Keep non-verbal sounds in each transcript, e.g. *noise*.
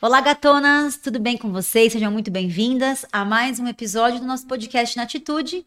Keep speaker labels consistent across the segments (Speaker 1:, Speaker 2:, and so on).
Speaker 1: Olá, gatonas! Tudo bem com vocês? Sejam muito bem-vindas a mais um episódio do nosso podcast Na Atitude.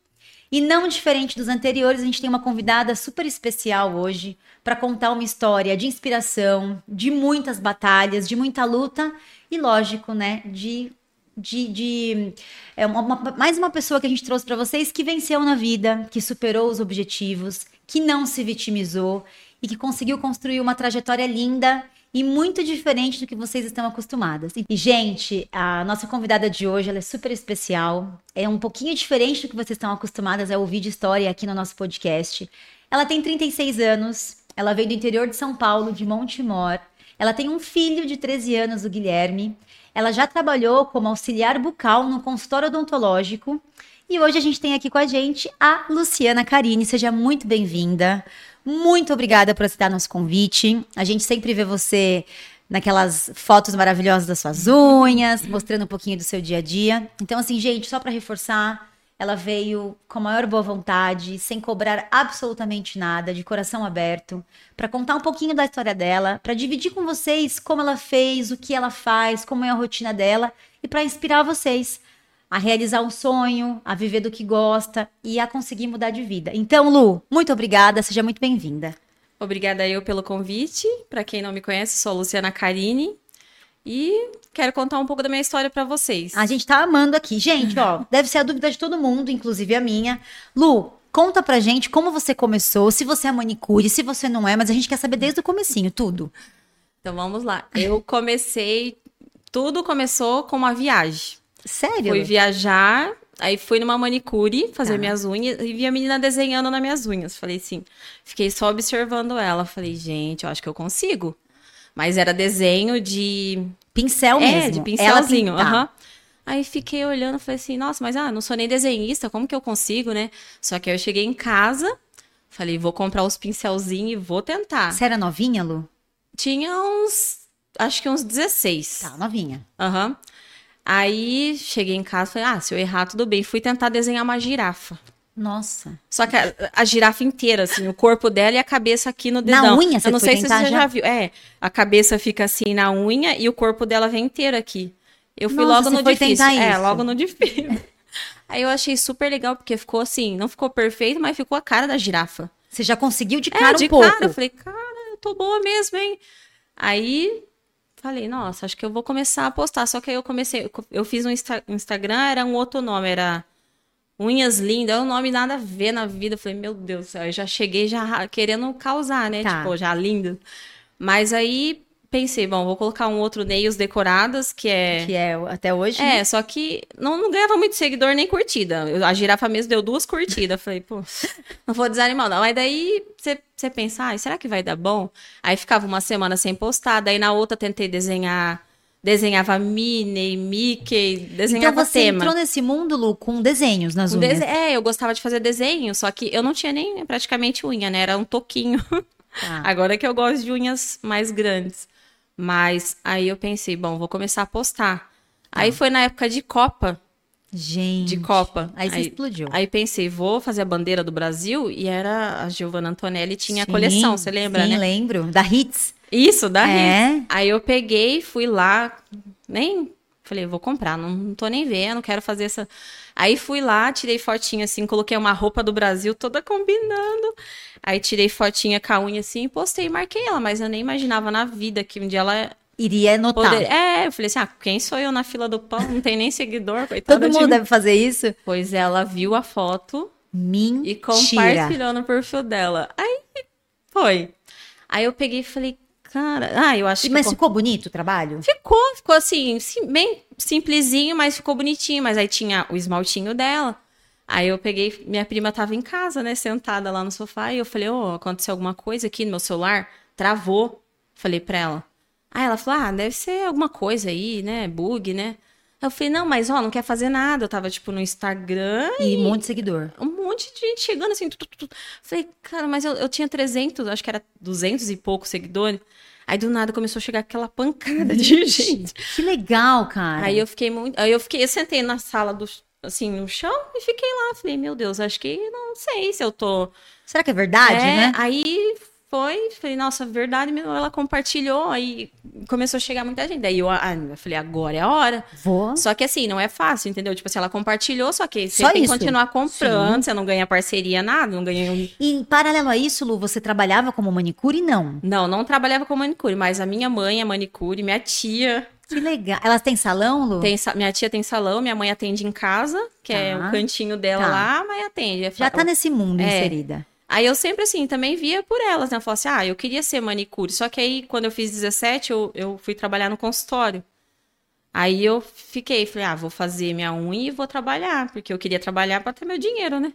Speaker 1: E não diferente dos anteriores, a gente tem uma convidada super especial hoje para contar uma história de inspiração, de muitas batalhas, de muita luta e, lógico, né, de de, de é uma, uma- mais uma pessoa que a gente trouxe para vocês que venceu na vida, que superou os objetivos, que não se vitimizou e que conseguiu construir uma trajetória linda e muito diferente do que vocês estão acostumadas. E gente, a nossa convidada de hoje ela é super especial, é um pouquinho diferente do que vocês estão acostumadas a ouvir de história aqui no nosso podcast. Ela tem 36 anos, ela veio do interior de São Paulo, de Montemor. Ela tem um filho de 13 anos, o Guilherme. Ela já trabalhou como auxiliar bucal no consultório odontológico. E hoje a gente tem aqui com a gente a Luciana Carini. Seja muito bem-vinda. Muito obrigada por aceitar nosso convite. A gente sempre vê você naquelas fotos maravilhosas das suas unhas, mostrando um pouquinho do seu dia a dia. Então, assim, gente, só para reforçar, ela veio com a maior boa vontade, sem cobrar absolutamente nada, de coração aberto, para contar um pouquinho da história dela, para dividir com vocês como ela fez, o que ela faz, como é a rotina dela e para inspirar vocês a realizar um sonho, a viver do que gosta e a conseguir mudar de vida. Então, Lu, muito obrigada, seja muito bem-vinda.
Speaker 2: Obrigada eu pelo convite. Pra quem não me conhece, sou a Luciana Carini e quero contar um pouco da minha história pra vocês.
Speaker 1: A gente tá amando aqui. Gente,
Speaker 2: *laughs*
Speaker 1: ó, deve ser a dúvida de todo mundo, inclusive a minha. Lu, conta pra gente como você começou, se você é manicure, se você não é, mas a gente quer saber desde o comecinho, tudo.
Speaker 2: Então vamos lá. Eu comecei, tudo começou com uma viagem.
Speaker 1: Sério?
Speaker 2: Fui viajar, aí fui numa manicure fazer
Speaker 1: Tá.
Speaker 2: minhas unhas e vi a menina desenhando nas minhas unhas. Falei assim, fiquei só observando ela. Falei, gente, eu acho que eu consigo. Mas era desenho de
Speaker 1: Pincel
Speaker 2: é,
Speaker 1: mesmo.
Speaker 2: de
Speaker 1: Ela
Speaker 2: pincelzinho.
Speaker 1: pintar.
Speaker 2: aham. Aí fiquei olhando, falei assim, nossa, mas ah, não sou nem desenhista, como que eu consigo, né? Só que aí eu cheguei em casa, falei, vou comprar os pincelzinhos e vou tentar.
Speaker 1: Você era novinha, Lu?
Speaker 2: Tinha uns, acho que uns 16.
Speaker 1: Tá, novinha.
Speaker 2: Aham. Aí cheguei em casa, falei, ah, se eu errar, tudo bem. Fui tentar desenhar uma girafa.
Speaker 1: Nossa.
Speaker 2: Só que a, a girafa inteira, assim, o corpo dela e a cabeça aqui no dedão.
Speaker 1: unha você
Speaker 2: Eu não
Speaker 1: foi
Speaker 2: sei se
Speaker 1: tentar
Speaker 2: você
Speaker 1: já?
Speaker 2: já viu. É, a cabeça fica assim na unha e o corpo dela vem inteiro aqui. Eu fui
Speaker 1: Nossa,
Speaker 2: logo
Speaker 1: você
Speaker 2: no
Speaker 1: foi
Speaker 2: difícil.
Speaker 1: tentar
Speaker 2: É,
Speaker 1: isso.
Speaker 2: logo
Speaker 1: *laughs*
Speaker 2: no difícil. Aí eu achei super legal, porque ficou assim, não ficou perfeito, mas ficou a cara da girafa.
Speaker 1: Você já conseguiu de
Speaker 2: É,
Speaker 1: cara
Speaker 2: de
Speaker 1: um pouco.
Speaker 2: cara. Eu falei, cara, eu tô boa mesmo, hein? Aí falei, nossa, acho que eu vou começar a postar. Só que aí eu comecei, eu fiz um Insta- Instagram, era um outro nome, era Unhas Lindas, é um nome nada a ver na vida. Eu falei, meu Deus, do céu, eu já cheguei já ra- querendo causar, né?
Speaker 1: Tá.
Speaker 2: Tipo, já lindo. Mas aí pensei, bom, vou colocar um outro Nails Decoradas, que é.
Speaker 1: Que é até hoje.
Speaker 2: É, só que não, não ganhava muito seguidor nem curtida. Eu- A girafa mesmo deu duas curtidas. Falei, pô, não vou desanimar, não. Aí daí você você pensa, ai, será que vai dar bom? Aí ficava uma semana sem postar, daí na outra tentei desenhar. Desenhava Minnie, Mickey,
Speaker 1: Então
Speaker 2: desenhava
Speaker 1: você
Speaker 2: tema.
Speaker 1: entrou nesse mundo, Lu, com desenhos nas
Speaker 2: Um
Speaker 1: unhas.
Speaker 2: dese- É, eu gostava de fazer desenho, só que eu não tinha nem praticamente unha, né? Era um toquinho.
Speaker 1: Tá.
Speaker 2: *laughs* Agora que eu gosto de unhas mais grandes. Mas aí eu pensei, bom, vou começar a postar. Aí foi na época de Copa.
Speaker 1: Gente.
Speaker 2: de Copa.
Speaker 1: Aí você
Speaker 2: Aí-
Speaker 1: explodiu.
Speaker 2: Aí pensei, vou fazer a bandeira do Brasil e era a Giovanna Antonelli
Speaker 1: Sim,
Speaker 2: tinha a coleção, você lembra,
Speaker 1: sim,
Speaker 2: né?
Speaker 1: lembro. Da Hits.
Speaker 2: Isso, da Ritz.
Speaker 1: é.
Speaker 2: Aí eu peguei, fui lá, nem falei, vou comprar, não, não tô nem vendo, quero fazer essa. Aí fui lá, tirei fotinha assim, coloquei uma roupa do Brasil toda combinando. Aí tirei fotinha com a unha assim, e postei e marquei ela, mas eu nem imaginava na vida que um dia ela
Speaker 1: Tá. Iria notar.
Speaker 2: poderia. É, eu falei assim, ah, quem sou eu na fila do pão? Não tem nem seguidor, *laughs* coitada
Speaker 1: Todo
Speaker 2: de
Speaker 1: mundo é
Speaker 2: mim.
Speaker 1: deve fazer isso?
Speaker 2: Pois ela viu a foto
Speaker 1: Mentira.
Speaker 2: e compartilhou no perfil dela. Aí foi. Aí eu peguei e falei, cara, ah, eu acho
Speaker 1: Mas
Speaker 2: que eu-
Speaker 1: ficou bonito o trabalho?
Speaker 2: ficou, ficou assim, sim- bem simplesinho, mas ficou bonitinho. Mas aí tinha o esmaltinho dela. Aí eu peguei, minha prima tava em casa, né, sentada lá no sofá, e eu falei, ô, aconteceu alguma coisa aqui no meu celular? Travou. Falei pra ela. Aí ela falou, ah, deve ser alguma coisa aí, né, bug, né? Eu falei, não, mas ó, não quer fazer nada. Eu tava, tipo, no Instagram
Speaker 1: E um monte de seguidor.
Speaker 2: um monte de gente chegando assim. Tu, tu, tu, tu. Falei, cara, mas eu, eu tinha 300, acho que era 200 e poucos seguidores. Aí do nada começou a chegar aquela pancada de gente.
Speaker 1: Que legal, cara.
Speaker 2: Aí eu fiquei muito. Aí eu fiquei, eu sentei na sala do assim, no chão e fiquei lá. Falei, meu Deus, acho que não sei se eu tô.
Speaker 1: Será que é verdade,
Speaker 2: É,
Speaker 1: né?
Speaker 2: Aí foi, falei, nossa, verdade mesmo. Ela compartilhou, aí começou a chegar muita gente. Daí eu, ah, eu falei, agora é a hora.
Speaker 1: Vou.
Speaker 2: Só que assim, não é fácil, entendeu? Tipo assim, ela compartilhou, só que você
Speaker 1: Só
Speaker 2: tem que
Speaker 1: isso.
Speaker 2: continuar comprando, você não ganha parceria, nada, não ganha. um-
Speaker 1: E em paralelo a isso, Lu, você trabalhava como manicure? Não.
Speaker 2: Não, não trabalhava com manicure, mas a minha mãe é manicure, minha tia.
Speaker 1: Que legal. Elas têm salão, Lu?
Speaker 2: Tem, sa- minha tia tem salão, minha mãe atende em casa, que é
Speaker 1: Tá.
Speaker 2: o cantinho dela
Speaker 1: Tá.
Speaker 2: lá, mas atende. É
Speaker 1: Já
Speaker 2: fa-
Speaker 1: tá nesse mundo
Speaker 2: É.
Speaker 1: inserida.
Speaker 2: Aí eu sempre, assim, também via por elas, né? Eu falava assim, ah, eu queria ser manicure. Só que aí, quando eu fiz 17, eu, eu fui trabalhar no consultório. Aí eu fiquei, falei, ah, vou fazer minha unha e vou trabalhar, porque eu queria trabalhar pra ter meu dinheiro, né?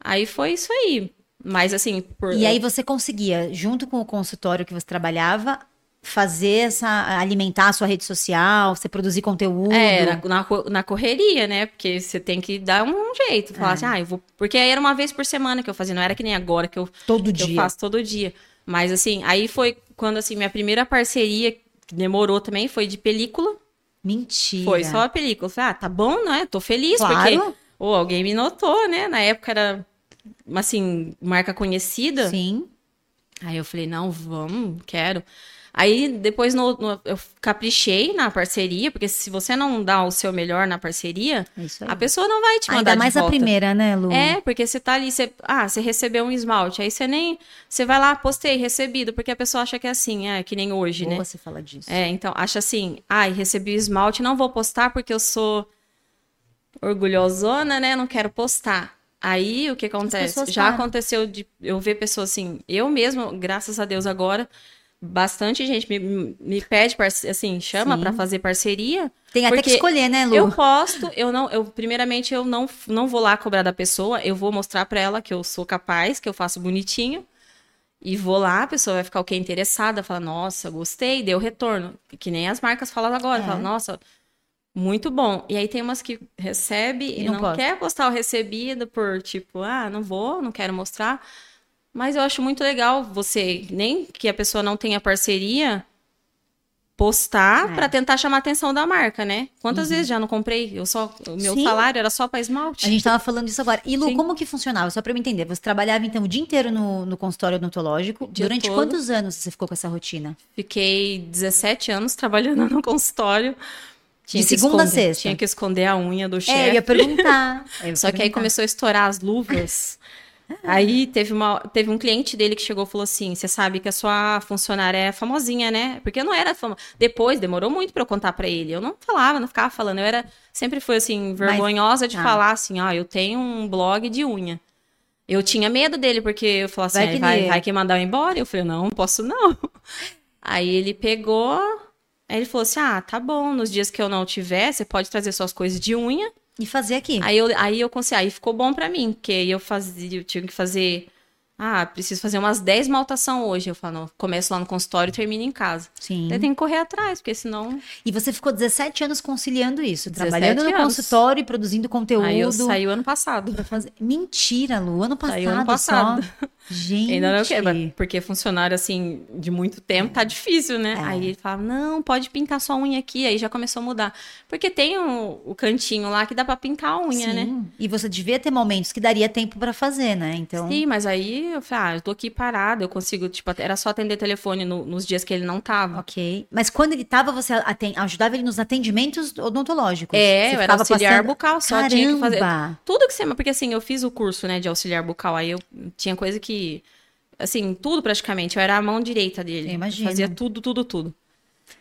Speaker 2: Aí foi isso aí. Mas assim, por...
Speaker 1: E aí você conseguia, junto com o consultório que você trabalhava, fazer essa. alimentar a sua rede social, você produzir conteúdo.
Speaker 2: É, na, na co- na correria, né? Porque você tem que dar um jeito.
Speaker 1: É.
Speaker 2: Falar assim, ah, eu vou. Porque aí era uma vez por semana que eu fazia, não era que nem agora que eu
Speaker 1: todo
Speaker 2: que
Speaker 1: dia.
Speaker 2: eu faço todo dia. Mas assim, aí foi quando assim minha primeira parceria que demorou também foi de película.
Speaker 1: Mentira.
Speaker 2: Foi só a película. Eu Falei, ah, tá bom, né? Tô feliz porque
Speaker 1: Claro,
Speaker 2: ou alguém me notou, né? Na época era assim, marca conhecida.
Speaker 1: sim.
Speaker 2: Aí eu falei, não, vamos, quero. Aí depois no- no- eu caprichei na parceria, porque se você não dá o seu melhor na parceria,
Speaker 1: É isso aí.
Speaker 2: a pessoa não vai te
Speaker 1: Ainda
Speaker 2: mandar de
Speaker 1: mais a
Speaker 2: volta.
Speaker 1: primeira, né, Lu?
Speaker 2: É, porque você tá ali, você, ah, você recebeu um esmalte, aí você nem, você vai lá, postei, recebido, porque a pessoa acha que é assim, é que nem hoje,
Speaker 1: Boa
Speaker 2: né?
Speaker 1: você falar disso.
Speaker 2: É, então, acha assim, ai, recebi o esmalte, não vou postar porque eu sou orgulhosona, né? Não quero postar. Aí, o que acontece?
Speaker 1: pessoas
Speaker 2: Já
Speaker 1: param.
Speaker 2: aconteceu de eu ver pessoas assim, eu mesmo, graças a Deus agora, bastante gente me, me pede, parce- assim, chama
Speaker 1: Sim.
Speaker 2: pra fazer parceria,
Speaker 1: Tem até que
Speaker 2: porque
Speaker 1: escolher, né, Lu?
Speaker 2: eu posto, eu não, eu primeiramente eu não, não vou lá cobrar da pessoa, eu vou mostrar pra ela que eu sou capaz, que eu faço bonitinho. E vou lá, a pessoa vai ficar o que interessada, fala: "Nossa, gostei, deu retorno". Que nem as marcas falam agora,
Speaker 1: É.
Speaker 2: fala: "Nossa, muito bom". E aí tem umas que recebe e,
Speaker 1: E não
Speaker 2: não,
Speaker 1: posta.
Speaker 2: quer postar o recebido por tipo: "Ah, não vou, não quero mostrar". Mas eu acho muito legal você, nem que a pessoa não tenha parceria, postar
Speaker 1: É. Uhum.
Speaker 2: pra tentar chamar a atenção da marca, né? Quantas vezes já não comprei? Eu só o meu
Speaker 1: Sim.
Speaker 2: salário era só pra esmalte.
Speaker 1: A gente tava falando disso agora. E Lu,
Speaker 2: Sim.
Speaker 1: como que funcionava? Só pra eu entender. Você trabalhava, então, o dia inteiro no, no consultório odontológico.
Speaker 2: Dia
Speaker 1: Durante
Speaker 2: todo.
Speaker 1: quantos anos você ficou com essa rotina?
Speaker 2: Fiquei 17 anos trabalhando *laughs* no consultório.
Speaker 1: De
Speaker 2: que
Speaker 1: segunda a
Speaker 2: esconder-
Speaker 1: sexta.
Speaker 2: Tinha que esconder a unha do
Speaker 1: É, eu
Speaker 2: chefe.
Speaker 1: ia perguntar. *laughs* Eu ia
Speaker 2: Só que aí
Speaker 1: perguntar.
Speaker 2: começou a estourar
Speaker 1: *laughs*
Speaker 2: as luvas. Aí teve, uma, teve um cliente dele que chegou e falou assim: Você sabe que a sua funcionária é famosinha, né? Porque eu não era famosa. Depois demorou muito pra eu contar pra ele. Eu não falava, não ficava falando. Eu era sempre fui assim, vergonhosa de
Speaker 1: tá.
Speaker 2: falar assim: Ó, eu tenho um blog de unha. Eu tinha medo dele, porque eu falava assim:
Speaker 1: Vai
Speaker 2: "Ai,
Speaker 1: que
Speaker 2: vai,
Speaker 1: ele-
Speaker 2: vai que mandar eu embora. Eu falei: Não, não posso não. Aí ele pegou. Aí ele falou assim: Ah, tá bom. Nos dias que eu não tiver, você pode trazer suas coisas de unha.
Speaker 1: E fazer aqui.
Speaker 2: Aí eu, aí eu consegui, aí ficou bom pra mim, porque eu fazia, eu tinha que fazer, ah, preciso fazer umas 10 maltação hoje, eu falo, não, começo lá no consultório e termino em casa.
Speaker 1: Sim.
Speaker 2: Daí tem que correr atrás, porque senão
Speaker 1: E você ficou 17 anos conciliando isso,
Speaker 2: 17
Speaker 1: trabalhando no
Speaker 2: anos.
Speaker 1: consultório e produzindo conteúdo.
Speaker 2: aí eu saí o ano passado.
Speaker 1: pra fazer- Mentira, Lu, ano passado,
Speaker 2: Saiu ano passado.
Speaker 1: só. Gente.
Speaker 2: Ainda não quero, mas porque funcionário assim de muito tempo tá difícil, né?
Speaker 1: É.
Speaker 2: Aí ele fala: "Não, pode pintar sua unha aqui". Aí já começou a mudar. Porque tem o, o cantinho lá que dá pra pintar a unha, né?
Speaker 1: Sim, E você devia ter momentos que daria tempo pra fazer, né? Então,
Speaker 2: Sim, mas aí eu falei, ah, eu tô aqui parada, eu consigo, tipo, até- era só atender telefone no- nos dias que ele não tava.
Speaker 1: ok. Mas quando ele tava, você aten- ajudava ele nos atendimentos odontológicos.
Speaker 2: É,
Speaker 1: Você
Speaker 2: eu era
Speaker 1: ficava
Speaker 2: auxiliar
Speaker 1: passando-
Speaker 2: bucal, só
Speaker 1: Caramba.
Speaker 2: tinha que fazer tudo que você, porque assim, eu fiz o curso, né, de auxiliar bucal, aí eu tinha coisa que assim, tudo praticamente, eu era a mão direita dele.
Speaker 1: Eu imagino.
Speaker 2: Fazia tudo, tudo, tudo.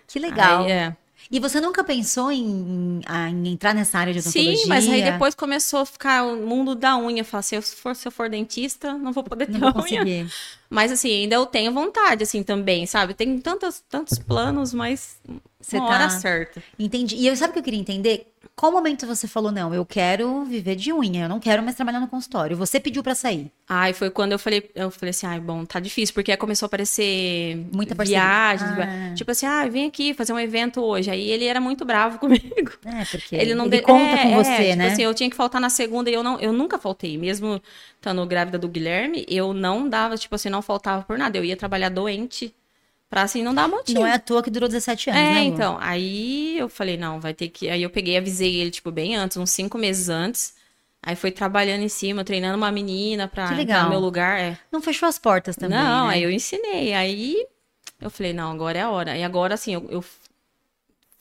Speaker 1: Que legal.
Speaker 2: Aí, é.
Speaker 1: E você nunca pensou em, em- ah, em entrar nessa área de odontologia?
Speaker 2: Sim, mas aí depois começou a ficar o mundo da unha, eu falei assim, eu for, se eu for dentista, não vou poder ter
Speaker 1: Não vou
Speaker 2: unha.
Speaker 1: conseguir.
Speaker 2: Mas assim, ainda eu tenho vontade assim também, sabe? Tenho tantos tantos planos, mas
Speaker 1: Você
Speaker 2: uma
Speaker 1: tá-
Speaker 2: hora certa.
Speaker 1: Entendi. E eu sabe o que eu queria entender? Qual momento você falou, não, eu quero viver de unha, eu não quero mais trabalhar no consultório. Você pediu pra sair.
Speaker 2: Ai, foi quando eu falei, eu falei assim, ai, bom, tá difícil, porque aí começou a aparecer
Speaker 1: Muita parceria.
Speaker 2: viagens,
Speaker 1: Ah.
Speaker 2: tipo assim, ah, vem aqui fazer um evento hoje. Aí ele era muito bravo *laughs* comigo.
Speaker 1: É, porque
Speaker 2: Ele não de-
Speaker 1: conta
Speaker 2: é,
Speaker 1: com
Speaker 2: é,
Speaker 1: você,
Speaker 2: tipo
Speaker 1: né?
Speaker 2: assim, eu tinha que faltar na segunda e eu não, eu nunca faltei, mesmo estando grávida do Guilherme, eu não dava, tipo assim, não faltava por nada. Eu ia trabalhar doente pra assim não dar motivo.
Speaker 1: não é à toa que durou 17 anos,
Speaker 2: É,
Speaker 1: né? Lu?
Speaker 2: então, aí eu falei, não, vai ter que. Aí eu peguei, avisei ele, tipo, bem antes, uns cinco meses antes. Aí foi trabalhando em cima, treinando uma menina pra
Speaker 1: Que
Speaker 2: entrar
Speaker 1: legal.
Speaker 2: no meu lugar. é.
Speaker 1: Não fechou as portas também.
Speaker 2: não,
Speaker 1: né?
Speaker 2: aí eu ensinei. Aí eu falei, não, agora é a hora. E agora, assim, eu, eu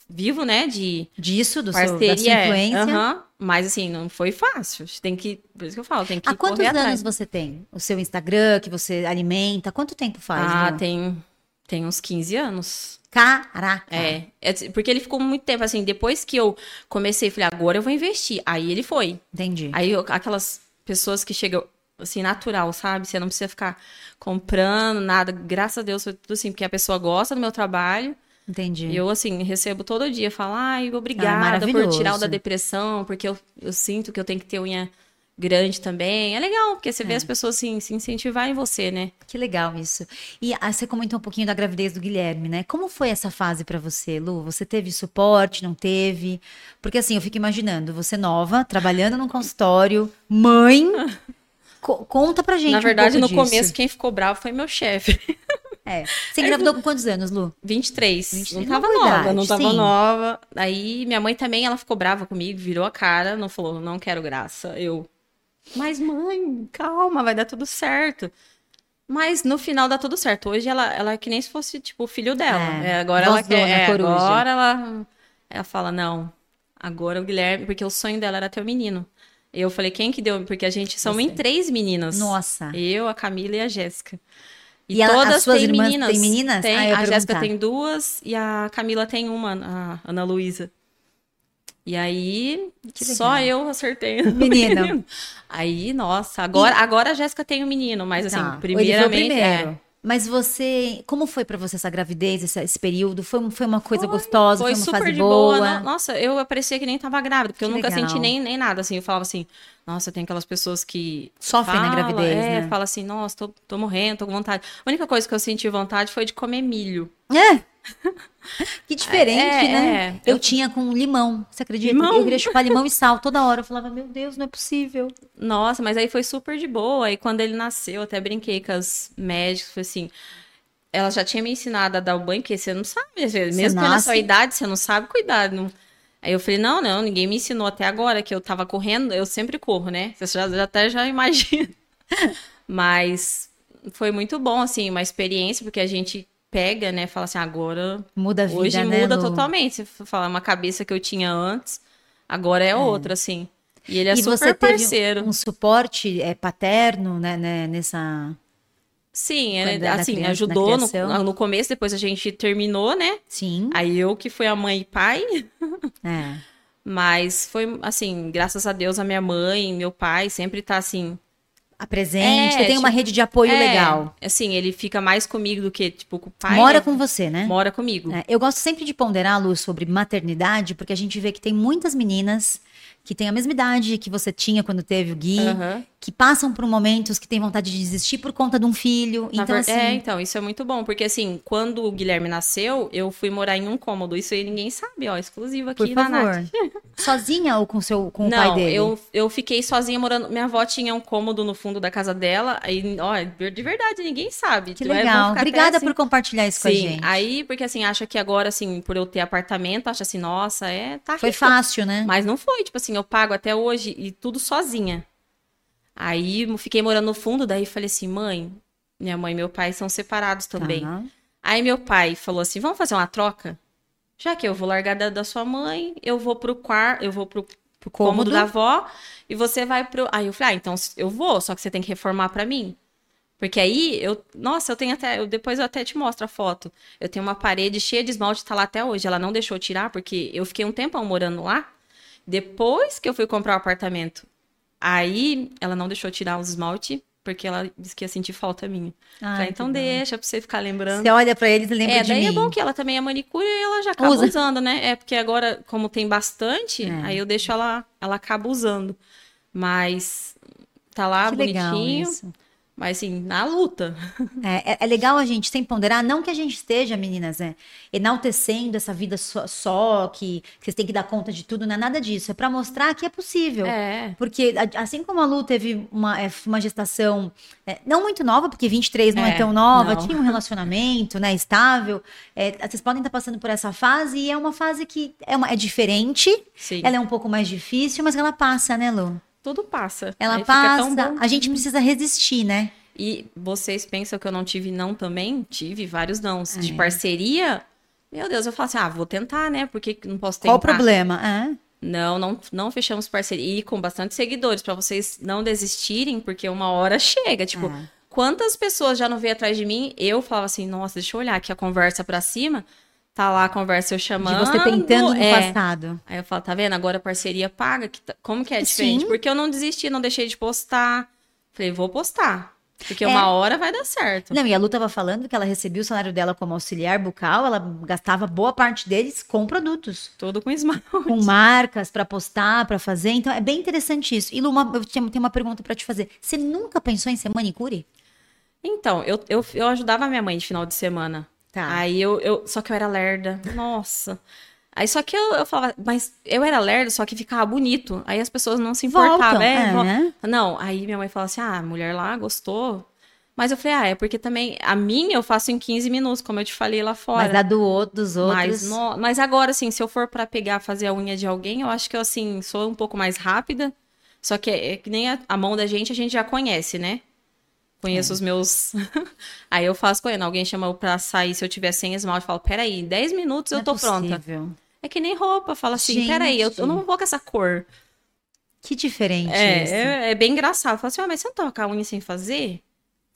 Speaker 2: vivo, né, de
Speaker 1: Disso, do seu, da sua
Speaker 2: parceria. é.
Speaker 1: influência.
Speaker 2: Aham. Mas, assim, não foi fácil. Tem que, por isso que eu falo, tem que
Speaker 1: Há quantos
Speaker 2: correr
Speaker 1: anos
Speaker 2: atrás.
Speaker 1: você tem? O seu Instagram que você alimenta? Quanto tempo faz?
Speaker 2: Ah,
Speaker 1: Lu?
Speaker 2: tem, tem uns 15 anos.
Speaker 1: Caraca!
Speaker 2: É, é, porque ele ficou muito tempo assim, depois que eu comecei, falei, agora eu vou investir. Aí ele foi.
Speaker 1: Entendi.
Speaker 2: Aí eu- aquelas pessoas que chegam assim, natural, sabe? Você não precisa ficar comprando nada. Graças a Deus foi tudo assim, porque a pessoa gosta do meu trabalho.
Speaker 1: Entendi.
Speaker 2: E eu, assim, recebo todo dia, falo, ai, obrigada por
Speaker 1: maravilhoso.
Speaker 2: tirar o da depressão, porque eu, eu sinto que eu tenho que ter unha grande também. É legal, porque você vê as pessoas assim, se incentivar em você, né?
Speaker 1: Que legal isso. E ah, você comentou um pouquinho da gravidez do Guilherme, né? Como foi essa fase pra você, Lu? Você teve suporte, não teve? Porque assim, eu fico imaginando, você nova, trabalhando num consultório,
Speaker 2: *laughs*
Speaker 1: mãe. Co- conta pra gente.
Speaker 2: Na
Speaker 1: um
Speaker 2: verdade, no
Speaker 1: pouco disso.
Speaker 2: começo, quem ficou bravo foi meu chefe.
Speaker 1: É. Você engravidou com quantos anos, Lu?
Speaker 2: 23.
Speaker 1: 23,
Speaker 2: Não tava
Speaker 1: uma boa
Speaker 2: nova,
Speaker 1: idade,
Speaker 2: não tava
Speaker 1: é sim.
Speaker 2: nova. Aí minha mãe também, ela ficou brava comigo, virou a cara, não falou, não quero graça. Eu, mas mãe, calma, vai dar tudo certo. Mas no final dá tudo certo. Hoje ela, ela é que nem se fosse, tipo, o filho dela.
Speaker 1: É,
Speaker 2: É, agora ela
Speaker 1: vozona,
Speaker 2: quer, é,
Speaker 1: coruja.
Speaker 2: agora ela, ela fala, não, agora o Guilherme, porque o sonho dela era ter um menino. Eu falei, quem que deu? Porque a gente são
Speaker 1: Você.
Speaker 2: em três meninas.
Speaker 1: Nossa.
Speaker 2: Eu, a Camila e a Jéssica.
Speaker 1: E ela- as suas irmãs têm meninas?
Speaker 2: Tem,
Speaker 1: Ah, eu ia
Speaker 2: a Jéssica
Speaker 1: perguntar.
Speaker 2: tem duas e a Camila tem uma, a Ana Luísa. E aí,
Speaker 1: Que
Speaker 2: só
Speaker 1: legal.
Speaker 2: eu acertei. *laughs*
Speaker 1: Menino.
Speaker 2: Aí, nossa, agora, agora a Jéssica tem um menino, mas
Speaker 1: Tá.
Speaker 2: assim,
Speaker 1: Ele foi o
Speaker 2: primeiramente.
Speaker 1: primeiro.
Speaker 2: é,
Speaker 1: Mas você, como foi pra você essa gravidez, esse, esse período? Foi, um- foi uma coisa gostosa? Foi,
Speaker 2: foi
Speaker 1: uma
Speaker 2: super
Speaker 1: fase
Speaker 2: de
Speaker 1: boa?
Speaker 2: boa. no- Nossa, eu parecia que nem tava grávida, porque eu
Speaker 1: Que
Speaker 2: nunca
Speaker 1: legal.
Speaker 2: senti nem, nem nada. Assim, eu falava assim, nossa, tem aquelas pessoas que
Speaker 1: Sofrem na
Speaker 2: fala,
Speaker 1: gravidez,
Speaker 2: é,
Speaker 1: né?
Speaker 2: fala assim, nossa, tô, tô morrendo, tô com vontade. A única coisa que eu senti vontade foi de comer milho. *laughs*
Speaker 1: É. Que diferente,
Speaker 2: É,
Speaker 1: né?
Speaker 2: é.
Speaker 1: Eu tinha com limão, você acredita?
Speaker 2: Limão?
Speaker 1: Eu queria chupar limão e sal toda hora. Eu falava, meu Deus, não é possível.
Speaker 2: Nossa, mas aí foi super de boa. E quando ele nasceu, eu até brinquei com as médicas, foi assim. Ela já tinha me ensinado a dar o banho, porque você não sabe, às vezes,
Speaker 1: Você
Speaker 2: mesmo pela
Speaker 1: nasce-
Speaker 2: sua idade, você não sabe cuidar. não- Aí eu falei, não, não, ninguém me ensinou até agora, que eu tava correndo, eu sempre corro, né? Você já, já até já imagina. *laughs* Mas foi muito bom, assim, uma experiência, porque a gente pega, né, fala assim, agora
Speaker 1: Muda a vida,
Speaker 2: Hoje
Speaker 1: né,
Speaker 2: muda
Speaker 1: Lu?
Speaker 2: totalmente. Se for falar uma cabeça que eu tinha antes, agora é, outra, assim. E ele é
Speaker 1: e
Speaker 2: super
Speaker 1: você teve
Speaker 2: parceiro.
Speaker 1: um suporte é, paterno, né, né, nessa...
Speaker 2: Sim,
Speaker 1: Quando
Speaker 2: ele,
Speaker 1: da
Speaker 2: assim,
Speaker 1: criança, da
Speaker 2: ajudou no,
Speaker 1: criação.
Speaker 2: no começo, depois a gente terminou, né?
Speaker 1: Sim,
Speaker 2: Aí eu que fui a mãe e pai,
Speaker 1: é.
Speaker 2: mas foi assim, graças a Deus, a minha mãe, meu pai sempre tá assim.
Speaker 1: A presente,
Speaker 2: É,
Speaker 1: você tem uma
Speaker 2: tipo,
Speaker 1: rede de apoio
Speaker 2: é,
Speaker 1: legal.
Speaker 2: Assim, ele fica mais comigo do que, tipo, com o pai.
Speaker 1: Mora
Speaker 2: né?
Speaker 1: com você, né?
Speaker 2: Mora comigo.
Speaker 1: É, eu gosto sempre de ponderar, Lu, sobre maternidade, porque a gente vê que tem muitas meninas que têm a mesma idade que você tinha quando teve o Gui,
Speaker 2: Aham.
Speaker 1: que passam por momentos que têm vontade de desistir por conta de um filho.
Speaker 2: Na
Speaker 1: então,
Speaker 2: ver-
Speaker 1: assim,
Speaker 2: É, então, isso é muito bom, porque assim, quando o Guilherme nasceu, eu fui morar em um cômodo, isso aí ninguém sabe, ó, exclusivo
Speaker 1: por
Speaker 2: aqui na
Speaker 1: favor.
Speaker 2: Nath. *laughs*
Speaker 1: Sozinha ou com, seu, com o pai
Speaker 2: Não,
Speaker 1: dele?
Speaker 2: eu, eu fiquei sozinha morando. Minha avó tinha um cômodo no fundo da casa dela. Aí, ó, de verdade, ninguém sabe.
Speaker 1: Que
Speaker 2: Então, é bom
Speaker 1: legal.
Speaker 2: ficar até
Speaker 1: Obrigada
Speaker 2: assim.
Speaker 1: por compartilhar isso com a
Speaker 2: Sim,
Speaker 1: gente.
Speaker 2: aí, porque assim, acha que agora, assim, por eu ter apartamento, acha assim, nossa, é, tá
Speaker 1: Foi
Speaker 2: rico.
Speaker 1: fácil, né?
Speaker 2: Mas não foi, tipo assim, eu pago até hoje e tudo sozinha. Aí, mo- fiquei morando no fundo, daí falei assim, mãe, minha mãe e meu pai são separados também.
Speaker 1: Tá.
Speaker 2: Aí meu pai falou assim: vamos fazer uma troca? Já que eu vou largar da, da sua mãe, eu vou pro quarto, eu vou pro, pro
Speaker 1: Cômodo.
Speaker 2: cômodo da avó e você vai pro. Aí eu falei, ah, então eu vou, só que você tem que reformar pra mim. Porque aí eu, nossa, eu tenho até, eu- depois eu até te mostro a foto. Eu tenho uma parede cheia de esmalte, tá lá até hoje. Ela não deixou eu tirar porque eu fiquei um tempão morando lá. Depois que eu fui comprar o apartamento, aí ela não deixou eu tirar os esmalte porque ela disse que ia sentir falta minha.
Speaker 1: Ai,
Speaker 2: falei,
Speaker 1: que
Speaker 2: então
Speaker 1: bom.
Speaker 2: deixa pra você ficar lembrando
Speaker 1: Você olha pra eles e lembra
Speaker 2: é,
Speaker 1: de
Speaker 2: daí
Speaker 1: mim.
Speaker 2: é bom que ela também é manicure e ela já acaba
Speaker 1: Usa.
Speaker 2: usando, né? É porque agora, como tem bastante,
Speaker 1: É.
Speaker 2: aí eu deixo ela, ela acaba usando. Mas tá lá
Speaker 1: Que legal
Speaker 2: bonitinho,
Speaker 1: isso.
Speaker 2: mas assim, na luta.
Speaker 1: É, é- é legal a gente sempre ponderar, não que a gente esteja, meninas, né, enaltecendo essa vida só, só, que, que vocês têm que dar conta de tudo, não é nada disso. É pra mostrar que é possível.
Speaker 2: É.
Speaker 1: Porque a- assim como a Lu teve uma, é, uma gestação é, não muito nova, porque 23 não é,
Speaker 2: É,
Speaker 1: tão nova,
Speaker 2: não.
Speaker 1: tinha um relacionamento né, estável, é, vocês podem estar passando por essa fase e é uma fase que é, uma- é diferente,
Speaker 2: Sim.
Speaker 1: ela é um pouco mais difícil, mas ela passa, né, Lu?
Speaker 2: tudo passa.
Speaker 1: Ela
Speaker 2: Aí fica tão
Speaker 1: passa,
Speaker 2: bom.
Speaker 1: a gente precisa resistir, né?
Speaker 2: E vocês pensam que eu não tive não também? Tive vários não. De
Speaker 1: É.
Speaker 2: parceria, meu Deus, eu falo assim, ah, vou tentar, né? Por que que não posso tentar?
Speaker 1: Qual o problema? É.
Speaker 2: Não, não, não fechamos parceria. E com bastante seguidores, pra vocês não desistirem, porque uma hora chega. Tipo,
Speaker 1: É.
Speaker 2: quantas pessoas já não veio atrás de mim? Eu falava assim, nossa, deixa eu olhar aqui a conversa pra cima. Tá lá a conversa eu
Speaker 1: De
Speaker 2: chamando.
Speaker 1: você tentando no
Speaker 2: é.
Speaker 1: passado.
Speaker 2: Aí eu falo, tá vendo? Agora a parceria paga. que tá- Como que é diferente?
Speaker 1: Sim.
Speaker 2: Porque eu não desisti, não deixei de postar. Falei, vou postar. Porque
Speaker 1: É.
Speaker 2: uma hora vai dar certo.
Speaker 1: Não, e a Lu tava falando que ela recebia o salário dela como auxiliar bucal, ela gastava boa parte deles com produtos.
Speaker 2: Tudo com esmalte.
Speaker 1: com marcas pra postar, pra fazer. Então é bem interessante isso. E Lu, uma- eu tinha- tenho uma pergunta pra te fazer. Você nunca pensou em ser manicure?
Speaker 2: Então, eu, eu, eu ajudava a minha mãe de final de semana.
Speaker 1: Ai,
Speaker 2: Aí eu, eu. Só que eu era lerda. Nossa. Aí só que eu, eu falava, mas eu era lerda, só que ficava bonito. Aí as pessoas não se importavam.
Speaker 1: voltam,
Speaker 2: né?
Speaker 1: é, né?
Speaker 2: Não, aí minha mãe falou assim: ah, a mulher lá gostou. Mas eu falei, ah, é porque também a minha eu faço em 15 minutos, como eu te falei lá fora.
Speaker 1: Mas a do outro, dos
Speaker 2: Mas,
Speaker 1: outros.
Speaker 2: no- mas agora, assim, se eu for pra pegar, fazer a unha de alguém, eu acho que eu, assim, sou um pouco mais rápida. Só que é, é que nem a, a mão da gente, a gente já conhece, né? Conheço
Speaker 1: É.
Speaker 2: os meus. *laughs* aí eu faço correndo. Alguém chama eu pra sair, se eu tiver sem esmalte, eu falo, peraí, 10 minutos eu
Speaker 1: Não é
Speaker 2: tô pronta.
Speaker 1: possível.
Speaker 2: É que nem roupa, fala assim,
Speaker 1: Gente.
Speaker 2: peraí, eu, eu não vou com essa cor.
Speaker 1: Que diferente
Speaker 2: É,
Speaker 1: isso.
Speaker 2: é, é bem engraçado. Fala assim, ah, mas você não tava com a unha sem fazer?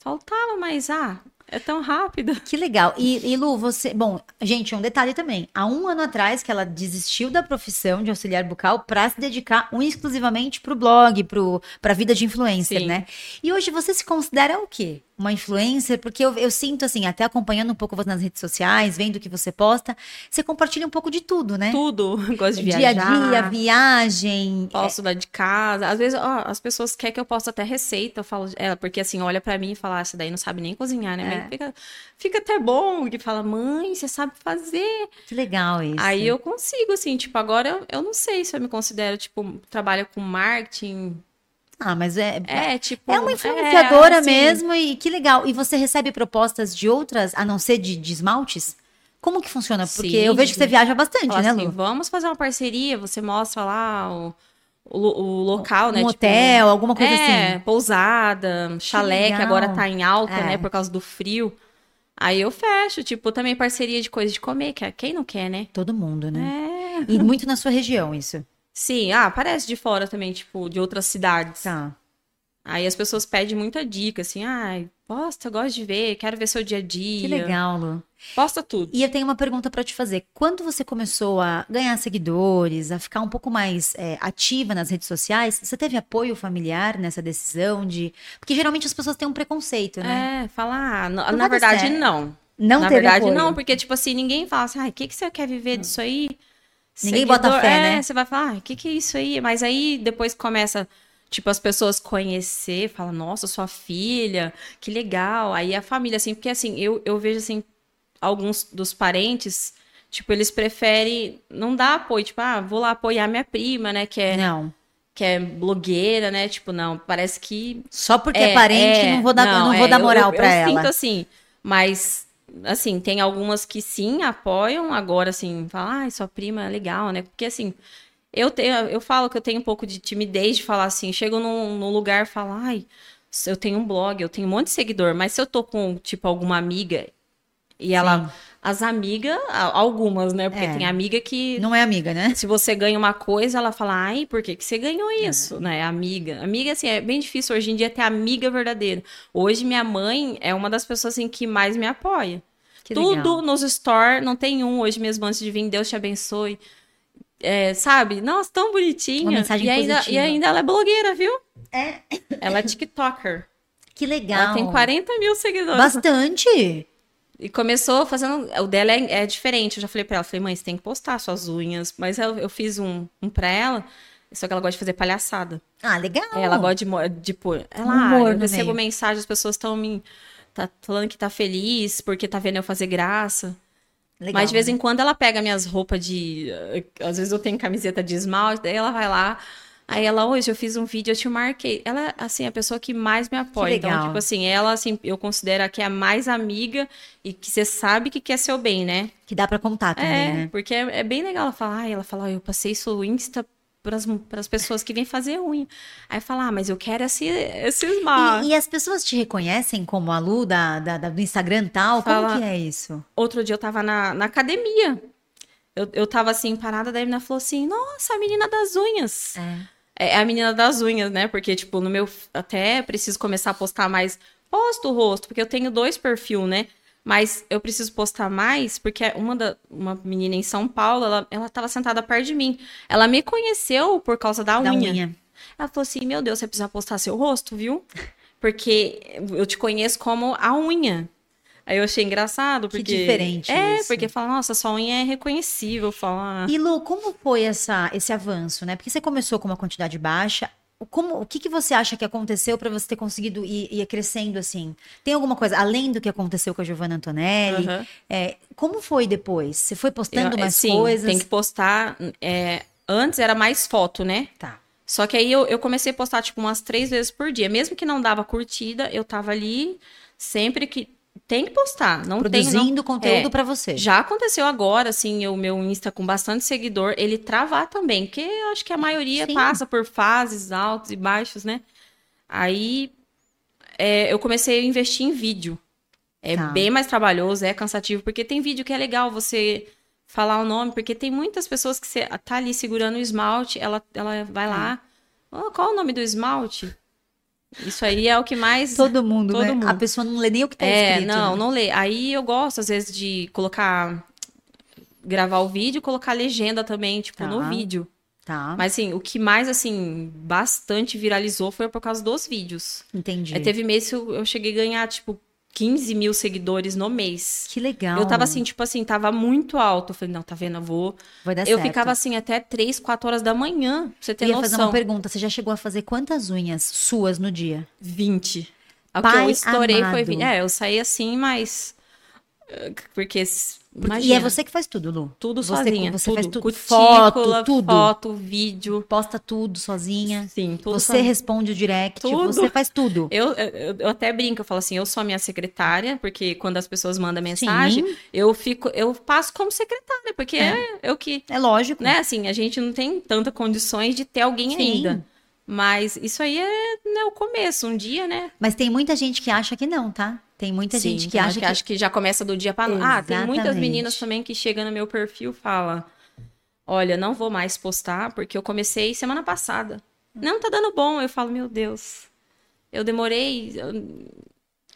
Speaker 2: Faltava, mas ah, é tão rápida.
Speaker 1: Que legal. E, e, Lu, você. Bom, gente, um detalhe também. Há um ano atrás que ela desistiu da profissão de auxiliar bucal pra se dedicar um exclusivamente pro blog, pro, pra vida de influencer,
Speaker 2: Sim.
Speaker 1: né? E hoje você se considera o quê? Uma influencer? Porque eu, eu sinto, assim, até acompanhando um pouco você nas redes sociais, vendo o que você posta, você compartilha um pouco de tudo, né?
Speaker 2: Tudo. *laughs* Gosto de
Speaker 1: Dia a
Speaker 2: viajar.
Speaker 1: dia, viagem.
Speaker 2: Posso lá de casa. Às vezes, ó, as pessoas querem que eu possa até receita. Eu falo, ela, porque assim, olha pra mim e fala, ah, essa daí não sabe nem cozinhar, né?
Speaker 1: É.
Speaker 2: Mas Fica, fica até bom. Que fala, mãe, você sabe fazer.
Speaker 1: Que legal isso.
Speaker 2: Aí eu consigo, assim, tipo, agora eu, eu não sei se eu me considero, tipo, trabalho com marketing.
Speaker 1: Ah, mas é.
Speaker 2: É, tipo.
Speaker 1: É uma influenciadora
Speaker 2: assim,
Speaker 1: mesmo e que legal. E você recebe propostas de outras, a não ser de, de esmaltes? Como que funciona? Porque
Speaker 2: Sim,
Speaker 1: eu vejo que
Speaker 2: sim.
Speaker 1: você viaja bastante,
Speaker 2: Fala
Speaker 1: né,
Speaker 2: assim,
Speaker 1: Lu?
Speaker 2: vamos fazer uma parceria, você mostra lá o, o, lo- o local,
Speaker 1: um
Speaker 2: né? tipo,
Speaker 1: hotel, alguma coisa
Speaker 2: é,
Speaker 1: assim.
Speaker 2: pousada, chalé, que
Speaker 1: legal.
Speaker 2: agora tá em alta,
Speaker 1: É.
Speaker 2: né, por causa do frio. Aí eu fecho, tipo, também parceria de coisa de comer, que é- quem não quer, né?
Speaker 1: Todo mundo, né?
Speaker 2: É.
Speaker 1: E muito na sua região,
Speaker 2: *laughs*
Speaker 1: isso.
Speaker 2: Sim, ah, aparece de fora também, tipo, de outras cidades.
Speaker 1: Tá.
Speaker 2: Aí as pessoas pedem muita dica, assim, ai, posta, eu gosto de ver, quero ver seu dia a dia.
Speaker 1: Que legal, Lu.
Speaker 2: Posta tudo.
Speaker 1: E eu tenho uma pergunta pra te fazer. Quando você começou a ganhar seguidores, a ficar um pouco mais é, ativa nas redes sociais, você teve apoio familiar nessa decisão de. Porque geralmente as pessoas têm um preconceito, né?
Speaker 2: É, falar, ah, na,
Speaker 1: Não
Speaker 2: na
Speaker 1: vai dar
Speaker 2: verdade,
Speaker 1: certo.
Speaker 2: não.
Speaker 1: Não
Speaker 2: Na
Speaker 1: teve
Speaker 2: verdade,
Speaker 1: apoio.
Speaker 2: não, porque, tipo assim, ninguém fala assim, ai, o que, que você quer viver disso aí?
Speaker 1: Ninguém bota fé,
Speaker 2: é,
Speaker 1: né?
Speaker 2: Você vai falar, ah, o que, que é isso aí? Mas aí depois começa, tipo, as pessoas conhecer, fala, nossa, sua filha, que legal. Aí a família, assim, porque assim, eu, eu vejo assim, alguns dos parentes, tipo, eles preferem não dar apoio, tipo, ah, vou lá apoiar minha prima, né? Que é,
Speaker 1: Não.
Speaker 2: que é blogueira, né? Tipo, não, parece que
Speaker 1: Só porque é, parente, não vou dar, eu não vou
Speaker 2: é,
Speaker 1: dar
Speaker 2: eu-
Speaker 1: moral
Speaker 2: eu,
Speaker 1: pra
Speaker 2: eu
Speaker 1: ela.
Speaker 2: sinto assim, mas assim, tem algumas que sim apoiam, agora assim, falam, ai, sua prima é legal, né? Porque assim, eu tenho, eu falo que eu tenho um pouco de timidez de falar assim, chego num, num lugar e falo, ai, eu tenho um blog, eu tenho um monte de seguidor, mas se eu tô com, tipo, alguma amiga e ela, as amigas, a- algumas, né? Porque
Speaker 1: É.
Speaker 2: tem amiga que
Speaker 1: Não é amiga, né?
Speaker 2: se você ganha uma coisa, ela fala, ai, por que, que você ganhou
Speaker 1: É.
Speaker 2: isso? Né? Amiga. Amiga, assim, é bem difícil hoje em dia ter amiga verdadeira. Hoje, minha mãe é uma das pessoas, assim, que mais me apoia.
Speaker 1: Que
Speaker 2: Tudo
Speaker 1: legal.
Speaker 2: nos store, não tem um hoje mesmo antes de vir, Deus te abençoe. É, sabe? Nossa, tão bonitinha.
Speaker 1: Uma mensagem
Speaker 2: e ainda,
Speaker 1: positiva.
Speaker 2: e ainda ela é blogueira, viu?
Speaker 1: É.
Speaker 2: Ela é tiktoker.
Speaker 1: Que legal.
Speaker 2: ela tem 40 mil seguidores.
Speaker 1: Bastante.
Speaker 2: E começou fazendo. O dela é, é diferente. Eu já falei pra ela, falei, mãe, você tem que postar suas unhas. Mas eu, eu fiz um, um pra ela, só que ela gosta de fazer palhaçada.
Speaker 1: Ah, legal.
Speaker 2: Ela gosta de, mo- de pôr. Ela,
Speaker 1: Um humor
Speaker 2: ah, eu
Speaker 1: no
Speaker 2: recebo
Speaker 1: meio."
Speaker 2: mensagem, as pessoas estão me. Tá falando que tá feliz, porque tá vendo eu fazer graça.
Speaker 1: legal. né?
Speaker 2: Mas de vez em quando ela pega minhas roupas de. eh, Às vezes eu tenho camiseta de esmalte, daí ela vai lá. Aí ela, hoje eu fiz um vídeo, eu te marquei. Ela, assim, é a pessoa que mais me apoia.
Speaker 1: legal.
Speaker 2: Então, tipo assim, ela, assim, eu considero a que é a mais amiga e que você sabe que quer seu bem, né?
Speaker 1: Que dá pra contar também,
Speaker 2: é,
Speaker 1: né?
Speaker 2: porque é, é bem legal ela falar. Ai, ela fala, "Ah, eu passei seu Insta para as pessoas que vêm fazer unha. Aí fala, ah, mas eu quero esse, esse esmalte.
Speaker 1: E, e as pessoas te reconhecem como a Lu da, da- da- do Instagram tal?
Speaker 2: Fala-
Speaker 1: Como que é isso?
Speaker 2: Outro dia eu tava na, na academia. Eu, eu tava assim, parada, daí a menina falou assim: Nossa, a menina das unhas. É a menina das unhas, né? Porque, tipo, no meu. Até preciso começar a postar mais. Posto o rosto, porque eu tenho dois perfil, né? Mas eu preciso postar mais, porque é uma, da, uma menina em São Paulo, ela, ela tava sentada perto de mim. Ela me conheceu por causa da,
Speaker 1: da
Speaker 2: unha.
Speaker 1: unha.
Speaker 2: Ela falou assim: Meu Deus, você precisa postar seu rosto, viu? Porque eu te conheço como a unha. Aí eu achei engraçado,
Speaker 1: Que
Speaker 2: porque.
Speaker 1: diferente
Speaker 2: É,
Speaker 1: isso.
Speaker 2: porque fala, nossa, sua unha é reconhecível. Fala. "Ah,
Speaker 1: E Lu, como foi essa, esse avanço, né? Porque você começou com uma quantidade baixa. O- Como, o que, que você acha que aconteceu para você ter conseguido ir, ir crescendo assim? Tem alguma coisa, além do que aconteceu com a Giovanna Antonelli?
Speaker 2: aham.
Speaker 1: É, como foi depois? Você foi postando
Speaker 2: Eu- é,
Speaker 1: mais
Speaker 2: sim,
Speaker 1: coisas?
Speaker 2: Tem que postar. é, antes era mais foto, né?
Speaker 1: Tá.
Speaker 2: Só que aí eu, eu comecei a postar, tipo, umas três vezes por dia. Mesmo que não dava curtida, eu tava ali sempre que. Tem que postar. Não tem. Não... É.
Speaker 1: Produzindo conteúdo pra você.
Speaker 2: Já aconteceu agora, assim, o meu Insta com bastante seguidor, ele travar também, porque eu acho que a maioria
Speaker 1: Sim.
Speaker 2: passa por fases altos e baixos, né? Aí é, eu comecei a investir em vídeo. É
Speaker 1: Tá.
Speaker 2: bem mais trabalhoso, é cansativo, porque tem vídeo que é legal você falar o nome, porque tem muitas pessoas que você tá ali segurando o esmalte, ela, ela vai lá.
Speaker 1: É.
Speaker 2: "Ó, qual o nome do esmalte? Isso aí é o que mais.
Speaker 1: Todo mundo,
Speaker 2: Todo
Speaker 1: né?
Speaker 2: mundo.
Speaker 1: A pessoa não lê nem o que tá
Speaker 2: É,
Speaker 1: escrito.
Speaker 2: não,
Speaker 1: né?
Speaker 2: não lê. Aí eu gosto, às vezes, de colocar. Gravar o vídeo e colocar legenda também, tipo, no
Speaker 1: Tá.
Speaker 2: vídeo.
Speaker 1: Tá,
Speaker 2: Mas, assim, o que mais, assim, bastante viralizou foi por causa dos vídeos.
Speaker 1: entendi.
Speaker 2: Aí teve mês que eu, eu cheguei a ganhar, tipo, 15 mil seguidores no mês.
Speaker 1: Que legal.
Speaker 2: Eu tava assim, tipo assim, tava muito alto. Eu falei, não, tá vendo? Eu vou.
Speaker 1: Vai dar
Speaker 2: eu
Speaker 1: Tá certo.
Speaker 2: ficava assim até 3, 4 horas da manhã, pra você ter
Speaker 1: Eu ia
Speaker 2: noção.
Speaker 1: fazer uma pergunta. Você já chegou a fazer quantas unhas suas no dia?
Speaker 2: 20. O que
Speaker 1: Pai
Speaker 2: eu estourei foi
Speaker 1: amado.
Speaker 2: 20. É, eu saí assim, mas. eh, Porque.
Speaker 1: Porque-
Speaker 2: imagina.
Speaker 1: E é você que faz tudo, Lu.
Speaker 2: Tudo
Speaker 1: Você-
Speaker 2: sozinha.
Speaker 1: você faz tudo. Foto,
Speaker 2: Cutícula,
Speaker 1: tudo.
Speaker 2: foto, vídeo.
Speaker 1: Posta tudo sozinha.
Speaker 2: Sim, tudo
Speaker 1: você
Speaker 2: sozinha.
Speaker 1: responde o direct.
Speaker 2: Tudo. É,
Speaker 1: Você faz tudo.
Speaker 2: Eu, eu, eu até brinco, eu falo assim, eu sou a minha secretária, porque quando as pessoas mandam mensagem,
Speaker 1: Sim,
Speaker 2: eu fico, eu passo como secretária, porque
Speaker 1: É.
Speaker 2: é, eu que,
Speaker 1: é lógico.
Speaker 2: né, assim, a gente não tem tanta condições de ter alguém
Speaker 1: Sim.
Speaker 2: ainda. Mas isso aí é né, o começo, um dia, né?
Speaker 1: Mas tem muita gente que acha que não, tá? Tem muita
Speaker 2: Sim,
Speaker 1: gente que
Speaker 2: tem uma
Speaker 1: acha que...
Speaker 2: acha que já começa do dia para noite. Ah, tem muitas
Speaker 1: Exatamente.
Speaker 2: meninas também que chegam no meu perfil e falam: Olha, não vou mais postar porque eu comecei semana passada.
Speaker 1: Hum.
Speaker 2: Não tá dando bom. Eu falo: Meu Deus, eu demorei. eu-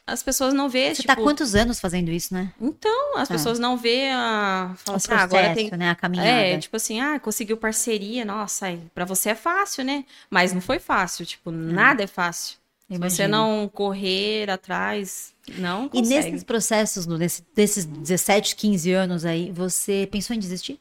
Speaker 2: As pessoas não vê,
Speaker 1: Você
Speaker 2: tipo.
Speaker 1: tá há quantos anos fazendo isso, né?
Speaker 2: Então, as
Speaker 1: É.
Speaker 2: pessoas não vê a.
Speaker 1: O
Speaker 2: Fala assim,
Speaker 1: processo,
Speaker 2: ah, agora tem.
Speaker 1: né? A caminhada.
Speaker 2: É, tipo assim, ah, conseguiu parceria, nossa, aí, pra você é fácil, né? Mas não foi fácil, tipo, nada é fácil. Se você
Speaker 1: Imagino.
Speaker 2: não correr atrás, não
Speaker 1: E
Speaker 2: consegue.
Speaker 1: nesses processos, Lu, nesse- desses 17, 15 anos aí, você pensou em desistir?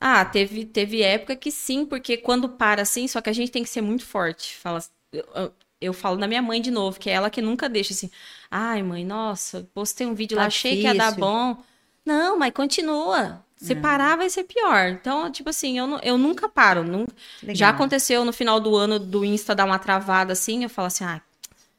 Speaker 2: Ah, teve, teve época que sim, porque quando para assim, só que a gente tem que ser muito forte. Fala, assim, eu, eu- eu falo da minha mãe de novo, que é ela que nunca deixa assim. Ai, mãe, nossa, postei um vídeo
Speaker 1: Tá
Speaker 2: lá, achei que ia dar
Speaker 1: difícil."
Speaker 2: bom. Não, mas continua. Se parar, vai ser pior. Então, tipo assim, eu, nu- eu nunca paro. nun- Já
Speaker 1: Legal.
Speaker 2: aconteceu no final do ano do Insta dar uma travada assim, eu falo assim, ah,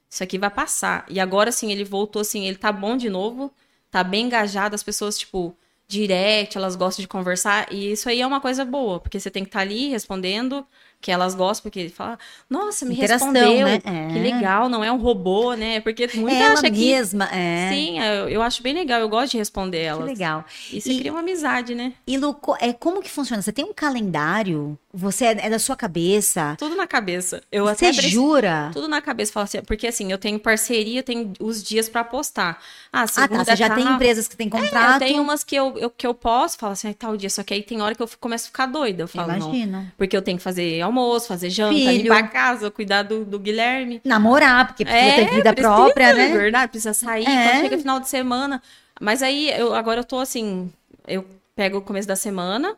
Speaker 2: isso aqui vai passar. E agora sim, ele voltou assim, ele tá bom de novo, tá bem engajado, as pessoas, tipo, direct, elas gostam de conversar, e isso aí é uma coisa boa, porque você tem que estar ali respondendo, que elas gostam, porque fala, nossa, me
Speaker 1: Interação,
Speaker 2: respondeu,
Speaker 1: né?
Speaker 2: que
Speaker 1: É.
Speaker 2: legal, não é um robô, né? Porque muita
Speaker 1: Ela
Speaker 2: acha que...
Speaker 1: mesma, é.
Speaker 2: Sim, eu, eu acho bem legal, eu gosto de responder
Speaker 1: Que
Speaker 2: elas.
Speaker 1: legal.
Speaker 2: E você
Speaker 1: E-
Speaker 2: cria uma amizade, né?
Speaker 1: E Lu, co- é, como que funciona? Você tem um calendário? Você é, é da sua cabeça?
Speaker 2: Tudo na cabeça. Eu
Speaker 1: você
Speaker 2: até preciso-
Speaker 1: jura?
Speaker 2: Tudo na cabeça, fala assim, porque assim, eu tenho parceria, eu tenho os dias pra postar. Ah,
Speaker 1: Ah,
Speaker 2: segunda
Speaker 1: tá. Você já tem
Speaker 2: tal,
Speaker 1: empresas que tem
Speaker 2: É, eu
Speaker 1: contrato?
Speaker 2: tenho umas que eu, eu- que eu posso, falo assim, "Ai, tal dia, só que aí tem hora que eu fico- começo a ficar doida, eu falo, não.
Speaker 1: Imagina.
Speaker 2: Porque eu tenho que fazer almoço, fazer janta,
Speaker 1: Filho.
Speaker 2: limpar a casa, cuidar do, do Guilherme.
Speaker 1: Namorar, porque precisa
Speaker 2: É,
Speaker 1: ter vida
Speaker 2: precisa,
Speaker 1: própria,
Speaker 2: É
Speaker 1: né?
Speaker 2: verdade, precisa sair,
Speaker 1: É.
Speaker 2: quando chega final de semana. Mas aí, eu, agora eu tô assim, eu pego o começo da semana,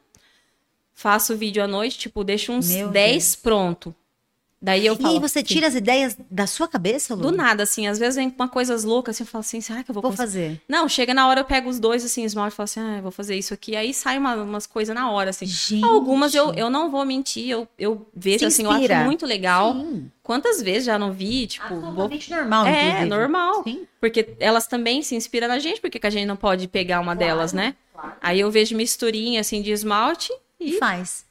Speaker 2: faço o vídeo à noite, tipo, deixo uns
Speaker 1: Meu
Speaker 2: 10 pronto. Daí eu
Speaker 1: E
Speaker 2: falo...
Speaker 1: aí você
Speaker 2: "Sim,
Speaker 1: tira as ideias da sua cabeça, Lu?
Speaker 2: do nada, assim, às vezes vem com uma coisas loucas, assim, eu falo assim, será que eu vou,
Speaker 1: Vou
Speaker 2: conseguir?"
Speaker 1: fazer.
Speaker 2: Não, chega na hora, eu pego os dois, assim, esmalte, e falo assim, ah, eu vou fazer isso aqui, aí sai uma- umas coisas na hora, assim.
Speaker 1: Gente.
Speaker 2: Algumas eu, eu não vou mentir, eu, eu vejo,
Speaker 1: Se
Speaker 2: assim, eu acho
Speaker 1: inspira.
Speaker 2: muito legal.
Speaker 1: Sim.
Speaker 2: Quantas vezes já não vi, tipo, vou...
Speaker 1: Absolutamente normal,
Speaker 2: É,
Speaker 1: inclusive.
Speaker 2: normal.
Speaker 1: Sim.
Speaker 2: porque elas também se inspiram na gente, porque que a gente não pode pegar uma
Speaker 1: Claro,
Speaker 2: delas, né?
Speaker 1: claro.
Speaker 2: Aí eu vejo misturinha, assim, de esmalte
Speaker 1: E
Speaker 2: e
Speaker 1: faz.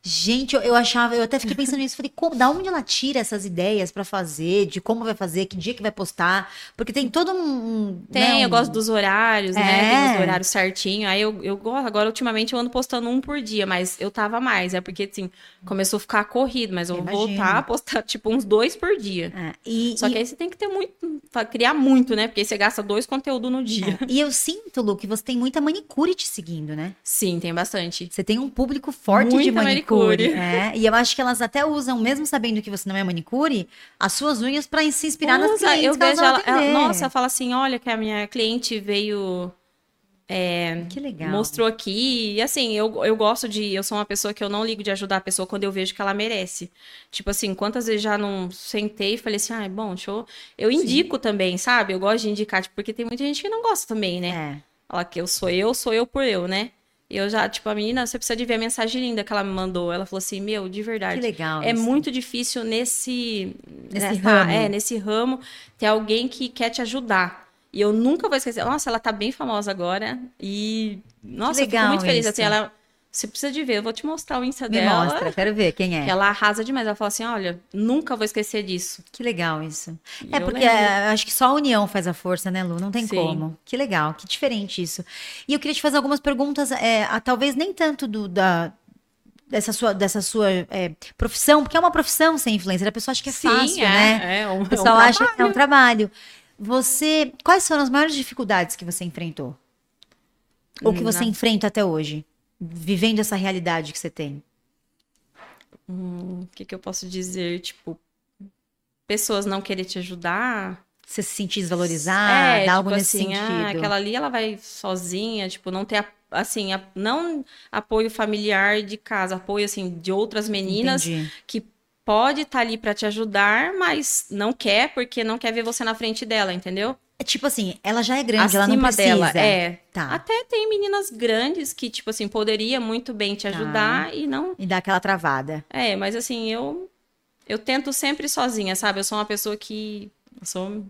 Speaker 1: Gente, eu, eu achava, eu até fiquei pensando nisso, falei, como, da onde ela tira essas ideias pra fazer, de como vai fazer, que dia que vai postar, porque tem todo um... um,
Speaker 2: Tem,
Speaker 1: né,
Speaker 2: eu
Speaker 1: um-
Speaker 2: gosto dos horários, né?
Speaker 1: É.
Speaker 2: Tem os horários certinho. Aí eu, eu gosto. Agora, ultimamente, eu ando postando um por dia, mas eu tava mais. É porque, assim, começou a ficar corrido, mas eu vou
Speaker 1: Imagino.
Speaker 2: voltar a postar, tipo, uns dois por dia.
Speaker 1: É, e,
Speaker 2: Só
Speaker 1: e-
Speaker 2: que aí você tem que ter muito, pra criar muito, né? Porque aí você gasta dois conteúdos no dia.
Speaker 1: *laughs* e eu sinto, Lu, que você tem muita manicure te seguindo, né?
Speaker 2: Sim, tem bastante.
Speaker 1: Você tem um público forte de
Speaker 2: Muita
Speaker 1: manicure.
Speaker 2: manicure.
Speaker 1: É, e eu acho que elas até usam, mesmo sabendo que você não é manicure, as suas unhas pra se inspirar nas
Speaker 2: Usa,
Speaker 1: clientes
Speaker 2: eu
Speaker 1: que elas
Speaker 2: vejo
Speaker 1: vão
Speaker 2: ela, ela-
Speaker 1: atender.
Speaker 2: Nossa, ela fala assim: olha, que a minha cliente veio.
Speaker 1: que legal.
Speaker 2: Mostrou aqui. E assim, eu, eu gosto de. Eu sou uma pessoa que eu não ligo de ajudar a pessoa quando eu vejo que ela merece. Tipo assim, quantas vezes já não sentei e falei assim, ah, bom, deixa eu. Eu indico também, sabe? Eu gosto de indicar, tipo, porque tem muita gente que não gosta também,
Speaker 1: É.
Speaker 2: né? Ela que eu sou eu, sou eu por eu, né? E eu já, tipo, a menina, você precisa de ver a mensagem linda que ela me mandou. Ela falou assim, meu, de
Speaker 1: Que
Speaker 2: verdade.
Speaker 1: legal.
Speaker 2: É
Speaker 1: isso.
Speaker 2: muito difícil nesse,
Speaker 1: Nesse
Speaker 2: nessa-
Speaker 1: ramo.
Speaker 2: é, nesse ramo ter alguém que quer te ajudar. E eu nunca vou esquecer. Nossa, ela tá bem famosa agora. E, nossa, eu fico
Speaker 1: legal
Speaker 2: muito feliz.
Speaker 1: isso.
Speaker 2: Assim, ela, você precisa de ver, eu vou te mostrar o Insta
Speaker 1: Me
Speaker 2: dela.
Speaker 1: mostra, quero ver quem é.
Speaker 2: que Ela arrasa demais. Ela fala assim: olha, nunca vou esquecer disso.
Speaker 1: Que legal isso.
Speaker 2: E
Speaker 1: É
Speaker 2: eu
Speaker 1: porque
Speaker 2: lembro.
Speaker 1: é, acho que só a união faz a força, né, Lu? Não tem
Speaker 2: Sim.
Speaker 1: como. Que legal, que diferente isso. E eu queria te fazer algumas perguntas, é, a- talvez nem tanto do da dessa sua dessa sua é, profissão, porque é uma profissão ser influencer. A pessoa acha que é fácil,
Speaker 2: é,
Speaker 1: né?
Speaker 2: *laughs* é um,
Speaker 1: O
Speaker 2: é um
Speaker 1: pessoal acha que é um
Speaker 2: trabalho.
Speaker 1: trabalho. Você, quais foram as maiores dificuldades que você enfrentou? Ou que você
Speaker 2: Na-
Speaker 1: enfrenta até hoje, vivendo essa realidade que você tem?
Speaker 2: Hum, O que, que eu posso dizer? Tipo, pessoas não querer te ajudar.
Speaker 1: Você se sentir desvalorizada,
Speaker 2: tipo
Speaker 1: algo nesse
Speaker 2: assim, ah,
Speaker 1: sentido?
Speaker 2: aquela ali ela vai sozinha, tipo, não ter a- assim, a- não apoio familiar de casa, apoio assim de outras meninas
Speaker 1: Entendi.
Speaker 2: que pode estar ali pra te ajudar, mas não quer porque não quer ver você na frente dela, entendeu?
Speaker 1: É Tipo assim, ela já é grande, ela não
Speaker 2: Acima
Speaker 1: precisa.
Speaker 2: dela, é.
Speaker 1: Tá.
Speaker 2: Até tem meninas grandes que tipo assim poderia muito bem te
Speaker 1: Tá.
Speaker 2: ajudar e não
Speaker 1: E dá aquela travada.
Speaker 2: é, mas assim, eu eu tento sempre sozinha, sabe? Eu sou uma pessoa que eu sou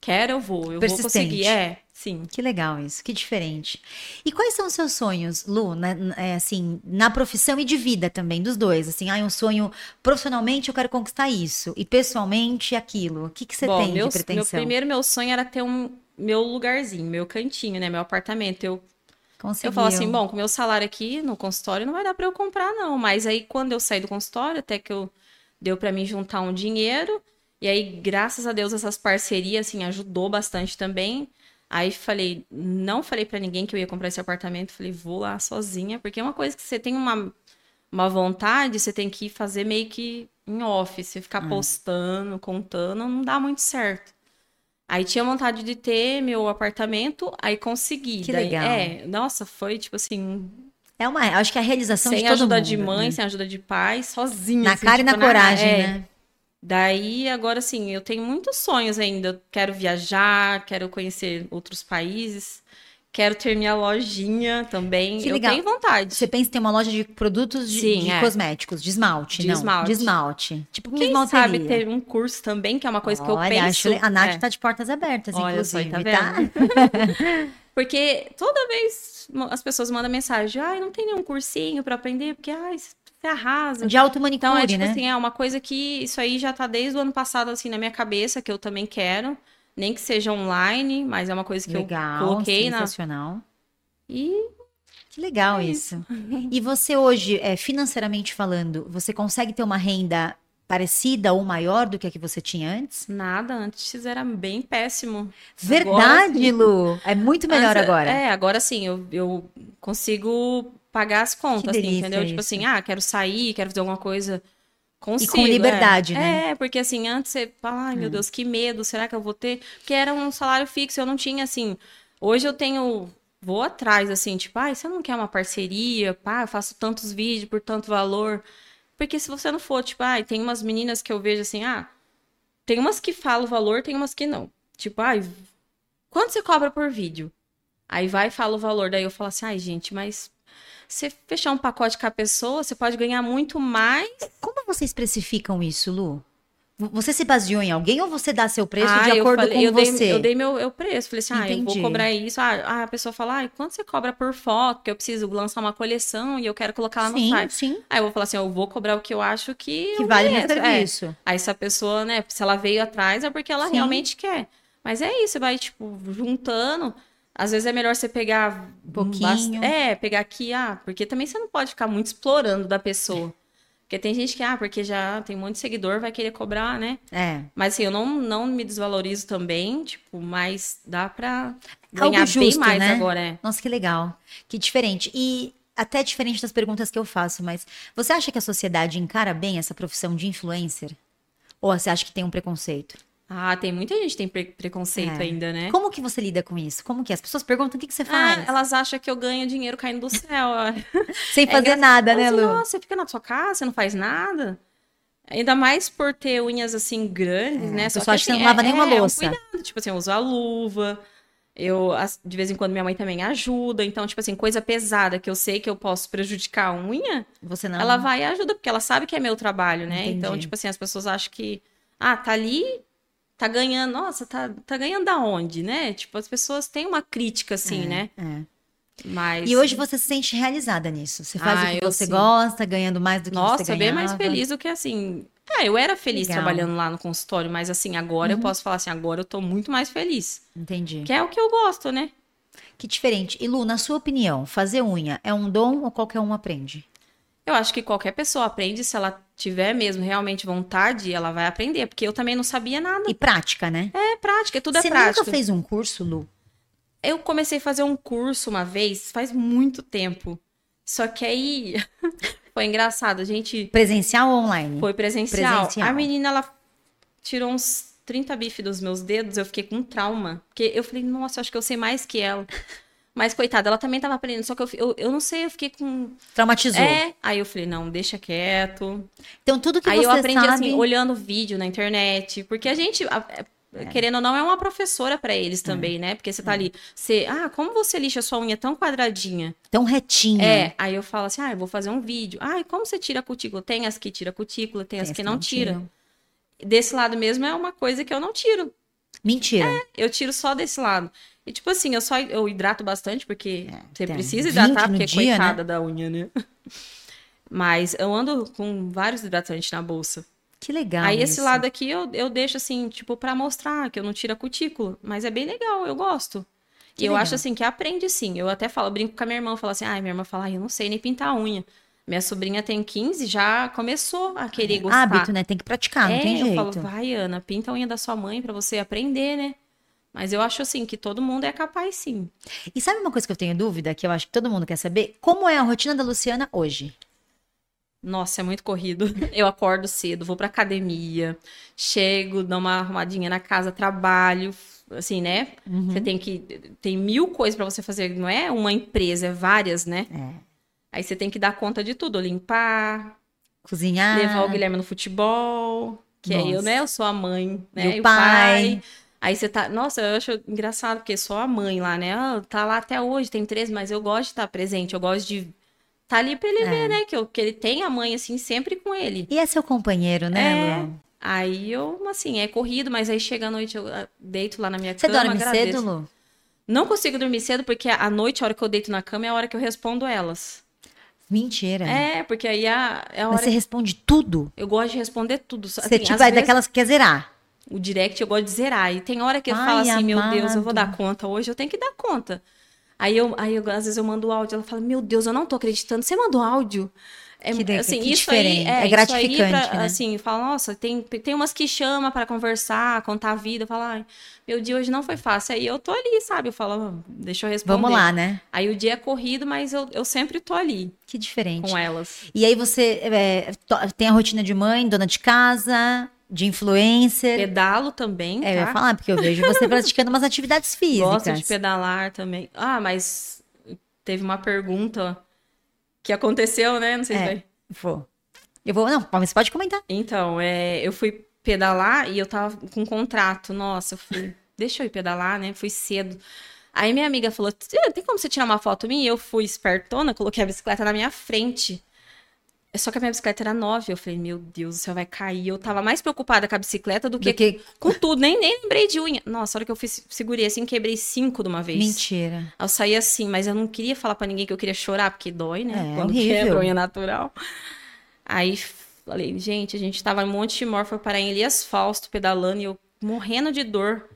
Speaker 2: quero, eu vou, eu vou
Speaker 1: Persistente.
Speaker 2: conseguir. É, sim.
Speaker 1: Que legal isso, que diferente. E quais são os seus sonhos, Lu, na, na- é, assim, na profissão e de vida também, dos dois? Assim, ah, um sonho profissionalmente, eu quero conquistar isso. E pessoalmente, aquilo. O que, que você
Speaker 2: Bom,
Speaker 1: tem
Speaker 2: meu,
Speaker 1: de pretensão?
Speaker 2: meu primeiro meu sonho era ter um meu lugarzinho, meu cantinho, né, meu apartamento. Eu
Speaker 1: Conseguiu.
Speaker 2: eu falo assim, bom, com meu salário aqui no consultório não vai dar pra eu comprar não, mas aí quando eu saí do consultório, até que eu deu pra mim juntar um dinheiro, e aí graças a Deus essas parcerias assim ajudou bastante também. Aí falei, não falei pra ninguém que eu ia comprar esse apartamento, falei, vou lá sozinha, porque é uma coisa que você tem uma uma vontade, você tem que fazer meio que em office, ficar
Speaker 1: Hum.
Speaker 2: postando, contando, não dá muito certo. Aí tinha vontade de ter meu apartamento, aí consegui.
Speaker 1: Que
Speaker 2: Daí-
Speaker 1: legal.
Speaker 2: É, nossa, foi tipo assim,
Speaker 1: É uma, acho que é a realização de
Speaker 2: sem
Speaker 1: todo
Speaker 2: ajuda
Speaker 1: mundo,
Speaker 2: de mãe,
Speaker 1: né?
Speaker 2: sem ajuda de pai, sozinha.
Speaker 1: Na
Speaker 2: assim,
Speaker 1: cara e na
Speaker 2: tipo,
Speaker 1: coragem,
Speaker 2: é.
Speaker 1: né?
Speaker 2: Daí, agora assim, eu tenho muitos sonhos ainda. Eu quero viajar, quero conhecer outros países, quero ter minha lojinha também.
Speaker 1: Que
Speaker 2: eu
Speaker 1: legal.
Speaker 2: tenho vontade.
Speaker 1: Você pensa em ter uma loja de produtos de,
Speaker 2: Sim,
Speaker 1: de
Speaker 2: é.
Speaker 1: cosméticos, de esmalte,
Speaker 2: De
Speaker 1: não.
Speaker 2: esmalte.
Speaker 1: De esmalte. Tipo, uma
Speaker 2: Quem
Speaker 1: esmalteria.
Speaker 2: sabe ter um curso também, que é uma coisa que eu
Speaker 1: Olha,
Speaker 2: penso.
Speaker 1: acho le- A Nath
Speaker 2: é.
Speaker 1: tá de portas abertas,
Speaker 2: Olha só,
Speaker 1: inclusive,
Speaker 2: tá
Speaker 1: tá?
Speaker 2: Porque toda vez mo- as pessoas mandam mensagem, ai, não tem nenhum cursinho pra aprender, porque ai, você arrasa.
Speaker 1: *laughs* De alto manicure,
Speaker 2: Então é tipo
Speaker 1: né?
Speaker 2: assim, é uma coisa que isso aí já tá desde o ano passado assim na minha cabeça que eu também quero, nem que seja online, mas é uma coisa que
Speaker 1: legal,
Speaker 2: eu coloquei na
Speaker 1: sensacional.
Speaker 2: e
Speaker 1: Que legal
Speaker 2: É
Speaker 1: isso. *laughs* E você hoje, é, financeiramente falando, você consegue ter uma renda parecida ou maior do que a que você tinha antes?
Speaker 2: nada, antes era bem péssimo.
Speaker 1: Verdade, Lu! É muito melhor
Speaker 2: Antes-
Speaker 1: agora.
Speaker 2: É, agora sim, eu, eu consigo pagar as
Speaker 1: Que
Speaker 2: contas, assim,
Speaker 1: delícia
Speaker 2: entendeu?
Speaker 1: isso.
Speaker 2: Tipo assim, ah, quero sair, quero fazer alguma coisa. Consigo,
Speaker 1: liberdade,
Speaker 2: é.
Speaker 1: né? É.
Speaker 2: É, porque assim, antes você fala, ai meu Deus, que medo, será que eu vou ter? Porque era um salário fixo, eu não tinha assim. Hoje eu tenho. Vou atrás, assim, tipo, ai, você não quer uma parceria? Pá, eu faço tantos vídeos por tanto valor. Porque se você não for, tipo, ai, tem umas meninas que eu vejo assim, ah, tem umas que falam o valor, tem umas que não. Tipo, ai, quanto você cobra por vídeo? Aí vai e fala o valor. Daí eu falo assim, ai, gente, mas você fechar um pacote com a pessoa, você pode ganhar muito mais.
Speaker 1: Como vocês especificam isso, Lu? Você se baseou em alguém ou você dá seu preço
Speaker 2: Ah,
Speaker 1: de
Speaker 2: eu
Speaker 1: acordo
Speaker 2: falei-
Speaker 1: com
Speaker 2: eu dei,
Speaker 1: você?
Speaker 2: Eu dei meu, meu preço. Falei assim, ah, eu
Speaker 1: Entendi.
Speaker 2: vou cobrar isso. Ah, a pessoa fala, ah, quanto você cobra por foto? Que eu preciso lançar uma coleção e eu quero colocar lá no
Speaker 1: sim,
Speaker 2: site.
Speaker 1: sim.
Speaker 2: Aí eu vou falar assim, eu vou cobrar o que eu acho que,
Speaker 1: Que
Speaker 2: eu
Speaker 1: vale meu
Speaker 2: mereço. É.
Speaker 1: serviço.
Speaker 2: Aí se a pessoa, né, se ela veio atrás é porque ela
Speaker 1: Sim.
Speaker 2: realmente quer. Mas é isso, você vai, tipo, juntando. Às vezes é melhor você pegar... um
Speaker 1: Pouquinho.
Speaker 2: É, pegar aqui, ah, porque também você não pode ficar muito explorando da pessoa. Porque tem gente que, ah, porque já tem um monte de seguidor, vai querer cobrar, né?
Speaker 1: É.
Speaker 2: Mas assim, eu não, não me desvalorizo também, tipo, mas dá pra
Speaker 1: Algo
Speaker 2: ganhar bem
Speaker 1: justo,
Speaker 2: mais
Speaker 1: né?
Speaker 2: agora, é.
Speaker 1: Nossa, que legal. Que diferente. E até diferente das perguntas que eu faço, mas você acha que a sociedade encara bem essa profissão de influencer? Ou você acha que tem um preconceito?
Speaker 2: Ah, tem muita gente que tem pre- preconceito
Speaker 1: É.
Speaker 2: ainda, né?
Speaker 1: Como que você lida com isso? Como que é? as pessoas perguntam o que, que você
Speaker 2: Ah,
Speaker 1: faz?
Speaker 2: elas acham que eu ganho dinheiro caindo do céu.
Speaker 1: Sem fazer nada, né,
Speaker 2: Mas,
Speaker 1: Lu?
Speaker 2: Nossa, é você fica na sua casa, você não faz nada. Ainda mais por ter unhas assim grandes, né?
Speaker 1: o
Speaker 2: Só que,
Speaker 1: pessoal acha que você
Speaker 2: assim,
Speaker 1: não lava
Speaker 2: é-
Speaker 1: nenhuma
Speaker 2: é, é um
Speaker 1: louça.
Speaker 2: cuidado. Tipo assim, eu uso a luva. Eu, as- de vez em quando, minha mãe também ajuda. Então, tipo assim, coisa pesada que eu sei que eu posso prejudicar a unha,
Speaker 1: Você não.
Speaker 2: ela vai e ajuda, porque ela sabe que é meu trabalho, né?
Speaker 1: Entendi.
Speaker 2: Então, tipo assim, as pessoas acham que, ah, tá ali, tá ganhando, nossa, tá, tá ganhando da onde, né? Tipo, as pessoas têm uma crítica, assim, né?
Speaker 1: é.
Speaker 2: Mas.
Speaker 1: E hoje você se sente realizada nisso. Você faz
Speaker 2: Ah,
Speaker 1: o que
Speaker 2: eu
Speaker 1: você
Speaker 2: sim.
Speaker 1: gosta, ganhando mais do que você
Speaker 2: Nossa,
Speaker 1: ganhava.
Speaker 2: bem mais feliz do que assim. Ah, eu era feliz
Speaker 1: Legal. Uhum.
Speaker 2: trabalhando lá no consultório, mas assim, agora eu posso falar assim, agora eu tô muito mais feliz.
Speaker 1: Entendi.
Speaker 2: Que é o que eu gosto, né?
Speaker 1: Que diferente. E Lu, na sua opinião, fazer unha é um dom ou qualquer um aprende?
Speaker 2: Eu acho que qualquer pessoa aprende, se ela tiver mesmo realmente vontade, ela vai aprender. Porque eu também não sabia nada.
Speaker 1: E prática, né?
Speaker 2: É prática, tudo é
Speaker 1: você
Speaker 2: prática.
Speaker 1: nunca fez um curso, Lu?
Speaker 2: Eu comecei a fazer um curso uma vez, faz muito tempo. Só que aí *laughs* foi engraçado, a gente
Speaker 1: Presencial ou online?
Speaker 2: foi presencial.
Speaker 1: Presencial.
Speaker 2: A menina, ela tirou uns 30 bifes dos meus dedos, eu fiquei com trauma. Porque eu falei, nossa, eu acho que eu sei mais que ela. *laughs* Mas, coitada, ela também tava aprendendo, só que eu, fi- eu, eu não sei, eu fiquei com.
Speaker 1: Traumatizou.
Speaker 2: É. Aí eu falei, não, deixa quieto.
Speaker 1: Então tudo que
Speaker 2: Aí
Speaker 1: você
Speaker 2: eu aprendi
Speaker 1: sabe...
Speaker 2: assim, olhando vídeo na internet. Porque a gente. a- é- Querendo ou não, é uma professora pra eles
Speaker 1: É.
Speaker 2: também, né? Porque você tá ali, você, ah, como você lixa sua unha tão quadradinha?
Speaker 1: Tão retinho.
Speaker 2: É, aí eu falo assim, ah, eu vou fazer um vídeo. Ah, e como você tira a cutícula? Tem as que tira a cutícula, tem, as que, não tira.
Speaker 1: tiram.
Speaker 2: Desse lado mesmo é uma coisa que eu não tiro.
Speaker 1: Mentira.
Speaker 2: Eu tiro só desse lado. E tipo assim, eu só eu hidrato bastante, porque você
Speaker 1: É, tem 20
Speaker 2: precisa hidratar,
Speaker 1: no
Speaker 2: porque é
Speaker 1: dia, né?
Speaker 2: coitada da unha, né? *laughs* Mas eu ando com vários hidratantes na bolsa.
Speaker 1: Que legal
Speaker 2: aí esse
Speaker 1: isso.
Speaker 2: lado aqui eu, eu deixo assim, tipo, pra mostrar que eu não tiro a cutícula. Mas é bem legal, eu gosto.
Speaker 1: Que
Speaker 2: e eu
Speaker 1: legal.
Speaker 2: acho assim que aprende sim. Eu até falo, eu brinco com a minha irmã, eu falo assim, ai, minha irmã fala, ai, eu não sei nem pintar a unha. Minha sobrinha tem 15, já começou a querer gostar.
Speaker 1: Hábito, né? Tem que praticar, não
Speaker 2: é,
Speaker 1: tem
Speaker 2: eu
Speaker 1: jeito.
Speaker 2: falo, vai, Ana, pinta a unha da sua mãe pra você aprender, né? Mas eu acho assim que todo mundo é capaz sim.
Speaker 1: E sabe uma coisa que eu tenho dúvida, que eu acho que todo mundo quer saber? Como é a rotina da Luciana hoje?
Speaker 2: Nossa, é muito corrido. *laughs* Eu acordo cedo, vou pra academia, chego, dou uma arrumadinha na casa, trabalho, assim, né? Você
Speaker 1: Uhum.
Speaker 2: tem que. Tem mil coisas pra você fazer, não é uma empresa, é várias, né?
Speaker 1: É.
Speaker 2: Aí você tem que dar conta de tudo, limpar,
Speaker 1: Cozinhar.
Speaker 2: levar o Guilherme no futebol, que é eu,
Speaker 1: Ah. Nossa.
Speaker 2: né? Eu sou a mãe, né?
Speaker 1: E o
Speaker 2: E
Speaker 1: pai.
Speaker 2: Aí você tá. Nossa, eu acho engraçado, porque só a mãe lá, né? Ah, tá lá até hoje, tem três, mas eu gosto de estar presente, eu gosto de tá ali pra ele
Speaker 1: É.
Speaker 2: ver, né? Que, eu, que ele tem a mãe, assim, sempre com ele.
Speaker 1: E é seu companheiro, né,
Speaker 2: É.
Speaker 1: Lu?
Speaker 2: Aí eu, assim, é corrido, mas aí chega a noite, eu ah, deito lá na minha
Speaker 1: Você
Speaker 2: cama.
Speaker 1: dorme
Speaker 2: agradeço.
Speaker 1: cedo, Lu?
Speaker 2: Não consigo dormir cedo, porque à noite, a hora que eu deito na cama, é a hora que eu respondo elas.
Speaker 1: Mentira.
Speaker 2: É, porque aí a, é a
Speaker 1: Mas
Speaker 2: hora.
Speaker 1: você responde tudo?
Speaker 2: Eu gosto de responder tudo. só-
Speaker 1: você
Speaker 2: assim,
Speaker 1: tipo
Speaker 2: às
Speaker 1: é
Speaker 2: vezes,
Speaker 1: daquelas que quer zerar.
Speaker 2: O direct eu gosto de zerar. E tem hora que eu
Speaker 1: Ai,
Speaker 2: falo assim, meu Deus, eu vou
Speaker 1: amado.
Speaker 2: dar conta hoje, eu tenho que dar conta. Aí, eu, aí eu- às vezes eu mando áudio, ela fala, meu Deus, eu não tô acreditando, você mandou áudio? É,
Speaker 1: Que legal,
Speaker 2: assim,
Speaker 1: que
Speaker 2: isso
Speaker 1: diferente,
Speaker 2: aí
Speaker 1: é
Speaker 2: é,
Speaker 1: gratificante,
Speaker 2: isso aí pra,
Speaker 1: né?
Speaker 2: Assim, fala, nossa, tem, tem umas que chama pra conversar, contar a vida, fala, ai, meu dia hoje não foi fácil. Aí eu tô ali, sabe? Eu falo, "Ah, deixa eu responder.
Speaker 1: Vamos lá, né?
Speaker 2: Aí o dia é corrido, mas eu, eu sempre tô ali
Speaker 1: Que diferente.
Speaker 2: com elas.
Speaker 1: E aí você é, to- tem a rotina de mãe, dona de casa, de influencer.
Speaker 2: Pedalo também,
Speaker 1: É, eu ia
Speaker 2: tá?
Speaker 1: falar, porque eu vejo você praticando umas atividades físicas.
Speaker 2: *laughs* Gosto de pedalar também. Ah, mas teve uma pergunta que aconteceu, né? Não sei
Speaker 1: É.
Speaker 2: se vai.
Speaker 1: Vou. Eu vou. Não, mas você pode comentar.
Speaker 2: Então, é, eu fui pedalar e eu tava com um contrato. Nossa, eu fui. Deixa eu ir pedalar, né? Fui cedo. Aí minha amiga falou: "Tê, tem como você tirar uma foto minha? E eu fui espertona, coloquei a bicicleta na minha frente. Só que a minha bicicleta era nova. Eu falei, meu Deus, o céu vai cair. Eu tava mais preocupada com a bicicleta do que,
Speaker 1: Do que-
Speaker 2: com tudo. Nem, nem lembrei de unha. Nossa, a hora que eu fiz, segurei assim, quebrei cinco de uma vez.
Speaker 1: Mentira.
Speaker 2: Eu saí assim, mas eu não queria falar pra ninguém que eu queria chorar, porque dói, né?
Speaker 1: É,
Speaker 2: Quando
Speaker 1: horrível.
Speaker 2: quebra a unha natural. Aí falei, gente, a gente tava em Monte Timor, foi parar em Elias Fausto, pedalando, e eu morrendo de dor.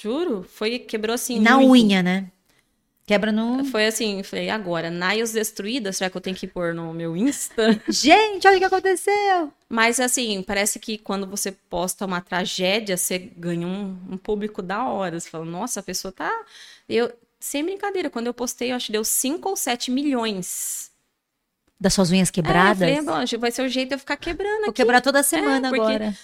Speaker 2: Juro, foi, quebrou assim.
Speaker 1: na
Speaker 2: muito.
Speaker 1: unha, né? Quebra
Speaker 2: *laughs*
Speaker 1: no. um.
Speaker 2: Foi assim, falei, agora, Nails destruídas, será que eu tenho que pôr no meu Insta?
Speaker 1: Gente, olha o que aconteceu.
Speaker 2: Mas assim, parece que quando você posta uma tragédia, você ganha um, um público da hora. Você fala, nossa, a pessoa tá. Eu, sem brincadeira, quando eu postei, eu acho que deu 5 ou 7 milhões.
Speaker 1: Das suas unhas quebradas.
Speaker 2: É, eu falei, "Bom, vai ser o jeito de eu ficar quebrando
Speaker 1: Vou
Speaker 2: aqui. É,
Speaker 1: quebrar toda semana
Speaker 2: porque
Speaker 1: agora.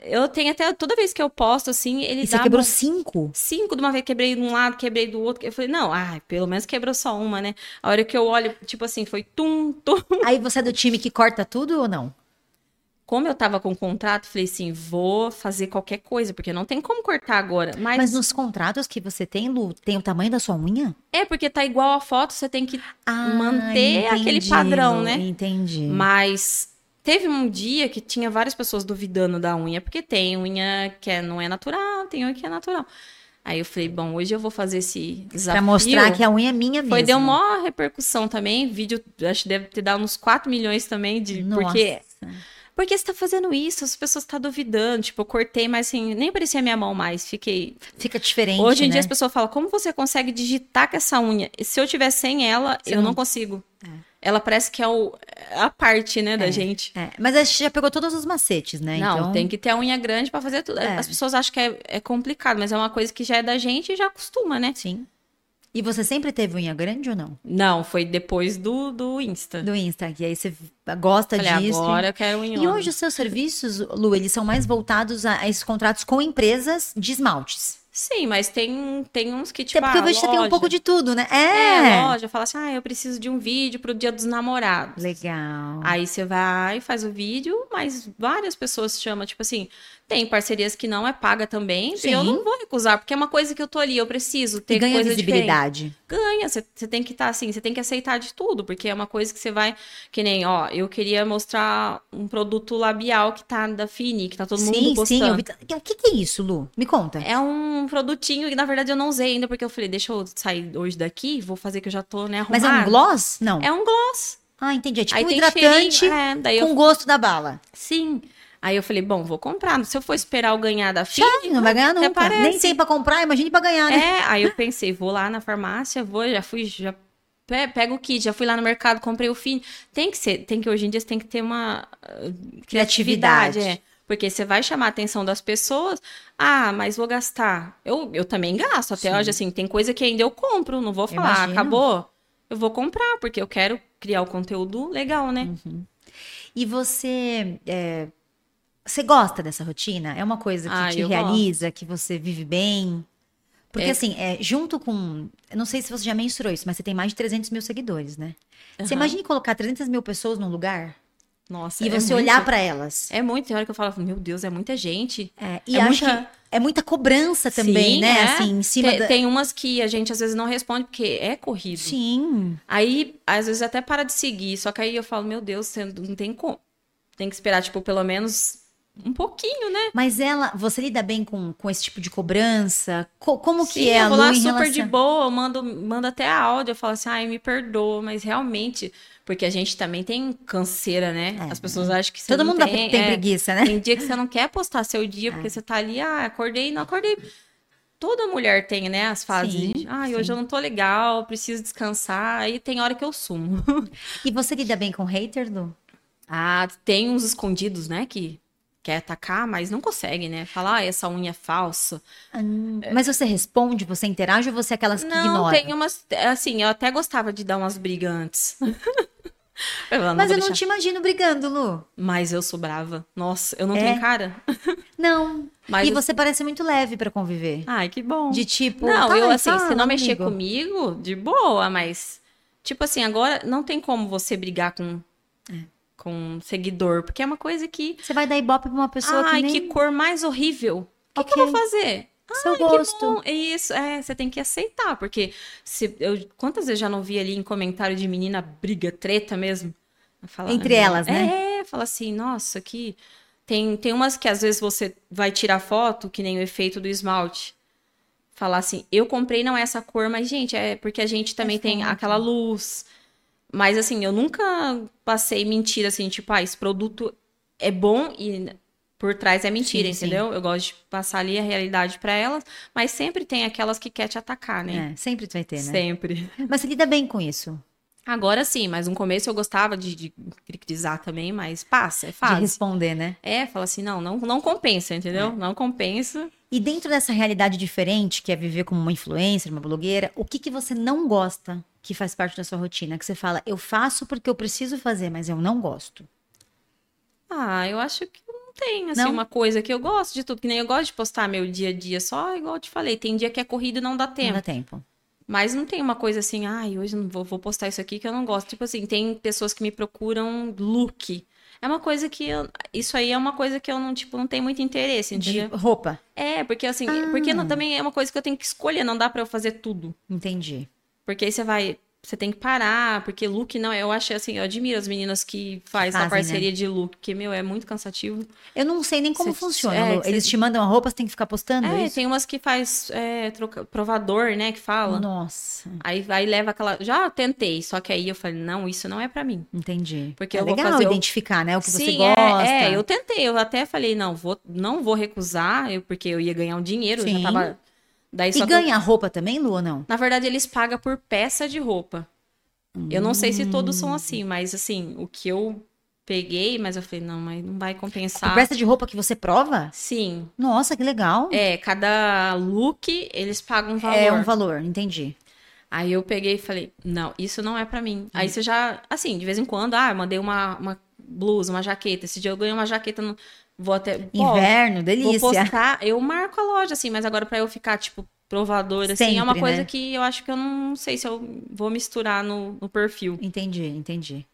Speaker 2: Eu tenho até, toda vez que eu posto, assim, ele
Speaker 1: E
Speaker 2: dá
Speaker 1: você quebrou
Speaker 2: *laughs*
Speaker 1: cinco?
Speaker 2: cinco de uma vez, quebrei de um lado, quebrei do outro. Eu falei, não, ai, pelo menos quebrou só uma, né? A hora que eu olho, tipo assim, foi tum, tum.
Speaker 1: Aí você é do time que corta tudo ou não?
Speaker 2: Como eu tava com o contrato, falei assim, vou fazer qualquer coisa, porque não tem como cortar agora. Mas,
Speaker 1: Mas nos contratos que você tem, Lu, tem o tamanho da sua unha?
Speaker 2: é porque tá igual a foto, você tem que.
Speaker 1: Ah,
Speaker 2: Manter aquele padrão,
Speaker 1: Lu,
Speaker 2: né?
Speaker 1: Entendi.
Speaker 2: Mas teve um dia que tinha várias pessoas duvidando da unha, porque tem unha que é- não é natural, tem unha que é natural. Aí eu falei, bom, hoje eu vou fazer esse
Speaker 1: Pra
Speaker 2: desafio.
Speaker 1: mostrar que a unha é minha mesmo.
Speaker 2: Foi, um deu maior repercussão também. Vídeo, acho que deve ter dado uns 4 milhões também de.
Speaker 1: Nossa.
Speaker 2: Porque. Porque você tá fazendo isso, as pessoas estão duvidando. Tipo, eu cortei, mas assim, nem parecia minha mão mais. Fiquei.
Speaker 1: Fica diferente,
Speaker 2: Hoje em
Speaker 1: né?
Speaker 2: dia as pessoas falam, como você consegue digitar com essa unha? E Se eu tiver sem ela,
Speaker 1: Você
Speaker 2: eu não,
Speaker 1: não-
Speaker 2: consigo.
Speaker 1: É.
Speaker 2: Ela parece que é o- a parte, né, da
Speaker 1: É.
Speaker 2: gente.
Speaker 1: É, mas a gente já pegou todos os macetes, né?
Speaker 2: Não,
Speaker 1: então...
Speaker 2: tem que ter a unha grande pra fazer tudo.
Speaker 1: É.
Speaker 2: As pessoas acham que é, é complicado, mas é uma coisa que já é da gente e já acostuma, né?
Speaker 1: Sim. E você sempre teve unha grande ou não?
Speaker 2: Não, foi depois do, do Insta.
Speaker 1: Do Insta, que aí você gosta
Speaker 2: Falei,
Speaker 1: disso.
Speaker 2: agora é eu quero um unha.
Speaker 1: E hoje os seus serviços, Lu, eles são mais voltados a, a esses contratos com empresas de esmaltes.
Speaker 2: Sim, mas tem, tem uns que, tipo,
Speaker 1: Até porque
Speaker 2: ah,
Speaker 1: eu vejo que você tem um
Speaker 2: loja.
Speaker 1: pouco de tudo, né?
Speaker 2: É,
Speaker 1: É!
Speaker 2: loja, fala assim, ah, eu preciso de um vídeo pro dia dos namorados.
Speaker 1: Legal.
Speaker 2: Aí você vai, faz o vídeo, mas várias pessoas chamam, tipo assim, tem parcerias que não é paga também,
Speaker 1: Sim.
Speaker 2: e eu não vou recusar, porque é uma coisa que eu tô ali, eu preciso ter
Speaker 1: e ganha
Speaker 2: coisa diferente.
Speaker 1: visibilidade.
Speaker 2: Ganha, você você tem que estar assim, você tem que aceitar de tudo, porque é uma coisa que você vai, que nem, ó, eu queria mostrar um produto labial que tá da Fini, que tá todo mundo
Speaker 1: sim,
Speaker 2: postando.
Speaker 1: sim. eu vi t- O que, que é isso, Lu? Me conta.
Speaker 2: É um produtinho que, na verdade, eu não usei ainda, porque eu falei, deixa eu sair hoje daqui, vou fazer que eu já tô, né,
Speaker 1: Mas
Speaker 2: arrumada.
Speaker 1: é um gloss? Não.
Speaker 2: É um gloss.
Speaker 1: Ah, entendi. É tipo
Speaker 2: Aí
Speaker 1: um
Speaker 2: tem
Speaker 1: hidratante
Speaker 2: cheirinho, é, daí eu,
Speaker 1: com gosto da bala.
Speaker 2: sim. Aí eu falei, bom, vou comprar. Se eu for esperar eu ganhar da
Speaker 1: Já,
Speaker 2: Fini,
Speaker 1: não vai ganhar
Speaker 2: até
Speaker 1: nunca.
Speaker 2: parece.
Speaker 1: Nem tem pra comprar, imagine pra ganhar, né?
Speaker 2: É, aí eu pensei, vou lá na farmácia, vou, já fui, já pe- pego o kit, já fui lá no mercado, comprei o fim. Tem que ser, tem que hoje em dia você tem que ter uma ah,
Speaker 1: Criatividade.
Speaker 2: criatividade, é. Porque você vai chamar a atenção das pessoas. Ah, mas vou gastar. Eu, eu também gasto até
Speaker 1: Sim.
Speaker 2: hoje, assim, tem coisa que ainda eu compro, não vou falar,
Speaker 1: Imagino.
Speaker 2: acabou. Eu vou comprar, porque eu quero criar o conteúdo legal, né?
Speaker 1: E você. é, você gosta dessa rotina? É uma coisa que
Speaker 2: Ah,
Speaker 1: te
Speaker 2: eu
Speaker 1: realiza, que você vive bem? Porque,
Speaker 2: É.
Speaker 1: assim, é, junto com. eu Não sei se você já mensurou isso, mas você tem mais de 300 mil seguidores, né? Você
Speaker 2: Aham.
Speaker 1: imagina colocar 300 mil pessoas num lugar
Speaker 2: Nossa,
Speaker 1: e
Speaker 2: é
Speaker 1: você
Speaker 2: muito-
Speaker 1: olhar pra elas.
Speaker 2: É muito, tem hora que eu falo, meu Deus, é muita gente.
Speaker 1: É, e
Speaker 2: é
Speaker 1: acho
Speaker 2: muita-
Speaker 1: que é muita cobrança também,
Speaker 2: Sim,
Speaker 1: né?
Speaker 2: é.
Speaker 1: Assim, em cima
Speaker 2: Tem,
Speaker 1: da.
Speaker 2: tem umas que a gente às vezes não responde porque é corrido.
Speaker 1: Sim.
Speaker 2: Aí, às vezes, até para de seguir. Só que aí eu falo, meu Deus, você não tem como. Tem que esperar, tipo, pelo menos um pouquinho, né?
Speaker 1: Mas ela. Você lida bem com, com esse tipo de cobrança? Co- como que
Speaker 2: Sim,
Speaker 1: é a
Speaker 2: assim. eu vou
Speaker 1: Lu
Speaker 2: lá
Speaker 1: em
Speaker 2: super
Speaker 1: relação...
Speaker 2: de boa, eu mando, mando até áudio, eu falo assim, ai, me perdoa, mas realmente, porque a gente também tem canseira, né?
Speaker 1: É.
Speaker 2: As pessoas acham que você
Speaker 1: Todo
Speaker 2: não
Speaker 1: mundo
Speaker 2: tem,
Speaker 1: tem,
Speaker 2: é.
Speaker 1: preguiça, né?
Speaker 2: Tem dia que você não quer postar seu dia,
Speaker 1: É.
Speaker 2: porque você tá ali, ah, acordei, não acordei. Toda mulher tem, né, as fases.
Speaker 1: Sim,
Speaker 2: de, Ai, hoje
Speaker 1: sim.
Speaker 2: eu não tô legal, preciso descansar. Aí tem hora que eu sumo. *laughs*
Speaker 1: E você lida bem com hater, Lu?
Speaker 2: Ah, tem uns escondidos, né, que quer atacar, mas não consegue, né? Falar, ah, essa unha é falsa.
Speaker 1: Mas você responde, você interage ou você é aquelas que
Speaker 2: É. Não,
Speaker 1: ignoram?
Speaker 2: tem umas. Assim, eu até gostava de dar umas brigas antes. *laughs* Eu falava,
Speaker 1: Mas
Speaker 2: vou
Speaker 1: eu não
Speaker 2: deixar.
Speaker 1: te imagino brigando, Lu.
Speaker 2: Mas eu sou brava. Nossa, eu não
Speaker 1: É?
Speaker 2: tenho cara.
Speaker 1: Não.
Speaker 2: Mas
Speaker 1: e você parece muito leve pra conviver.
Speaker 2: Ai, que bom.
Speaker 1: De tipo,
Speaker 2: Não,
Speaker 1: tá,
Speaker 2: eu assim,
Speaker 1: fala
Speaker 2: se não mexer
Speaker 1: comigo.
Speaker 2: comigo, de boa, mas tipo assim, agora não tem como você brigar com
Speaker 1: É.
Speaker 2: com um seguidor, porque é uma coisa que
Speaker 1: Você vai dar ibope pra uma pessoa que
Speaker 2: ai,
Speaker 1: nem...
Speaker 2: que cor mais horrível. O
Speaker 1: Ok.
Speaker 2: que, que eu vou fazer?
Speaker 1: Seu
Speaker 2: Ai, que
Speaker 1: gosto.
Speaker 2: bom. Isso, é, você tem que aceitar, porque se eu quantas vezes já não vi ali em comentário de menina briga, treta mesmo? Fala-
Speaker 1: Entre elas, né?
Speaker 2: É, fala assim, nossa, que. Tem, tem umas que às vezes você vai tirar foto, que nem o efeito do esmalte. Falar assim, eu comprei não é essa cor, mas, gente, é porque a gente também tem
Speaker 1: foto.
Speaker 2: aquela luz. Mas assim, eu nunca passei mentira assim, tipo, ah, esse produto é bom e por trás é mentira,
Speaker 1: Sim, sim.
Speaker 2: entendeu? Eu gosto de passar ali a realidade pra elas, mas sempre tem aquelas que quer te atacar, né?
Speaker 1: É, sempre tu vai ter, né?
Speaker 2: Sempre.
Speaker 1: Mas você lida bem com isso.
Speaker 2: Agora sim, mas no começo eu gostava de, de criticar também, mas passa, é
Speaker 1: De
Speaker 2: fácil.
Speaker 1: responder, né?
Speaker 2: É, fala assim, não, não, não compensa,
Speaker 1: É.
Speaker 2: entendeu? Não compensa.
Speaker 1: E dentro dessa realidade diferente, que é viver como uma influencer, uma blogueira, o que, que você não gosta que faz parte da sua rotina? Que você fala, eu faço porque eu preciso fazer, mas eu não gosto.
Speaker 2: Ah, eu acho que não tem, assim,
Speaker 1: Não?
Speaker 2: uma coisa que eu gosto de tudo, que nem eu gosto de postar meu dia a dia só, igual eu te falei, tem dia que é corrido e não dá
Speaker 1: Não
Speaker 2: tempo.
Speaker 1: dá tempo.
Speaker 2: Mas não tem uma coisa assim, ai, hoje eu não vou, vou postar isso aqui que eu não gosto. Tipo assim, tem pessoas que me procuram look. É uma coisa que eu, isso aí é uma coisa que eu não, tipo, não tenho muito interesse,
Speaker 1: De
Speaker 2: entendeu?
Speaker 1: roupa.
Speaker 2: É, porque assim,
Speaker 1: Ah.
Speaker 2: porque não- também é uma coisa que eu tenho que escolher, não dá pra eu fazer tudo.
Speaker 1: Entendi.
Speaker 2: Porque aí você vai. Você tem que parar, porque look não. Eu acho assim, eu admiro as meninas que faz
Speaker 1: Fazem, né?
Speaker 2: a parceria de look, porque, meu, é muito cansativo.
Speaker 1: Eu não sei nem como
Speaker 2: Cê-
Speaker 1: funciona.
Speaker 2: é,
Speaker 1: Lu.
Speaker 2: cê-
Speaker 1: Eles te mandam a roupa, você tem que ficar postando
Speaker 2: É,
Speaker 1: isso?
Speaker 2: tem umas que faz é, troca- provador, né? Que fala.
Speaker 1: Nossa,
Speaker 2: Aí, aí leva aquela. Já tentei, só que aí eu falei, não, isso não é pra mim.
Speaker 1: entendi.
Speaker 2: Porque
Speaker 1: é
Speaker 2: eu vou
Speaker 1: legal
Speaker 2: fazer o-
Speaker 1: identificar, né? O que você
Speaker 2: Sim, é-
Speaker 1: gosta.
Speaker 2: É, eu tentei, eu até falei, não, vou, não vou recusar, eu- porque eu ia ganhar um dinheiro, eu
Speaker 1: Sim.
Speaker 2: já tava. Daí
Speaker 1: E
Speaker 2: só que eu-
Speaker 1: ganha a roupa também, Lu, ou não?
Speaker 2: Na verdade, eles pagam por peça de roupa. Eu não sei se todos são
Speaker 1: Hum.
Speaker 2: assim, mas assim, o que eu peguei, mas eu falei, não, mas não vai
Speaker 1: Por
Speaker 2: compensar.
Speaker 1: peça de roupa que você prova?
Speaker 2: Sim.
Speaker 1: Nossa, que legal.
Speaker 2: É, cada look eles pagam um valor.
Speaker 1: É um valor, entendi.
Speaker 2: Aí eu peguei e falei, não, isso não é pra mim.
Speaker 1: Hum.
Speaker 2: Aí você já, assim, de vez em quando, ah, eu mandei uma, uma blusa, uma jaqueta. Esse dia eu ganhei uma jaqueta, no- vou até. Bom,
Speaker 1: Inverno,
Speaker 2: vou
Speaker 1: delícia.
Speaker 2: postar, eu marco a loja, assim, mas agora pra eu ficar, tipo, provadora, assim, é uma
Speaker 1: Sempre,
Speaker 2: coisa
Speaker 1: né?
Speaker 2: que eu acho que eu não sei se eu vou misturar no, no perfil.
Speaker 1: Entendi, entendi.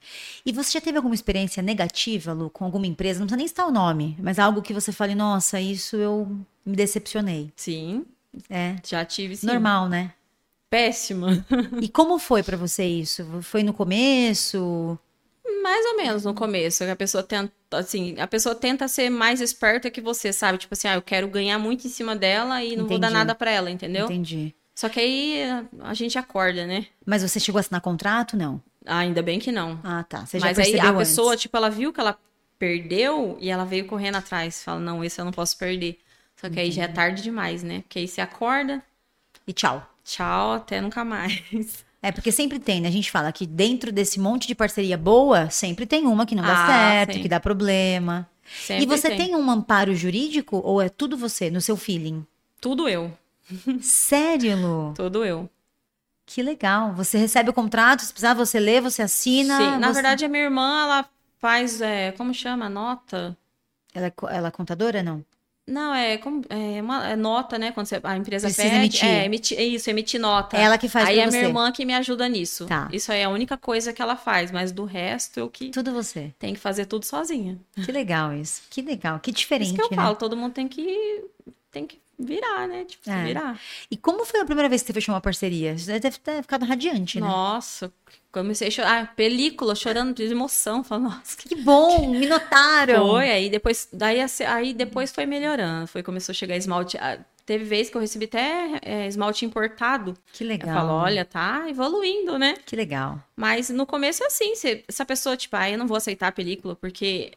Speaker 1: E você já teve alguma experiência negativa, Lu, com alguma empresa? Não precisa nem citar o nome, mas algo que você fale, nossa, isso eu me decepcionei.
Speaker 2: Sim,
Speaker 1: É.
Speaker 2: já tive, sim.
Speaker 1: Normal, né?
Speaker 2: Péssima.
Speaker 1: E como foi pra você isso? Foi no começo?
Speaker 2: Mais ou menos no começo, que a pessoa tenta, assim, a pessoa tenta ser mais esperta que você, sabe? Tipo assim, ah, eu quero ganhar muito em cima dela e não vou dar
Speaker 1: Entendi.
Speaker 2: nada pra ela, entendeu?
Speaker 1: Entendi.
Speaker 2: Só que aí a gente acorda, né?
Speaker 1: Mas você chegou a assinar contrato? Não.
Speaker 2: Ah, ainda bem que não.
Speaker 1: Ah, tá. Você já
Speaker 2: Mas aí
Speaker 1: percebeu
Speaker 2: a
Speaker 1: antes.
Speaker 2: pessoa, tipo, ela viu que ela perdeu e ela veio correndo atrás, fala: "Não, esse eu não posso perder". Só que aí já é tarde demais, né? Porque aí você acorda,
Speaker 1: E tchau.
Speaker 2: tchau, até nunca mais. *laughs*
Speaker 1: É porque sempre tem, né? A gente fala que dentro desse monte de parceria boa, sempre tem uma que não dá
Speaker 2: Ah,
Speaker 1: certo,
Speaker 2: sim.
Speaker 1: que dá problema.
Speaker 2: Sempre
Speaker 1: e você tem. um amparo jurídico ou é tudo você, no seu
Speaker 2: *laughs*
Speaker 1: feeling?
Speaker 2: tudo eu,
Speaker 1: Sério, Lu?
Speaker 2: tudo eu.
Speaker 1: Que legal. Você recebe o contrato, se precisar, você lê, você assina.
Speaker 2: Sim, na
Speaker 1: você-
Speaker 2: verdade a minha irmã, ela faz, é, como chama? Nota?
Speaker 1: Ela, é co- ela é contadora, não?
Speaker 2: Não, é como é uma é nota, né? Quando você- a empresa
Speaker 1: Precisa
Speaker 2: pede,
Speaker 1: emitir.
Speaker 2: é, emitir, é isso, emitir nota.
Speaker 1: É Ela que faz
Speaker 2: Aí
Speaker 1: pra
Speaker 2: é
Speaker 1: você.
Speaker 2: minha irmã que me ajuda nisso.
Speaker 1: Tá.
Speaker 2: Isso aí é a única coisa que ela faz, mas do resto eu que
Speaker 1: Tudo você.
Speaker 2: tenho que fazer tudo sozinha.
Speaker 1: Que legal isso. Que legal. Que
Speaker 2: Por
Speaker 1: diferente,
Speaker 2: isso que eu
Speaker 1: né?
Speaker 2: falo, todo mundo tem que tem que virar, né? Tipo, se
Speaker 1: É.
Speaker 2: virar.
Speaker 1: E como foi a primeira vez que você fechou uma parceria? Você deve ter ficado radiante, né?
Speaker 2: Nossa, comecei a chorar, ah, película, chorando de emoção, falando, nossa, que
Speaker 1: Que bom, me notaram.
Speaker 2: Foi, aí depois, daí, assim, aí depois foi melhorando, foi começou a chegar esmalte. ah, Teve vez que eu recebi até é, esmalte importado.
Speaker 1: Que
Speaker 2: Eu
Speaker 1: legal.
Speaker 2: falo, olha, tá evoluindo, né?
Speaker 1: Que legal.
Speaker 2: Mas no começo é assim, se, se a pessoa, tipo, ah, eu não vou aceitar a película porque.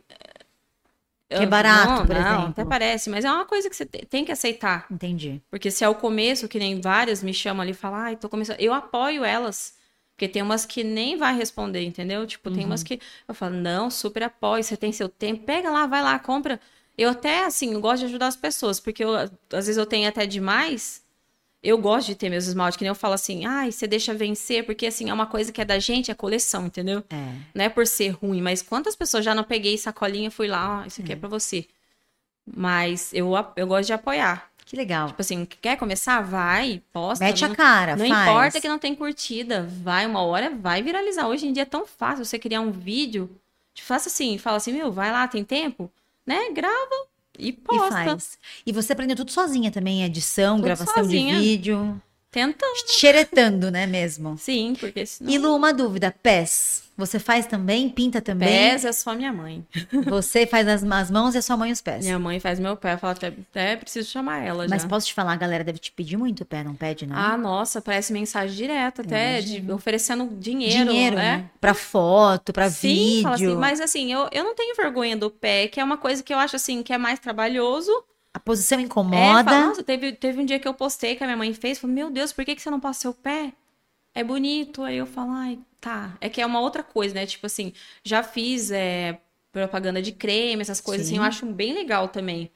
Speaker 2: eh,
Speaker 1: Que é barato,
Speaker 2: não,
Speaker 1: por
Speaker 2: não,
Speaker 1: exemplo.
Speaker 2: até parece, mas é uma coisa que você te- tem que aceitar.
Speaker 1: Entendi.
Speaker 2: Porque se é o começo, que nem várias me chamam ali e falam, ai, tô começando. Eu apoio elas. Porque tem umas que nem vai responder, entendeu? Tipo, tem umas que eu falo, não, super apoio, você tem seu tempo, pega lá, vai lá, compra. Eu até, assim, eu gosto de ajudar as pessoas, porque eu, às vezes eu tenho até demais. Eu gosto de ter meus esmaltes, que nem eu falo assim, ai, você deixa vencer, porque assim, é uma coisa que é da gente, é coleção, entendeu?
Speaker 1: É.
Speaker 2: Não é por ser ruim, mas quantas pessoas já não peguei sacolinha, fui lá, ó, isso aqui é, pra você. Mas eu, a- eu gosto de apoiar.
Speaker 1: Que legal.
Speaker 2: Tipo assim, quer começar? Vai, posta.
Speaker 1: Mete
Speaker 2: não
Speaker 1: a cara,
Speaker 2: não
Speaker 1: faz.
Speaker 2: importa que não tem curtida, vai uma hora, vai viralizar. Hoje em dia é tão fácil você criar um vídeo, te faça assim, fala assim, meu, vai lá, tem tempo, né? Grava e
Speaker 1: E
Speaker 2: posta.
Speaker 1: faz. E você aprendeu tudo sozinha também, edição,
Speaker 2: Tudo
Speaker 1: gravação
Speaker 2: sozinha.
Speaker 1: de vídeo.
Speaker 2: Tentando.
Speaker 1: Xeretando, né mesmo?
Speaker 2: Sim, porque senão.
Speaker 1: E Lu, uma dúvida, pés. Você faz também? Pinta também?
Speaker 2: Pés é só minha mãe.
Speaker 1: Você faz as, as mãos e a sua mãe os pés.
Speaker 2: Minha mãe faz meu pé. Eu falo até, até preciso chamar ela já.
Speaker 1: Mas né? posso te falar, a galera deve te pedir muito o pé, não pede, não?
Speaker 2: Ah, nossa, parece mensagem direta, até de- oferecendo dinheiro,
Speaker 1: Dinheiro,
Speaker 2: né?
Speaker 1: né? Pra foto, pra
Speaker 2: Sim,
Speaker 1: vídeo.
Speaker 2: fala assim, mas assim, eu, eu não tenho vergonha do pé, que é uma coisa que eu acho assim, que é mais trabalhoso.
Speaker 1: A posição
Speaker 2: É,
Speaker 1: incomoda.
Speaker 2: fala, nossa, teve, teve um dia que eu postei que a minha mãe fez, falou, meu Deus, por que, que você não passa seu pé? É bonito. Aí eu falo, ai, tá. É que é uma outra coisa, né? Tipo assim, já fiz é, propaganda de creme, essas coisas
Speaker 1: Sim.
Speaker 2: assim, eu acho bem legal também.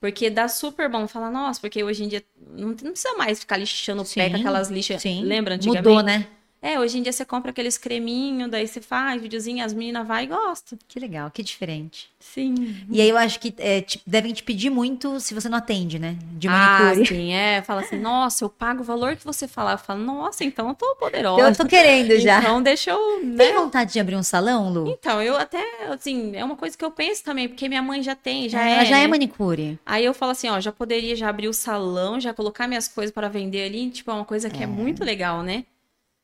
Speaker 2: Porque dá super bom falar, nossa, porque hoje em dia não, não precisa mais ficar lixando o pé
Speaker 1: Sim,
Speaker 2: com aquelas lixas.
Speaker 1: Sim.
Speaker 2: Lembra antigamente?
Speaker 1: Mudou, né?
Speaker 2: É, hoje em dia você compra aqueles creminhos, daí você faz videozinho, as meninas vai e gosta.
Speaker 1: Que legal, que diferente.
Speaker 2: Sim.
Speaker 1: E aí eu acho que é, te- devem te pedir muito se você não atende, né? De
Speaker 2: Ah, *laughs*
Speaker 1: manicure.
Speaker 2: sim, é. Fala assim, nossa, eu pago o valor que você falar. Eu falo, nossa, então eu tô poderosa.
Speaker 1: eu tô querendo já.
Speaker 2: Então deixa eu,
Speaker 1: Tem
Speaker 2: né?
Speaker 1: vontade de abrir um salão, Lu?
Speaker 2: Então, eu até, assim, é uma coisa que eu penso também, porque minha mãe já tem, já
Speaker 1: Ela
Speaker 2: é,
Speaker 1: já é
Speaker 2: né?
Speaker 1: manicure.
Speaker 2: Aí eu falo assim, ó, já poderia já abrir o salão, já colocar minhas coisas para vender ali, tipo, é uma coisa que é muito legal, né?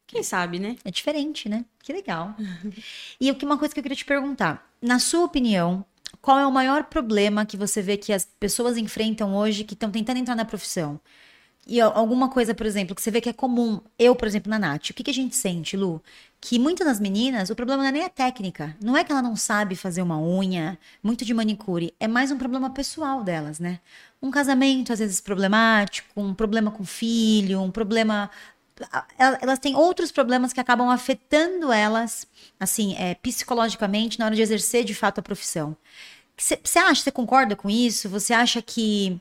Speaker 2: Quem sabe, né?
Speaker 1: É diferente, né? Que legal. e o que- uma coisa que eu queria te perguntar. Na sua opinião, qual é o maior problema que você vê que as pessoas enfrentam hoje que estão tentando entrar na profissão? E al- alguma coisa, por exemplo, que você vê que é comum. Eu, por exemplo, na Nath, o que, que a gente sente, Lu? Que muitas das meninas, o problema não é nem a técnica. Não é que ela não sabe fazer uma unha, muito de manicure. É mais um problema pessoal delas, né? Um casamento, às vezes, problemático, um problema com filho, um problema a- el- elas têm outros problemas que acabam afetando elas, assim, é, psicologicamente, na hora de exercer de fato a profissão. Você acha, você concorda com isso? Você acha que.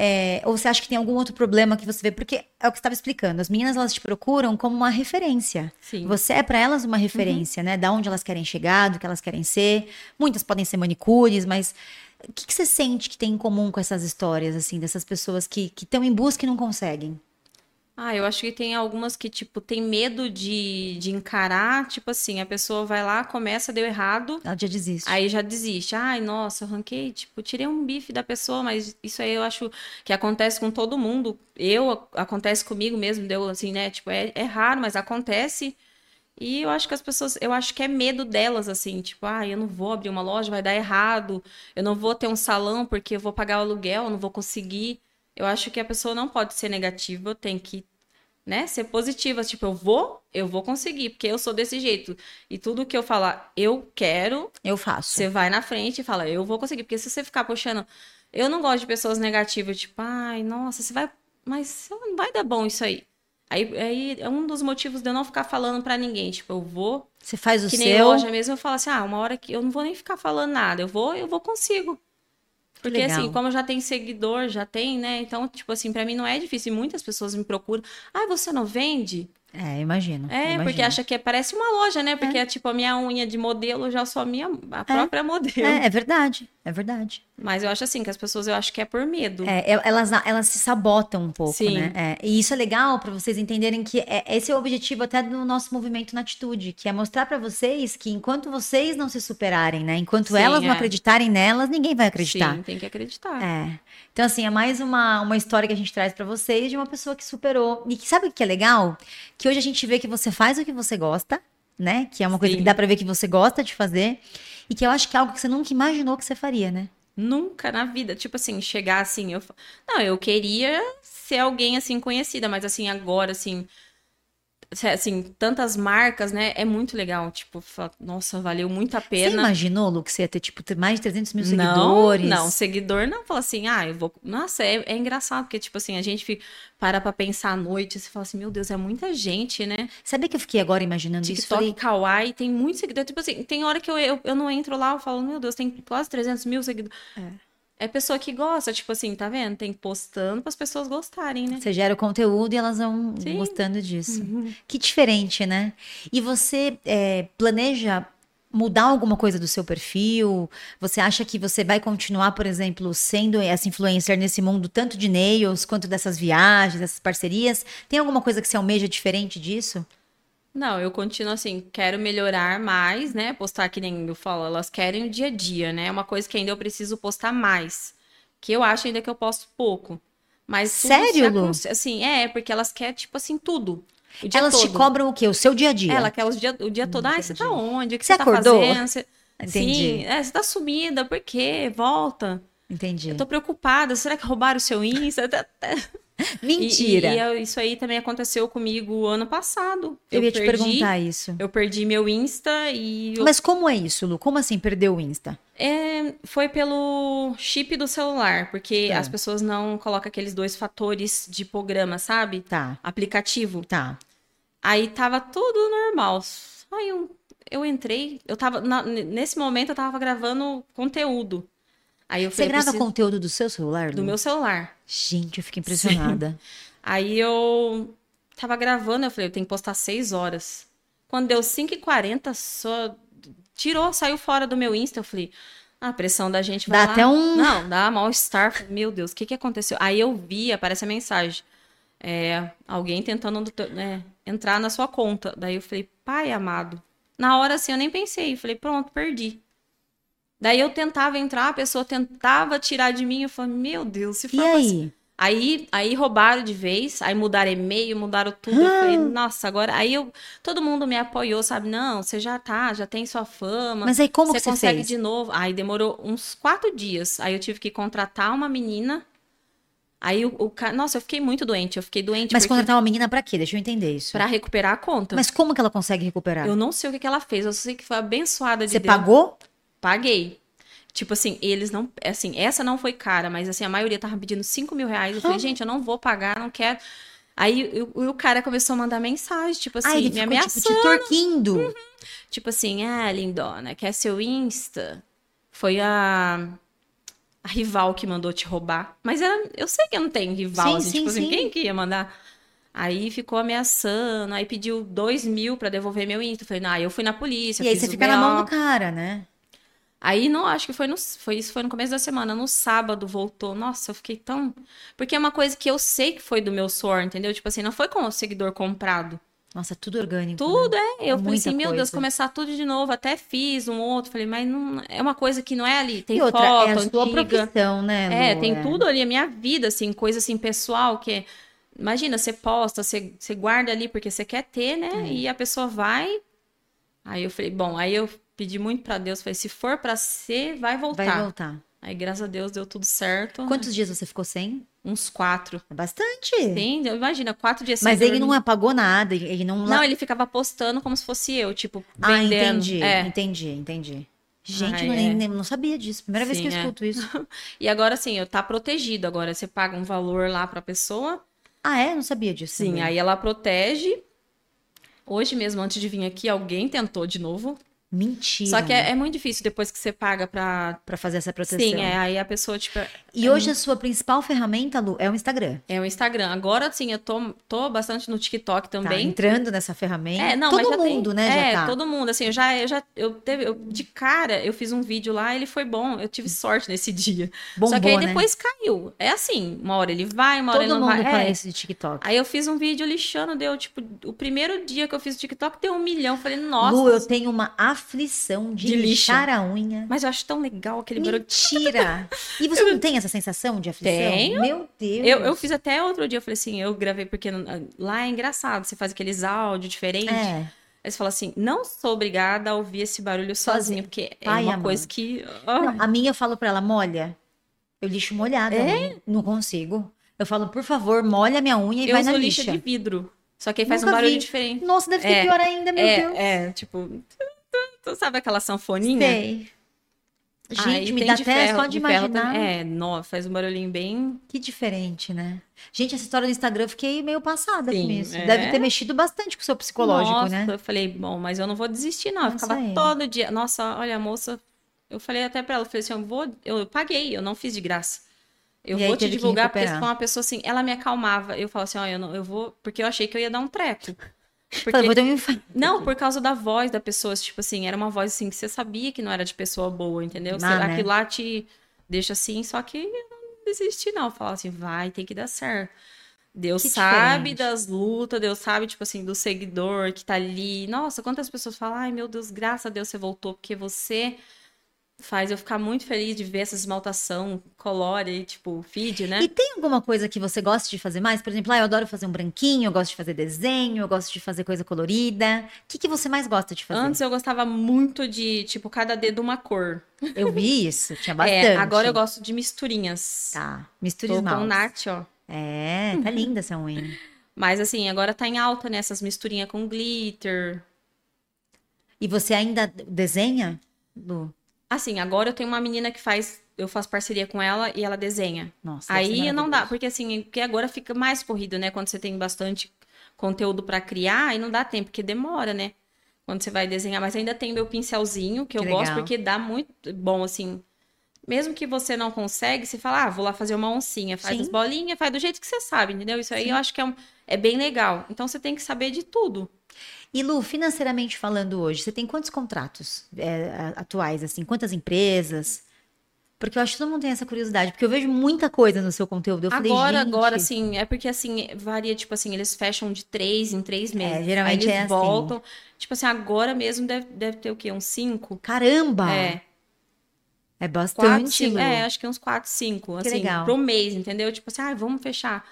Speaker 1: é, ou você acha que tem algum outro problema que você vê? Porque é o que você estava explicando. As meninas, elas te procuram como uma referência.
Speaker 2: Sim.
Speaker 1: Você é para elas uma referência, né? Da onde elas querem chegar, do que elas querem ser. Muitas podem ser manicures, mas o que você sente que tem em comum com essas histórias, assim, dessas pessoas que estão em busca e não conseguem?
Speaker 2: Ah, eu acho que tem algumas que, tipo, tem medo de, de encarar, tipo assim, a pessoa vai lá, começa, deu errado,
Speaker 1: Ela já desiste.
Speaker 2: aí já desiste. Ai, nossa, eu ranquei, tipo, tirei um bife da pessoa, mas isso aí eu acho que acontece com todo mundo. Eu, ac- acontece comigo mesmo, deu assim, né? Tipo, é, é raro, mas acontece. E eu acho que as pessoas, eu acho que é medo delas, assim, tipo, ah, eu não vou abrir uma loja, vai dar errado, eu não vou ter um salão porque eu vou pagar o aluguel, eu não vou conseguir. Eu acho que a pessoa não pode ser negativa, tem que, né, ser positiva, tipo, eu vou, eu vou conseguir, porque eu sou desse jeito. E tudo que eu falar, eu quero,
Speaker 1: Eu faço.
Speaker 2: você vai na frente e fala, eu vou conseguir, porque se você ficar puxando, eu não gosto de pessoas negativas, tipo, ai, nossa, você vai, mas não vai dar bom isso aí. Aí, aí é um dos motivos de eu não ficar falando pra ninguém, tipo, eu vou
Speaker 1: Você faz o
Speaker 2: que nem
Speaker 1: seu.
Speaker 2: hoje mesmo eu falo assim, ah, uma hora que eu não vou nem ficar falando nada, eu vou, eu vou consigo. Porque
Speaker 1: legal.
Speaker 2: assim, como eu já tenho seguidor, já tem, né? Então, tipo assim, pra mim não é difícil. E muitas pessoas me procuram. Ah, você não vende?
Speaker 1: É, imagino.
Speaker 2: É,
Speaker 1: imagino.
Speaker 2: porque acha que é- parece uma loja, né? Porque é. tipo a minha unha de modelo, eu já sou a minha a própria modelo.
Speaker 1: É, é verdade, é verdade.
Speaker 2: Mas eu acho assim que as pessoas eu acho que é por medo.
Speaker 1: É, el- elas, elas se sabotam um pouco,
Speaker 2: Sim.
Speaker 1: né? É, e isso é legal para vocês entenderem que é- esse é o objetivo até do nosso movimento na atitude, que é mostrar para vocês que enquanto vocês não se superarem, né? Enquanto
Speaker 2: Sim,
Speaker 1: elas não
Speaker 2: é.
Speaker 1: acreditarem nelas, ninguém vai acreditar.
Speaker 2: Sim, tem que acreditar.
Speaker 1: É. Então, assim, é mais uma, uma história que a gente traz pra vocês de uma pessoa que superou. E que sabe o que é legal? Que hoje a gente vê que você faz o que você gosta, né? Que é uma coisa
Speaker 2: Sim.
Speaker 1: que dá pra ver que você gosta de fazer. E que eu acho que é algo que você nunca imaginou que você faria, né?
Speaker 2: Nunca na vida. Tipo assim, chegar assim, eu. fa- Não, eu queria ser alguém assim conhecida, mas assim, agora, assim. se- Assim, tantas marcas, né? É muito legal. Tipo, fala, nossa, valeu muito a
Speaker 1: Você
Speaker 2: pena.
Speaker 1: imaginou, Lu, que você ia ter, tipo, ter mais de 300 mil
Speaker 2: Não,
Speaker 1: seguidores?
Speaker 2: não, seguidor não fala assim, ah, eu vou. Nossa, é, é engraçado, porque, tipo assim, a gente fica, para pra pensar à noite, você fala assim, meu Deus, é muita gente, né?
Speaker 1: Sabe que eu fiquei agora imaginando isso?
Speaker 2: TikTok,
Speaker 1: Falei,
Speaker 2: Kawaii, tem muito seguidor. Tipo assim, tem hora que eu, eu, eu não entro lá, eu falo, meu Deus, tem quase 300 mil seguidores. É. pessoa que gosta, tipo assim, tá vendo? Tem que postando para as pessoas gostarem, né?
Speaker 1: Você gera o conteúdo e elas vão
Speaker 2: Sim. Uhum.
Speaker 1: gostando disso. Que diferente, né? E você é, planeja mudar alguma coisa do seu perfil? Você acha que você vai continuar, por exemplo, sendo essa influencer nesse mundo tanto de nails quanto dessas viagens, dessas parcerias? Tem alguma coisa que você almeja diferente disso?
Speaker 2: Não, eu continuo assim, quero melhorar mais, né? Postar que nem eu falo, elas querem o dia a dia, né? É uma coisa que ainda eu preciso postar mais. Que eu acho ainda que eu posto pouco. Mas tudo
Speaker 1: Sério,
Speaker 2: se acon-
Speaker 1: Lu?
Speaker 2: Assim, é, porque elas querem, tipo assim, tudo. O dia
Speaker 1: Elas te
Speaker 2: todo.
Speaker 1: cobram o quê? O seu dia a dia.
Speaker 2: Ela quer os dia, o dia todo. Ah, você tá
Speaker 1: entendi.
Speaker 2: onde? O que
Speaker 1: Você
Speaker 2: você, tá
Speaker 1: acordou?
Speaker 2: fazendo? Você- Sim,
Speaker 1: Entendi.
Speaker 2: é, você tá sumida, por quê? Volta.
Speaker 1: Entendi.
Speaker 2: Eu tô preocupada, será que roubaram o seu Insta? Tá- tá- E-
Speaker 1: Mentira.
Speaker 2: E, e eu- isso aí também aconteceu comigo ano passado.
Speaker 1: eu, ia te
Speaker 2: perdi-
Speaker 1: perguntar isso.
Speaker 2: Eu perdi meu Insta e eu-
Speaker 1: Mas como é isso, Lu? Como assim perdeu o Insta?
Speaker 2: é, foi pelo chip do celular, porque
Speaker 1: Tá.
Speaker 2: as pessoas não colocam aqueles dois fatores de programa, sabe?
Speaker 1: Tá,
Speaker 2: Aplicativo.
Speaker 1: tá.
Speaker 2: Aí tava tudo normal. Aí eu, eu entrei, eu tava na- n- nesse momento eu tava gravando conteúdo. Aí eu
Speaker 1: Você
Speaker 2: falei,
Speaker 1: grava
Speaker 2: "Preciso
Speaker 1: conteúdo do seu celular, Lu?
Speaker 2: do meu celular.
Speaker 1: Gente, eu fico impressionada.
Speaker 2: Aí eu tava gravando, eu falei, eu tenho que postar 6 horas. Quando deu 5h40, só tirou, saiu fora do meu Insta. Eu falei, ah, a pressão da gente vai
Speaker 1: Dá
Speaker 2: lá.
Speaker 1: até um-
Speaker 2: Não, dá mal-estar. Meu Deus, o que que aconteceu? Aí eu vi, aparece a mensagem. É, alguém tentando né, entrar na sua conta. Daí eu falei, pai amado. Na hora assim, eu nem pensei. Falei, pronto, perdi. Daí eu tentava entrar, a pessoa tentava tirar de mim. Eu falei, meu Deus, se for
Speaker 1: E
Speaker 2: pra
Speaker 1: aí?
Speaker 2: Aí, aí roubaram de vez, aí mudaram e-mail, mudaram tudo. Eu
Speaker 1: Ah.
Speaker 2: falei, nossa, agora. Aí eu, todo mundo me apoiou, sabe? Não, você já tá, já tem sua fama.
Speaker 1: Mas aí como
Speaker 2: você
Speaker 1: que você
Speaker 2: consegue
Speaker 1: fez?
Speaker 2: de novo. Aí demorou uns quatro dias. Aí eu tive que contratar uma menina. Aí o, o cara. Nossa, eu fiquei muito doente. Eu fiquei doente
Speaker 1: Mas
Speaker 2: porque-
Speaker 1: contratar uma menina pra quê? Deixa eu entender isso.
Speaker 2: pra recuperar a conta.
Speaker 1: Mas como que ela consegue recuperar?
Speaker 2: Eu não sei o que, que ela fez. Eu sei que foi abençoada de
Speaker 1: Você
Speaker 2: Deus.
Speaker 1: pagou?
Speaker 2: Paguei. Tipo assim, eles não. Assim, essa não foi cara, mas assim, a maioria tava pedindo 5 mil reais. Eu falei, gente, eu não vou pagar, não quero. Aí o, o cara começou a mandar mensagem, tipo assim,
Speaker 1: ah, ele
Speaker 2: me
Speaker 1: ficou tipo,
Speaker 2: ameaçando.
Speaker 1: te torquindo.
Speaker 2: Tipo... assim, ah, lindona, quer seu Insta? Foi a. A rival que mandou te roubar. Mas era, eu sei que não tem rival,
Speaker 1: Sim,
Speaker 2: assim,
Speaker 1: sim,
Speaker 2: tipo assim,
Speaker 1: sim.
Speaker 2: quem que ia mandar? Aí ficou ameaçando, aí pediu dois mil pra devolver meu Insta. Eu falei, não, aí eu fui na polícia.
Speaker 1: E aí
Speaker 2: fiz
Speaker 1: você
Speaker 2: o
Speaker 1: fica na mão
Speaker 2: BO.
Speaker 1: do cara, né?
Speaker 2: Aí não, acho que foi no, foi isso foi no começo da semana, no sábado voltou. Nossa, eu fiquei tão, porque é uma coisa que eu sei que foi do meu suor, entendeu? Tipo assim, não foi com o seguidor comprado.
Speaker 1: Nossa, tudo orgânico. né?
Speaker 2: Tudo é, eu falei
Speaker 1: Muita
Speaker 2: assim, meu Deus,
Speaker 1: coisa.
Speaker 2: começar tudo de novo, até fiz um outro, falei, mas não, é uma coisa que não é ali,
Speaker 1: Tem
Speaker 2: tem
Speaker 1: e outra,
Speaker 2: foto
Speaker 1: é a sua
Speaker 2: antiga.
Speaker 1: profissão, né?
Speaker 2: É,
Speaker 1: Lu?
Speaker 2: tem tudo ali, a minha vida, assim, coisa assim, pessoal, que é- imagina, você posta, você, você guarda ali porque você quer ter, né?
Speaker 1: É.
Speaker 2: E a pessoa vai. Aí eu falei, bom, aí eu pedi muito pra Deus, falei, se for pra ser, vai voltar.
Speaker 1: É, Vai voltar.
Speaker 2: Aí, graças a Deus, deu tudo certo.
Speaker 1: Quantos dias você ficou sem?
Speaker 2: Uns quatro.
Speaker 1: É Bastante.
Speaker 2: Sim, imagina, quatro dias
Speaker 1: Mas
Speaker 2: sem
Speaker 1: ele não
Speaker 2: dormir.
Speaker 1: apagou nada, ele não...
Speaker 2: Não, ele ficava postando como se fosse eu, tipo,
Speaker 1: Ah,
Speaker 2: vendendo.
Speaker 1: entendi,
Speaker 2: É.
Speaker 1: entendi, entendi. Gente,
Speaker 2: Ai,
Speaker 1: eu nem,
Speaker 2: é.
Speaker 1: nem- não sabia disso. Primeira vez que
Speaker 2: Sim,
Speaker 1: eu
Speaker 2: é.
Speaker 1: escuto isso.
Speaker 2: E agora, assim, eu tá protegido. Agora, você paga um valor lá pra pessoa.
Speaker 1: Ah, é? Não sabia disso.
Speaker 2: Sim,
Speaker 1: também.
Speaker 2: aí ela protege. Hoje mesmo, antes de vir aqui, alguém tentou de novo.
Speaker 1: Mentira. né?
Speaker 2: Só que é, é muito difícil depois que você paga pra...
Speaker 1: Pra fazer essa proteção.
Speaker 2: Sim, é, aí a pessoa, tipo, é-
Speaker 1: E hoje a sua principal ferramenta, Lu, é o Instagram.
Speaker 2: é o Instagram. Agora, sim, eu tô, tô bastante no TikTok
Speaker 1: Tá
Speaker 2: também.
Speaker 1: entrando nessa ferramenta.
Speaker 2: É, não,
Speaker 1: todo
Speaker 2: mas já tem-
Speaker 1: mundo, né, já
Speaker 2: é,
Speaker 1: tá.
Speaker 2: todo mundo, assim, eu já, eu já, eu teve, eu- de cara, eu fiz um vídeo lá, ele foi bom, eu tive sorte nesse *laughs* dia.
Speaker 1: Bombou,
Speaker 2: Só que aí
Speaker 1: né?
Speaker 2: depois caiu. É assim, uma hora ele vai, uma hora
Speaker 1: Todo
Speaker 2: ele não
Speaker 1: mundo
Speaker 2: vai. É.
Speaker 1: conhece de TikTok.
Speaker 2: Aí eu fiz um vídeo lixando, deu, tipo, o primeiro dia que eu fiz o TikTok deu um milhão, eu falei, nossa.
Speaker 1: Lu, eu tenho uma aflição de,
Speaker 2: De lixo.
Speaker 1: lixar a unha.
Speaker 2: Mas eu acho tão legal aquele barulho. *laughs*
Speaker 1: Mentira! e você não tem essa sensação de aflição?
Speaker 2: Tenho.
Speaker 1: Meu Deus!
Speaker 2: Eu, eu fiz até outro dia, eu falei assim, eu gravei porque não- lá é engraçado, você faz aqueles áudios diferentes.
Speaker 1: É.
Speaker 2: Aí você fala assim, não sou obrigada a ouvir esse barulho sozinha,
Speaker 1: Sozinha.
Speaker 2: porque é
Speaker 1: Pai
Speaker 2: uma
Speaker 1: amado.
Speaker 2: coisa que...
Speaker 1: Não, a minha eu falo pra ela, molha. Eu lixo molhada. né? Não consigo. Eu falo, por favor, molha minha unha e
Speaker 2: É? eu
Speaker 1: vai
Speaker 2: uso
Speaker 1: na
Speaker 2: lixa
Speaker 1: lixa.
Speaker 2: de vidro. Só que aí faz
Speaker 1: Nunca
Speaker 2: um barulho
Speaker 1: vi.
Speaker 2: diferente.
Speaker 1: Nossa, deve ser
Speaker 2: É,
Speaker 1: pior ainda, meu Deus.
Speaker 2: É, é, tipo. tu, tu, tu sabe aquela sanfoninha?
Speaker 1: Sei. Gente,
Speaker 2: Aí
Speaker 1: me
Speaker 2: tem
Speaker 1: dá
Speaker 2: de
Speaker 1: até
Speaker 2: ferro-
Speaker 1: só de,
Speaker 2: ferro
Speaker 1: imaginar.
Speaker 2: também. É, nó, faz um barulhinho bem.
Speaker 1: Que diferente, né? Gente, essa história do Instagram eu fiquei meio passada
Speaker 2: Sim,
Speaker 1: com isso.
Speaker 2: é.
Speaker 1: Deve ter mexido bastante com o seu psicológico,
Speaker 2: Nossa,
Speaker 1: né?
Speaker 2: Eu falei, bom, mas eu não vou desistir, não. Eu
Speaker 1: Isso
Speaker 2: ficava
Speaker 1: aí.
Speaker 2: todo dia. Nossa, olha, a moça. Eu falei até pra ela, eu falei assim, eu vou. Eu paguei, eu não fiz de graça. Eu
Speaker 1: E aí
Speaker 2: vou te
Speaker 1: teve que
Speaker 2: divulgar, porque
Speaker 1: recuperar.
Speaker 2: foi uma pessoa assim, ela me acalmava. Eu falava assim, ó, eu não, eu vou. Porque eu achei que eu ia dar um treco.
Speaker 1: Falei,
Speaker 2: Porque né?
Speaker 1: vou ter um infarto.
Speaker 2: Não, por causa da voz da pessoa, tipo assim, era uma voz assim que você sabia que não era de pessoa boa, entendeu? Você-
Speaker 1: Ah, né?
Speaker 2: Aquilo lá te deixa assim, só que eu não desisti não, falar assim, vai, tem que dar certo. Deus
Speaker 1: Que
Speaker 2: sabe
Speaker 1: diferente.
Speaker 2: das lutas, Deus sabe, tipo assim, do seguidor que tá ali. Nossa, quantas pessoas falam, ai meu Deus, graças a Deus você voltou, porque você faz eu ficar muito feliz de ver essa esmaltação, colore e, tipo, feed, né?
Speaker 1: E tem alguma coisa que você gosta de fazer mais? Por exemplo, ah, eu adoro fazer um branquinho, eu gosto de fazer desenho, eu gosto de fazer coisa colorida. O que, que você mais gosta de fazer?
Speaker 2: Antes eu gostava muito de, tipo, cada dedo uma cor.
Speaker 1: Eu vi
Speaker 2: *laughs*
Speaker 1: isso, tinha bastante.
Speaker 2: É, agora eu gosto de um misturinhas.
Speaker 1: Tá,
Speaker 2: Tô
Speaker 1: misturismo.
Speaker 2: com Nath, ó.
Speaker 1: É,
Speaker 2: Uhum.
Speaker 1: tá linda essa unha.
Speaker 2: Mas assim, agora tá em alta, né? Essas misturinhas com glitter.
Speaker 1: E você ainda desenha? Lu?
Speaker 2: Assim, agora eu tenho uma menina que faz. Eu faço parceria com ela e ela desenha.
Speaker 1: Nossa, deve ser
Speaker 2: Aí não dá,
Speaker 1: maravilhoso.
Speaker 2: porque assim, porque agora fica mais corrido, né? Quando você tem bastante conteúdo pra criar, aí não dá tempo, porque demora, né? Quando você vai desenhar, mas ainda tem meu pincelzinho, que,
Speaker 1: Que
Speaker 2: eu gosto,
Speaker 1: legal.
Speaker 2: porque dá muito bom, assim. Mesmo que você não consegue, você fala, ah, vou lá fazer uma oncinha, faz
Speaker 1: Sim.
Speaker 2: as bolinhas, faz do jeito que você sabe, entendeu? Isso aí
Speaker 1: Sim.
Speaker 2: eu acho que é, um- é bem legal. Então você tem que saber de tudo.
Speaker 1: E Lu, financeiramente falando hoje, você tem quantos contratos é, a- atuais, assim? Quantas empresas? Porque eu acho que todo mundo tem essa curiosidade, porque eu vejo muita coisa no seu conteúdo. Eu falei,
Speaker 2: Agora,
Speaker 1: gente,
Speaker 2: agora, assim, é porque assim, varia, tipo assim, eles fecham de três em três meses.
Speaker 1: geralmente
Speaker 2: Aí eles
Speaker 1: é assim.
Speaker 2: voltam. Tipo assim, agora mesmo deve, deve ter o quê? Uns cinco?
Speaker 1: Caramba!
Speaker 2: É,
Speaker 1: É
Speaker 2: quatro,
Speaker 1: bastante.
Speaker 2: cinco.
Speaker 1: Lu.
Speaker 2: É, acho que uns quatro, cinco,
Speaker 1: Que
Speaker 2: assim,
Speaker 1: legal.
Speaker 2: pro mês, entendeu? Tipo assim, ah, vamos fechar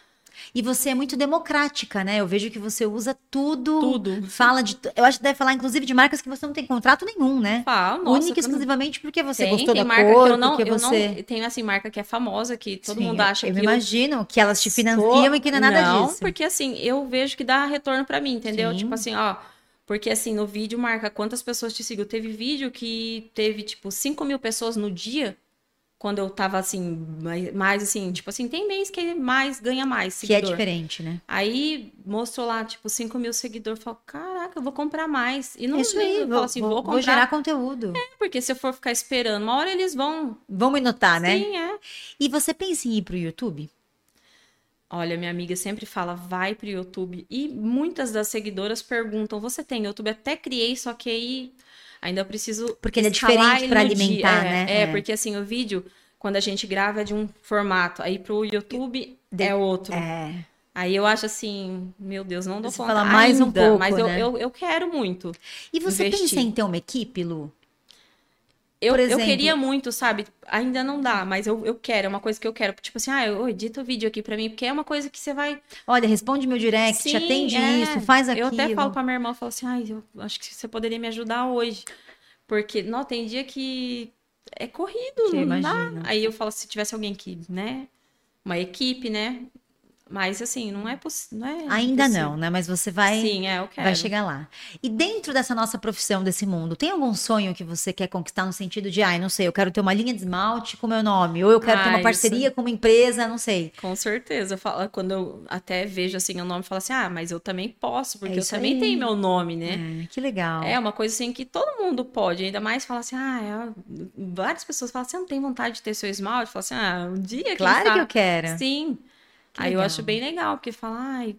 Speaker 1: E você é muito democrática, né? Eu vejo que você usa tudo.
Speaker 2: tudo.
Speaker 1: Fala de. tu- Eu acho que deve falar, inclusive, de marcas que você não tem contrato nenhum, né?
Speaker 2: Fala, "Ah, nossa,
Speaker 1: Única e
Speaker 2: quando-
Speaker 1: exclusivamente porque você
Speaker 2: tem,
Speaker 1: gostou
Speaker 2: tem
Speaker 1: da
Speaker 2: marca
Speaker 1: cor,
Speaker 2: que eu não,
Speaker 1: porque
Speaker 2: eu
Speaker 1: você.
Speaker 2: não, tem assim, marca que é famosa, que todo
Speaker 1: Sim, é
Speaker 2: mundo
Speaker 1: eu-
Speaker 2: acha
Speaker 1: eu
Speaker 2: que
Speaker 1: me
Speaker 2: eu
Speaker 1: imagino que elas te
Speaker 2: sou-
Speaker 1: financiam e que não é nada
Speaker 2: Não,
Speaker 1: disso.
Speaker 2: porque assim, eu vejo que dá retorno pra mim, entendeu?
Speaker 1: Sim.
Speaker 2: Tipo assim, ó. Porque assim, no vídeo marca quantas pessoas te seguiu. Teve vídeo que teve, tipo, 5 mil pessoas no dia. Quando eu tava assim, mais, mais assim, tipo assim, tem mês que mais ganha mais
Speaker 1: Que é
Speaker 2: seguidor.
Speaker 1: diferente, né?
Speaker 2: Aí mostrou lá, tipo, 5 mil seguidores. Eu falo, caraca, eu vou comprar mais. E não
Speaker 1: É Isso aí,
Speaker 2: eu
Speaker 1: vou,
Speaker 2: falo assim,
Speaker 1: vou-
Speaker 2: vou,
Speaker 1: vou gerar
Speaker 2: comprar. É.
Speaker 1: conteúdo.
Speaker 2: Porque se eu for ficar esperando, uma hora eles vão.
Speaker 1: Vão me notar, né?
Speaker 2: Sim, é.
Speaker 1: E você pensa em ir pro YouTube?
Speaker 2: Olha, minha amiga sempre fala, vai pro YouTube. E muitas das seguidoras perguntam: você tem YouTube? Até criei, só que aí ainda preciso.
Speaker 1: Porque ele é
Speaker 2: escalar
Speaker 1: diferente pra
Speaker 2: no dia."
Speaker 1: alimentar,
Speaker 2: É,
Speaker 1: né?
Speaker 2: É,
Speaker 1: É.
Speaker 2: porque assim, o vídeo, quando a gente grava, é de um formato. Aí pro YouTube
Speaker 1: De-
Speaker 2: é outro.
Speaker 1: É.
Speaker 2: Aí eu acho assim, meu Deus, não dou
Speaker 1: Você
Speaker 2: conta.
Speaker 1: fala mais um
Speaker 2: ainda,
Speaker 1: pouco,
Speaker 2: mas eu,
Speaker 1: né?
Speaker 2: eu, eu quero muito.
Speaker 1: E você
Speaker 2: Investir.
Speaker 1: pensa em ter uma equipe, Lu?
Speaker 2: Eu,
Speaker 1: Por
Speaker 2: eu
Speaker 1: exemplo-
Speaker 2: queria muito, sabe? Ainda não dá, mas eu, eu quero, é uma coisa que eu quero. Tipo assim, ah, eu edito o vídeo aqui pra mim, porque é uma coisa que você vai.
Speaker 1: Olha, responde meu direct,
Speaker 2: Sim,
Speaker 1: atende
Speaker 2: é.
Speaker 1: isso, faz aquilo.
Speaker 2: Eu até falo pra minha irmã, eu falo assim, ai, eu acho que você poderia me ajudar hoje. Porque, não, tem dia que é corrido,
Speaker 1: Sim,
Speaker 2: não dá.
Speaker 1: imagino.
Speaker 2: Aí eu falo, se tivesse alguém que, né, uma equipe, né, mas assim, não é possível, não é
Speaker 1: Ainda
Speaker 2: impossível.
Speaker 1: não, né? Mas você vai,
Speaker 2: Sim, é, eu quero.
Speaker 1: vai chegar lá. E dentro dessa nossa profissão, desse mundo, tem algum sonho que você quer conquistar no sentido de, ai, não sei, eu quero ter uma linha de esmalte com meu nome, ou eu quero ter
Speaker 2: Ah,
Speaker 1: uma
Speaker 2: isso.
Speaker 1: parceria com uma empresa, não sei.
Speaker 2: Com certeza, eu falo, quando eu até vejo assim o nome, eu falo assim, ah, mas eu também posso, porque eu
Speaker 1: É isso
Speaker 2: também
Speaker 1: aí.
Speaker 2: tenho meu nome, né?
Speaker 1: É, que legal.
Speaker 2: É uma coisa assim que todo mundo pode, ainda mais falar assim, ah, é- várias pessoas falam, você não tem vontade de ter seu esmalte? Fala assim, ah, um dia quem
Speaker 1: claro que
Speaker 2: sabe?"
Speaker 1: eu quero.
Speaker 2: Sim.
Speaker 1: É. Que
Speaker 2: Aí eu
Speaker 1: legal.
Speaker 2: acho bem legal, porque fala, ai,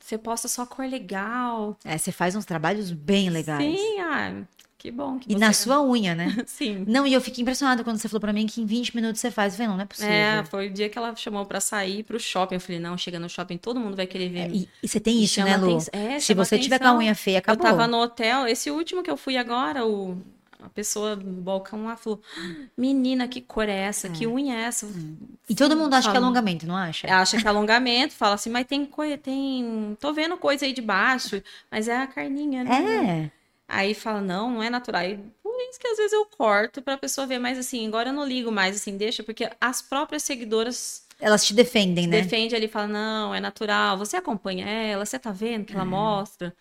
Speaker 2: você posta só cor legal.
Speaker 1: É, você faz uns trabalhos bem legais.
Speaker 2: Sim, ah, que bom que
Speaker 1: E
Speaker 2: você... *laughs*
Speaker 1: na sua unha, né?
Speaker 2: Sim. É,
Speaker 1: Não, e eu fiquei impressionada quando você falou pra mim que em 20 minutos você faz. Eu falei, não, não é possível.
Speaker 2: É, foi o dia que ela chamou pra sair pro shopping. Eu falei, não, chega no shopping, todo mundo vai querer ver.
Speaker 1: É, E, e você tem
Speaker 2: é. E
Speaker 1: isso,
Speaker 2: chama
Speaker 1: né, Lu?
Speaker 2: atenção- é,
Speaker 1: Se
Speaker 2: chama
Speaker 1: você tiver com a
Speaker 2: atenção.
Speaker 1: unha feia,
Speaker 2: Eu
Speaker 1: acabou.
Speaker 2: tava no hotel, esse último que eu fui agora, o, a pessoa do balcão lá falou: Menina, que cor é essa? Que unha é essa?
Speaker 1: E todo mundo acha que é
Speaker 2: Fala.
Speaker 1: alongamento, não acha?
Speaker 2: Acha que é alongamento, fala assim, mas tem coisa, tem. Tô vendo coisa aí de baixo, mas é a carninha,
Speaker 1: É.
Speaker 2: né? Aí fala, não, não é natural. E por isso que às vezes eu corto pra pessoa ver, mas assim, agora eu não ligo mais, assim, deixa, porque as próprias seguidoras
Speaker 1: Elas te defendem, né?
Speaker 2: defende ali e fala: não, é natural, você acompanha ela, você tá vendo que ela mostra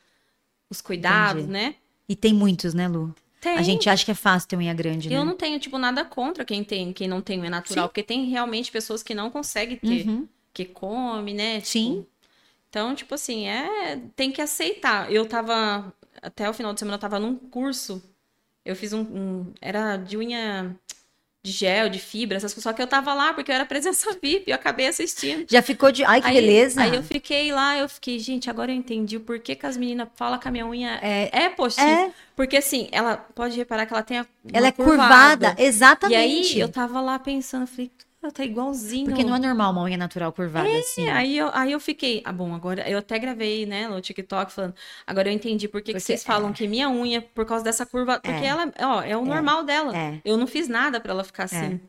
Speaker 2: os cuidados,
Speaker 1: Uhum. Entendi.
Speaker 2: né?
Speaker 1: E tem muitos, né, Lu?
Speaker 2: Tem.
Speaker 1: A gente acha que é fácil ter unha grande, né?
Speaker 2: Eu não tenho, tipo, nada contra quem tem, quem não tem, é natural, porque tem realmente pessoas que não conseguem ter,
Speaker 1: Uhum.
Speaker 2: que come, né? Tipo,
Speaker 1: Sim.
Speaker 2: Então, tipo assim, é, tem que aceitar. Eu tava, até o final de semana, eu tava num curso, eu fiz um, um- era de unha de gel, de fibra, essas coisas, só que eu tava lá porque eu era presença *laughs* VIP, eu acabei assistindo.
Speaker 1: Já ficou de. Ai, que beleza.
Speaker 2: Aí eu fiquei lá, eu fiquei, gente, agora eu entendi o porquê que as meninas falam que a minha unha é, é postiça.
Speaker 1: É.
Speaker 2: Porque assim, ela pode reparar que ela tem a. uma
Speaker 1: Ela é curvada,
Speaker 2: E
Speaker 1: exatamente.
Speaker 2: aí eu tava lá pensando, eu falei, ela tá igualzinho.
Speaker 1: Porque não é normal uma unha natural curvada assim.
Speaker 2: É, aí eu, aí eu fiquei, ah, bom, agora eu até gravei, né, no TikTok falando, agora eu entendi por que,
Speaker 1: Porque-
Speaker 2: que vocês falam que minha unha, é por causa dessa curva, porque ela, ó, é o normal dela.
Speaker 1: é.
Speaker 2: Eu não fiz nada pra ela ficar assim.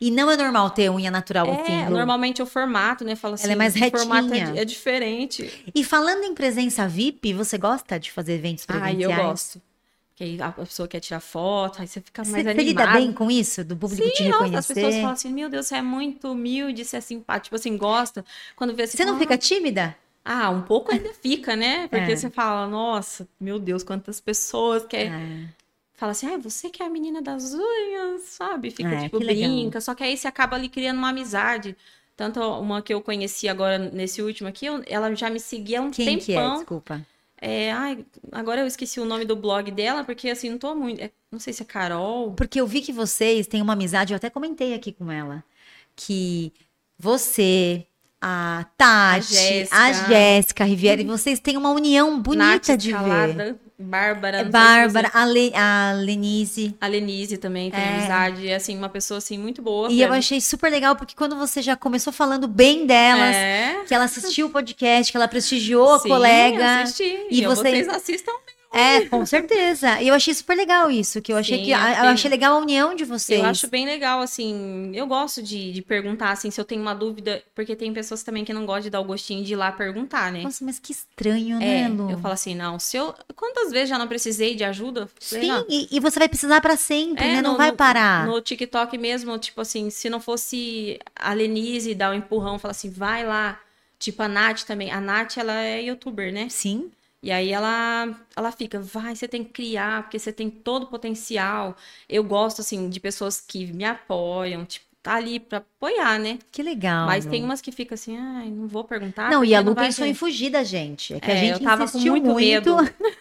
Speaker 1: E não é normal ter unha natural
Speaker 2: É,
Speaker 1: assim. Lu.
Speaker 2: normalmente o formato, né, fala assim,
Speaker 1: é mais
Speaker 2: o formato é,
Speaker 1: retinha.
Speaker 2: di- é diferente.
Speaker 1: E falando em presença VIP, você gosta de fazer eventos
Speaker 2: Ah,
Speaker 1: presenciais?
Speaker 2: eu gosto. Porque aí a pessoa quer tirar foto, aí você fica mais
Speaker 1: Você, você lida
Speaker 2: animado.
Speaker 1: bem com isso? Do público te
Speaker 2: Sim, nossa, as
Speaker 1: reconhecer?
Speaker 2: pessoas falam assim, meu Deus, você é muito humilde, você é simpático, tipo assim, gosta. Quando vê assim,
Speaker 1: Você não
Speaker 2: fala,
Speaker 1: fica tímida?
Speaker 2: Ah, um
Speaker 1: *laughs*
Speaker 2: pouco ainda fica, né? Porque
Speaker 1: É.
Speaker 2: você fala, nossa, meu Deus, quantas pessoas quer.
Speaker 1: Ah,
Speaker 2: Fala assim, ah, você que é a menina das unhas, sabe? Fica,
Speaker 1: Ah,
Speaker 2: tipo,
Speaker 1: que legal.
Speaker 2: brinca. Só que aí você acaba ali criando uma amizade. Tanto uma que eu conheci agora, nesse último aqui, eu- ela já me seguia há um
Speaker 1: quem que é?
Speaker 2: tempão.
Speaker 1: Desculpa.
Speaker 2: É, ai, agora eu esqueci o nome do blog dela, porque assim, não tô muito. é, não sei se é Carol.
Speaker 1: Porque eu vi que vocês têm uma amizade, eu até comentei aqui com ela, que você, a Tati,
Speaker 2: Jéssica. Uhum.
Speaker 1: a Jéssica Riviera, e vocês têm uma união bonita
Speaker 2: Nath
Speaker 1: de ver. É
Speaker 2: Calada, Bárbara. não sei se
Speaker 1: Bárbara, a, Le, a Lenise.
Speaker 2: você- A Lenise também tem
Speaker 1: É.
Speaker 2: amizade. É, assim, uma pessoa assim, muito boa.
Speaker 1: E
Speaker 2: pra
Speaker 1: eu achei super legal, porque quando você já começou falando bem delas,
Speaker 2: É.
Speaker 1: que ela assistiu o podcast, que ela prestigiou a
Speaker 2: Sim,
Speaker 1: colega.
Speaker 2: assisti.
Speaker 1: E
Speaker 2: E
Speaker 1: você-
Speaker 2: vocês assistam.
Speaker 1: É, com certeza. E eu achei super legal isso, que eu achei
Speaker 2: Sim,
Speaker 1: que a-
Speaker 2: assim,
Speaker 1: eu achei legal a união de vocês.
Speaker 2: Eu acho bem legal, assim. Eu gosto de, de perguntar, assim, se eu tenho uma dúvida, porque tem pessoas também que não gostam de dar o gostinho de ir lá perguntar, né?
Speaker 1: Nossa, mas que estranho, né,
Speaker 2: É,
Speaker 1: Lu?
Speaker 2: eu falo assim, não, se eu. Quantas vezes já não precisei de ajuda? Falei,
Speaker 1: Sim,
Speaker 2: não.
Speaker 1: e, e você vai precisar pra sempre,
Speaker 2: É,
Speaker 1: né? Não
Speaker 2: no-
Speaker 1: vai
Speaker 2: no-
Speaker 1: parar.
Speaker 2: No TikTok mesmo, tipo assim, se não fosse a Lenise dar um empurrão, falar assim, vai lá. Tipo a Nath também. A Nath, ela é youtuber, né?
Speaker 1: Sim.
Speaker 2: E aí ela, ela fica, vai, você tem que criar, porque você tem todo o potencial. Eu gosto, assim, de pessoas que me apoiam, tipo, tá ali pra apoiar, né?
Speaker 1: Que legal.
Speaker 2: Mas tem
Speaker 1: Lu.
Speaker 2: umas que fica assim, ai, não vou perguntar.
Speaker 1: Ah, Não, e
Speaker 2: porque
Speaker 1: a Lu
Speaker 2: vai
Speaker 1: pensou
Speaker 2: ver."
Speaker 1: em fugir da gente. É que a
Speaker 2: É,
Speaker 1: gente
Speaker 2: eu tava com
Speaker 1: insistiu
Speaker 2: muito medo.
Speaker 1: *laughs*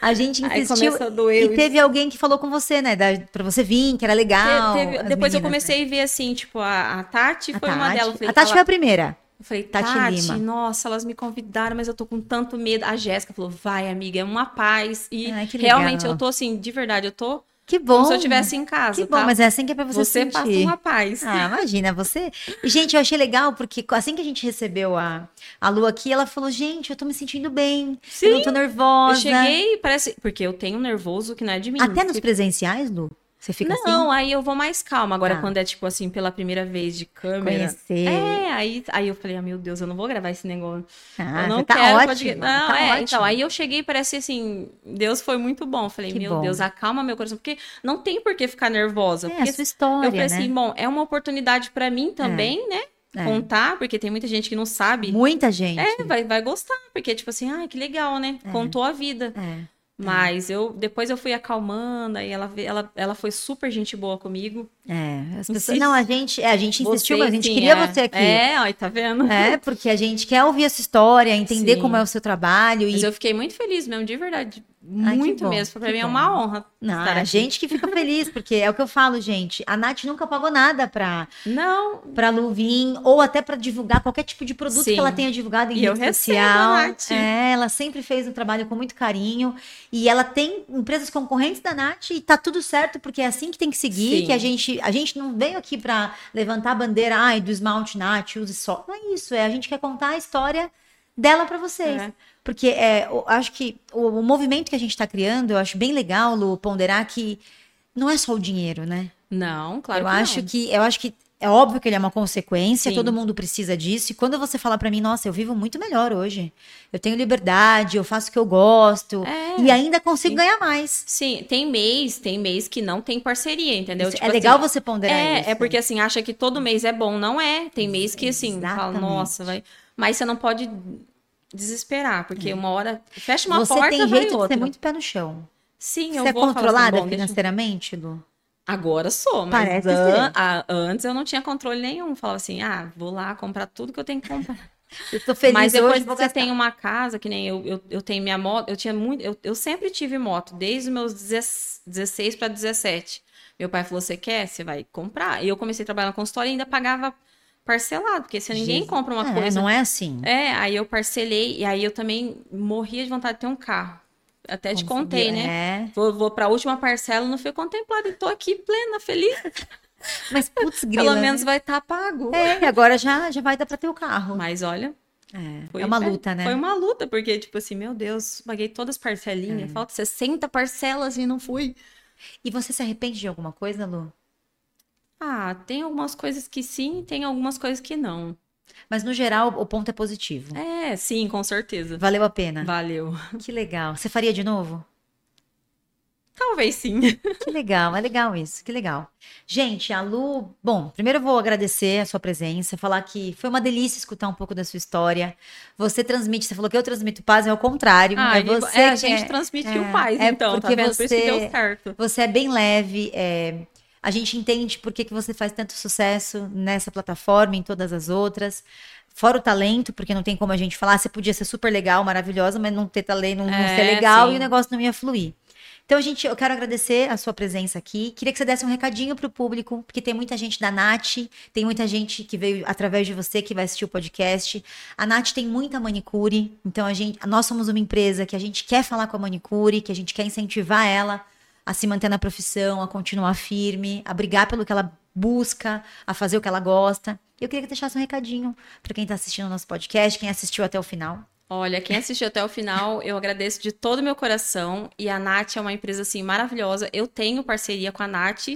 Speaker 1: a gente
Speaker 2: Aí
Speaker 1: insistiu.
Speaker 2: começou a doer.
Speaker 1: E
Speaker 2: o
Speaker 1: teve alguém que falou com você, né? Da, pra você vir, que era legal.
Speaker 2: Te- teve-
Speaker 1: as
Speaker 2: Depois eu
Speaker 1: meninas, né?
Speaker 2: comecei a ver assim, tipo, a, a Tati
Speaker 1: A
Speaker 2: foi uma
Speaker 1: Tati.
Speaker 2: delas. Eu falei,
Speaker 1: a Tati
Speaker 2: ela-
Speaker 1: foi a primeira.
Speaker 2: eu falei,
Speaker 1: Tati
Speaker 2: Tati,
Speaker 1: Lima."
Speaker 2: nossa, elas me convidaram, mas eu tô com tanto medo. A Jéssica falou, vai, amiga, é uma paz. E
Speaker 1: Ai, que legal.
Speaker 2: realmente eu tô assim, de verdade, eu tô
Speaker 1: Que bom.
Speaker 2: como se eu estivesse em casa,
Speaker 1: Que bom,
Speaker 2: tá?
Speaker 1: mas é assim que é pra você,
Speaker 2: você
Speaker 1: sentir.
Speaker 2: passa uma paz.
Speaker 1: Ah, imagina, você. E, gente, eu achei legal, porque assim que a gente recebeu a, a Lu aqui, ela falou: gente, eu tô me sentindo bem, eu não tô
Speaker 2: Eu
Speaker 1: nervosa.
Speaker 2: cheguei, parece. Porque eu tenho um nervoso que não é de mim.
Speaker 1: Até nos
Speaker 2: Tipo,
Speaker 1: presenciais, Lu? Você fica assim?
Speaker 2: Não, aí eu vou mais calma. Agora,
Speaker 1: Ah.
Speaker 2: quando é, tipo assim, pela primeira vez de câmera.
Speaker 1: Conhecer.
Speaker 2: É, aí, aí eu falei, ah, meu Deus, eu não vou gravar esse negócio.
Speaker 1: Ah,
Speaker 2: eu não
Speaker 1: você tá
Speaker 2: quero.
Speaker 1: ótima,
Speaker 2: podcast. Não,
Speaker 1: tá
Speaker 2: é,
Speaker 1: ótima.
Speaker 2: então, aí eu cheguei, parece assim, Deus foi muito bom. Falei,
Speaker 1: Que
Speaker 2: meu
Speaker 1: bom.
Speaker 2: Deus, acalma meu coração, porque não tem por que ficar nervosa.
Speaker 1: É, a
Speaker 2: porque
Speaker 1: sua
Speaker 2: eu
Speaker 1: história,
Speaker 2: falei
Speaker 1: né?
Speaker 2: assim, bom, é uma oportunidade pra mim também, né?
Speaker 1: É.
Speaker 2: Contar, porque tem muita gente que não sabe.
Speaker 1: Muita gente.
Speaker 2: É, vai, vai gostar, porque, tipo assim, ah, que legal, né? Contou a vida.
Speaker 1: É.
Speaker 2: Mas eu depois eu fui acalmando, aí ela, ve- ela, ela foi super gente boa comigo.
Speaker 1: É, as pessoas...
Speaker 2: Insiste.
Speaker 1: Não, a gente, é, a gente insistiu,
Speaker 2: Você,
Speaker 1: mas a gente
Speaker 2: sim,
Speaker 1: queria
Speaker 2: é.
Speaker 1: você aqui.
Speaker 2: É, ó, tá vendo? *laughs*
Speaker 1: É, porque a gente quer ouvir a sua história, entender
Speaker 2: Sim.
Speaker 1: como é o seu trabalho.
Speaker 2: Mas
Speaker 1: E...
Speaker 2: eu fiquei muito feliz mesmo, de verdade.
Speaker 1: que
Speaker 2: Muito
Speaker 1: bom,
Speaker 2: mesmo. Pra
Speaker 1: que
Speaker 2: mim é
Speaker 1: bom.
Speaker 2: uma honra.
Speaker 1: Não, é
Speaker 2: estar
Speaker 1: a
Speaker 2: aqui.
Speaker 1: gente que fica feliz, porque é o que eu falo, gente. A Nath nunca pagou nada pra,
Speaker 2: Não,
Speaker 1: pra Lu vir, ou até pra divulgar qualquer tipo de produto
Speaker 2: Sim.
Speaker 1: que ela tenha divulgado em
Speaker 2: E
Speaker 1: rede
Speaker 2: eu recebo a
Speaker 1: social.
Speaker 2: Nath.
Speaker 1: É, ela sempre fez um trabalho com muito carinho. E ela tem empresas concorrentes da Nath e tá tudo certo, porque é assim que tem que seguir,
Speaker 2: Sim.
Speaker 1: que a gente, a gente não veio aqui pra levantar a bandeira, ai, do esmalte Nath, use só. Não é isso, é a gente quer contar a história dela pra vocês.
Speaker 2: É.
Speaker 1: Porque é, eu acho que o, o movimento que a gente tá criando, eu acho bem legal, Lu, ponderar que não é só o dinheiro, né?
Speaker 2: não, claro
Speaker 1: eu
Speaker 2: que
Speaker 1: acho
Speaker 2: não.
Speaker 1: que eu acho que é óbvio que ele é uma consequência,
Speaker 2: Sim.
Speaker 1: todo mundo precisa disso. E quando você fala pra mim, nossa, eu vivo muito melhor hoje. Eu tenho liberdade, eu faço o que eu gosto
Speaker 2: É.
Speaker 1: e ainda consigo ganhar mais.
Speaker 2: Sim, tem mês, tem mês que não tem parceria, entendeu?
Speaker 1: Isso-
Speaker 2: Tipo
Speaker 1: é
Speaker 2: assim,
Speaker 1: legal você ponderar
Speaker 2: É,
Speaker 1: isso.
Speaker 2: é porque assim, acha que todo mês é bom, não é? Tem mês que assim, fala,
Speaker 1: Exatamente.
Speaker 2: nossa, vai. Mas você não pode desesperar, porque uma hora fecha uma
Speaker 1: É. você
Speaker 2: porta,
Speaker 1: tem
Speaker 2: vai
Speaker 1: jeito
Speaker 2: outra.
Speaker 1: de ser muito pé no chão.
Speaker 2: Sim, eu
Speaker 1: você é
Speaker 2: vou falar
Speaker 1: controlada
Speaker 2: assim, bom, deixa eu-
Speaker 1: financeiramente,
Speaker 2: *laughs*
Speaker 1: Lu?
Speaker 2: Agora sou, mas
Speaker 1: Parece
Speaker 2: an- a- antes eu não tinha controle nenhum. Falava assim, ah, vou lá comprar tudo que eu tenho que comprar.
Speaker 1: Eu tô feliz
Speaker 2: mas depois
Speaker 1: hoje, tá
Speaker 2: que
Speaker 1: vou
Speaker 2: você
Speaker 1: gastar.
Speaker 2: tem uma casa, que nem eu, eu, eu tenho minha moto, eu tinha muito, eu, eu sempre tive moto, desde os meus 16, 16 para 17. Meu pai falou, você quer? Você vai comprar. E eu comecei a trabalhar na consultoria e ainda pagava parcelado, porque se ninguém
Speaker 1: Jesus.
Speaker 2: compra uma
Speaker 1: É,
Speaker 2: coisa...
Speaker 1: não é assim.
Speaker 2: É, aí eu parcelei, e aí eu também morria de vontade de ter um carro. Até te
Speaker 1: Conseguiu-
Speaker 2: contei, né?
Speaker 1: É.
Speaker 2: Vou, vou para a última parcela, não fui contemplada e tô aqui plena, feliz.
Speaker 1: Mas, putz, grila.
Speaker 2: Pelo
Speaker 1: né?
Speaker 2: menos vai estar pago.
Speaker 1: É, agora já, já vai dar pra ter o carro.
Speaker 2: Mas olha,
Speaker 1: É,
Speaker 2: foi,
Speaker 1: é uma luta, né?
Speaker 2: Foi uma luta, porque, tipo assim, meu Deus, paguei todas as
Speaker 1: É.
Speaker 2: parcelinhas, falta 60 parcelas e não fui.
Speaker 1: E você se arrepende de alguma coisa, Lu?
Speaker 2: Ah, tem algumas coisas que sim, tem algumas coisas que não.
Speaker 1: Mas no geral, o ponto é positivo.
Speaker 2: É, sim, com certeza.
Speaker 1: Valeu a pena.
Speaker 2: Valeu. *laughs*
Speaker 1: Que legal. Você faria de novo?
Speaker 2: Talvez sim.
Speaker 1: Que legal, é legal isso, que legal. Gente, a Lu, bom, primeiro eu vou agradecer a sua presença, falar que foi uma delícia escutar um pouco da sua história. Você transmite, você falou que eu transmito paz, é o contrário.
Speaker 2: Ah,
Speaker 1: é
Speaker 2: e bo-
Speaker 1: você
Speaker 2: é, a
Speaker 1: que
Speaker 2: gente
Speaker 1: é-
Speaker 2: transmitiu
Speaker 1: é,
Speaker 2: paz,
Speaker 1: é
Speaker 2: então, tá
Speaker 1: porque
Speaker 2: vendo? Por isso que
Speaker 1: você-
Speaker 2: deu certo.
Speaker 1: Você é bem leve, é, a gente entende por que, que você faz tanto sucesso nessa plataforma, em todas as outras. Fora o talento, porque não tem como a gente falar, "Ah, você podia ser super legal, maravilhosa, mas não ter talento, não, não
Speaker 2: É,
Speaker 1: ser legal
Speaker 2: sim.
Speaker 1: e o negócio não ia fluir. Então, gente, eu quero agradecer a sua presença aqui. Queria que você desse um recadinho pro público, porque tem muita gente da Nath, tem muita gente que veio através de você que vai assistir o podcast. A Nath tem muita manicure, então a gente, nós somos uma empresa que a gente quer falar com a manicure, que a gente quer incentivar ela a se manter na profissão, a continuar firme, a brigar pelo que ela busca, a fazer o que ela gosta. E Eu queria que deixasse um recadinho para quem está assistindo o nosso podcast, quem assistiu até o final.
Speaker 2: Olha, quem assistiu até o final, eu agradeço de todo o meu coração. E a Nath é uma empresa, assim, maravilhosa. Eu tenho parceria com a Nath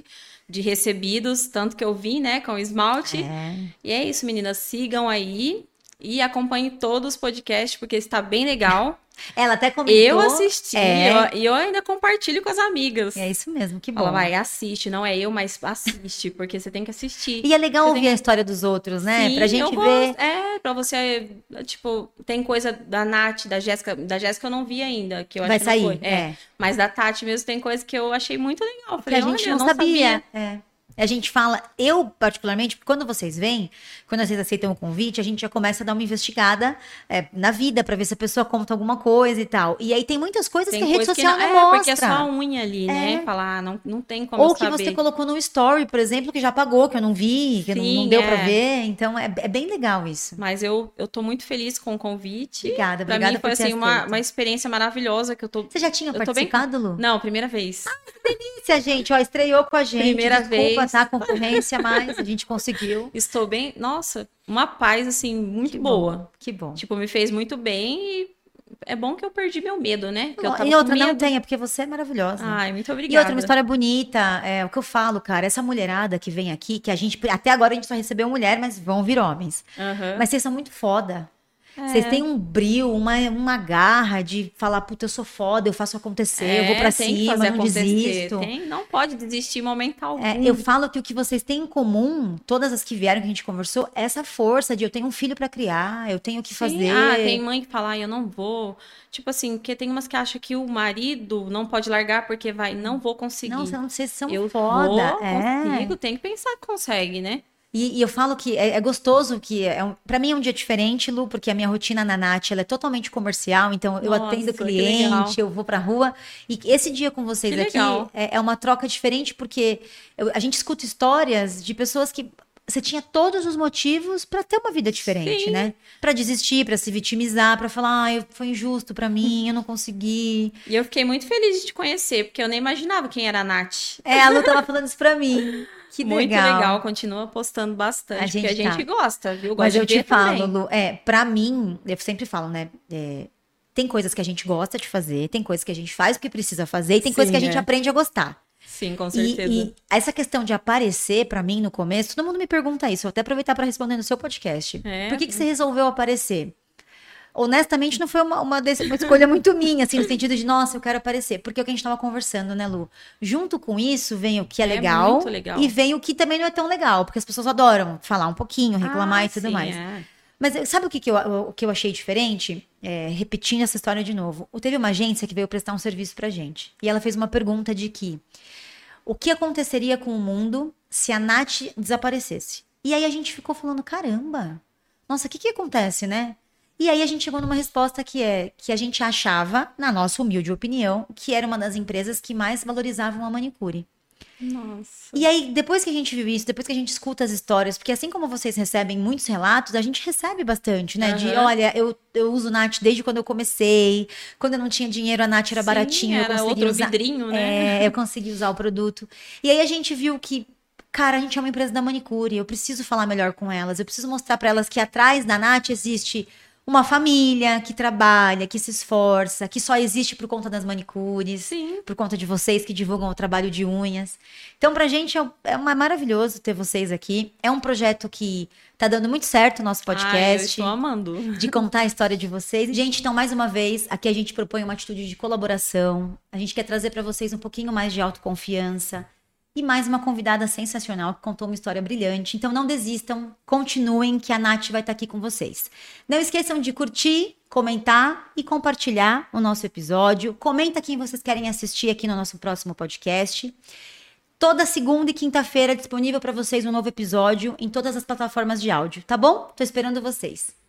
Speaker 2: de recebidos, tanto que eu vim, né, com o esmalte.
Speaker 1: É.
Speaker 2: E é isso, meninas. Sigam aí e acompanhem todos os podcasts, porque está bem legal.
Speaker 1: Ela até comentou.
Speaker 2: Eu assisti
Speaker 1: É.
Speaker 2: eu- e eu ainda compartilho com as amigas.
Speaker 1: É isso mesmo, que bom.
Speaker 2: Fala, vai, assiste. Não é eu, mas assiste, porque você tem que assistir.
Speaker 1: E é legal
Speaker 2: Você
Speaker 1: ouvir a história dos outros, né?
Speaker 2: Sim,
Speaker 1: pra
Speaker 2: eu
Speaker 1: gente ver.
Speaker 2: gosto. É, pra você, tipo, tem coisa da Nath, da Jéssica, da Jéssica eu não vi ainda, que eu acho
Speaker 1: Vai
Speaker 2: que
Speaker 1: sair.
Speaker 2: não foi. É,
Speaker 1: é.
Speaker 2: mas da Tati mesmo tem coisa que eu achei muito
Speaker 1: que
Speaker 2: legal.
Speaker 1: a
Speaker 2: Falei,
Speaker 1: gente
Speaker 2: olha,
Speaker 1: não,
Speaker 2: eu não
Speaker 1: sabia. É. A gente fala, eu particularmente, quando vocês vêm, quando vocês aceitam o convite, a gente já começa a dar uma investigada é, na vida pra ver se a pessoa conta alguma coisa e tal. E aí tem muitas coisas
Speaker 2: Tem
Speaker 1: que a rede
Speaker 2: coisa
Speaker 1: social
Speaker 2: que não,
Speaker 1: não,
Speaker 2: é, porque
Speaker 1: mostra. É.
Speaker 2: é só a unha ali, né? Falar, ah, não, não tem como
Speaker 1: Ou
Speaker 2: eu
Speaker 1: que
Speaker 2: saber.
Speaker 1: você colocou num story, por exemplo, que já apagou, que eu não vi, que não- não,
Speaker 2: Sim,
Speaker 1: deu
Speaker 2: é.
Speaker 1: pra ver. Então é, é bem legal isso.
Speaker 2: Mas eu, eu tô muito feliz com o convite.
Speaker 1: Obrigada,
Speaker 2: pra
Speaker 1: obrigada
Speaker 2: mim foi
Speaker 1: por ter
Speaker 2: assim, uma,
Speaker 1: aceito.
Speaker 2: uma experiência maravilhosa que eu tô.
Speaker 1: Você já tinha
Speaker 2: Eu tô bem-
Speaker 1: participado, Lu?
Speaker 2: Não, primeira vez.
Speaker 1: Delícia, gente, ó, estreou com a gente.
Speaker 2: Primeira
Speaker 1: Desculpa,
Speaker 2: vez.
Speaker 1: tá? A concorrência, mas a gente
Speaker 2: *laughs*
Speaker 1: conseguiu.
Speaker 2: Estou bem. Nossa, uma paz, assim, muito
Speaker 1: Que bom.
Speaker 2: boa.
Speaker 1: Que bom.
Speaker 2: Tipo, me fez muito bem e é bom que eu perdi meu medo, né? Que eu tava
Speaker 1: e outra,
Speaker 2: com medo.
Speaker 1: não tenha, porque você é maravilhosa.
Speaker 2: Ai, muito
Speaker 1: E
Speaker 2: obrigada.
Speaker 1: outra, uma história bonita, é o que eu falo, cara, essa mulherada que vem aqui, que a gente, até agora a gente só recebeu mulher, mas vão vir homens.
Speaker 2: Aham.
Speaker 1: Mas vocês são muito foda.
Speaker 2: É.
Speaker 1: Vocês têm um brio, uma, uma garra de falar, puta, eu sou foda, eu faço acontecer, eu vou
Speaker 2: É,
Speaker 1: pra
Speaker 2: tem que
Speaker 1: cima,
Speaker 2: fazer
Speaker 1: não
Speaker 2: acontecer,
Speaker 1: desisto.
Speaker 2: tem- um não pode desistir em momento algum.
Speaker 1: É, eu falo que o que vocês têm em comum, todas as que vieram que a gente conversou, é essa força de eu tenho um filho pra criar, eu tenho o que
Speaker 2: Sim.
Speaker 1: fazer.
Speaker 2: Ah, tem mãe que fala, "Ai, eu não vou. Tipo assim, porque tem umas que acham que o marido não pode largar porque vai, não vou conseguir.
Speaker 1: Não, vocês são
Speaker 2: eu
Speaker 1: foda.
Speaker 2: vou,
Speaker 1: é.
Speaker 2: consigo, tem que pensar que consegue, né?
Speaker 1: E, e eu falo que é, é gostoso que é um, para mim é um dia diferente, Lu, porque a minha rotina na Nath ela é totalmente comercial, então eu
Speaker 2: Nossa,
Speaker 1: atendo
Speaker 2: que legal.
Speaker 1: cliente, eu vou pra rua. E esse dia com vocês
Speaker 2: Que
Speaker 1: aqui
Speaker 2: legal.
Speaker 1: é, é uma troca diferente, porque eu- a gente escuta histórias de pessoas que você tinha todos os motivos pra ter uma vida diferente,
Speaker 2: Sim.
Speaker 1: né? Pra desistir, pra se vitimizar, pra falar, ah, foi injusto pra mim, eu não consegui.
Speaker 2: E eu fiquei muito feliz de te conhecer, porque eu nem imaginava quem era a Nath.
Speaker 1: É, a Lu tava falando isso pra mim. Que
Speaker 2: Muito legal, continua postando bastante,
Speaker 1: A
Speaker 2: porque
Speaker 1: gente
Speaker 2: a gente
Speaker 1: tá.
Speaker 2: gosta, viu? Gosta
Speaker 1: Mas
Speaker 2: de
Speaker 1: eu te
Speaker 2: ver também.
Speaker 1: falo, Lu, é, pra mim, eu sempre falo, né? é, tem coisas que a gente gosta de fazer, tem coisas que a gente faz porque precisa fazer, e tem coisas que
Speaker 2: Sim,
Speaker 1: a gente
Speaker 2: é.
Speaker 1: aprende a gostar.
Speaker 2: Sim, com
Speaker 1: E,
Speaker 2: certeza.
Speaker 1: e essa questão de aparecer pra mim no começo, todo mundo me pergunta isso, eu até aproveitar pra responder no seu podcast.
Speaker 2: É.
Speaker 1: Por que, que você resolveu aparecer? Honestamente, não foi uma, uma des- uma escolha muito minha, assim, no sentido de, nossa, eu quero aparecer. Porque é o que a gente tava conversando, né, Lu? Junto com isso, vem o que é,
Speaker 2: É
Speaker 1: legal,
Speaker 2: muito legal.
Speaker 1: e vem o que também não é tão legal, porque as pessoas adoram falar um pouquinho, reclamar
Speaker 2: Ah,
Speaker 1: e tudo
Speaker 2: sim,
Speaker 1: mais.
Speaker 2: é.
Speaker 1: Mas eh, sabe o que, que eu, o que eu achei diferente? É, repetindo essa história de novo. O- Teve uma agência que veio prestar um serviço pra gente. E ela fez uma pergunta de que o que aconteceria com o mundo se a Nath desaparecesse? E aí a gente ficou falando, caramba, nossa, o que, que acontece, né? E aí a gente chegou numa resposta que é que a gente achava, na nossa humilde opinião, que era uma das empresas que mais valorizavam a manicure.
Speaker 2: Nossa.
Speaker 1: E aí, depois que a gente viu isso, depois que a gente escuta as histórias, porque assim como vocês recebem muitos relatos, a gente recebe bastante, né? De,
Speaker 2: Aham.
Speaker 1: olha, eu, eu uso Nath desde quando eu comecei, quando eu não tinha dinheiro, a Nath era
Speaker 2: Sim,
Speaker 1: baratinha, eu
Speaker 2: era
Speaker 1: consegui
Speaker 2: outro
Speaker 1: usar.
Speaker 2: vidrinho, né?
Speaker 1: É, eu consegui usar o produto. E aí a gente viu que Cara, a gente é uma empresa da manicure, eu preciso falar melhor com elas, eu preciso mostrar pra elas que atrás da Nath existe uma família que trabalha, que se esforça, que só existe por conta das manicures,
Speaker 2: Sim.
Speaker 1: por conta de vocês que divulgam o trabalho de unhas. Então, pra gente é, um- é uma- maravilhoso ter vocês aqui. É um projeto que tá dando muito certo o nosso
Speaker 2: Ai, eu
Speaker 1: podcast
Speaker 2: estou amando.
Speaker 1: de contar a história de vocês. Gente, então mais uma vez, aqui a gente propõe uma atitude de colaboração. A gente quer trazer para vocês um pouquinho mais de autoconfiança e mais uma convidada sensacional que contou uma história brilhante. Então não desistam, continuem que a Nath vai estar aqui com vocês. Não esqueçam de curtir, comentar e compartilhar o nosso episódio. Comenta quem vocês querem assistir aqui no nosso próximo podcast. Toda segunda e quinta-feira é disponível para vocês um novo episódio em todas as plataformas de áudio, tá bom? Tô esperando vocês.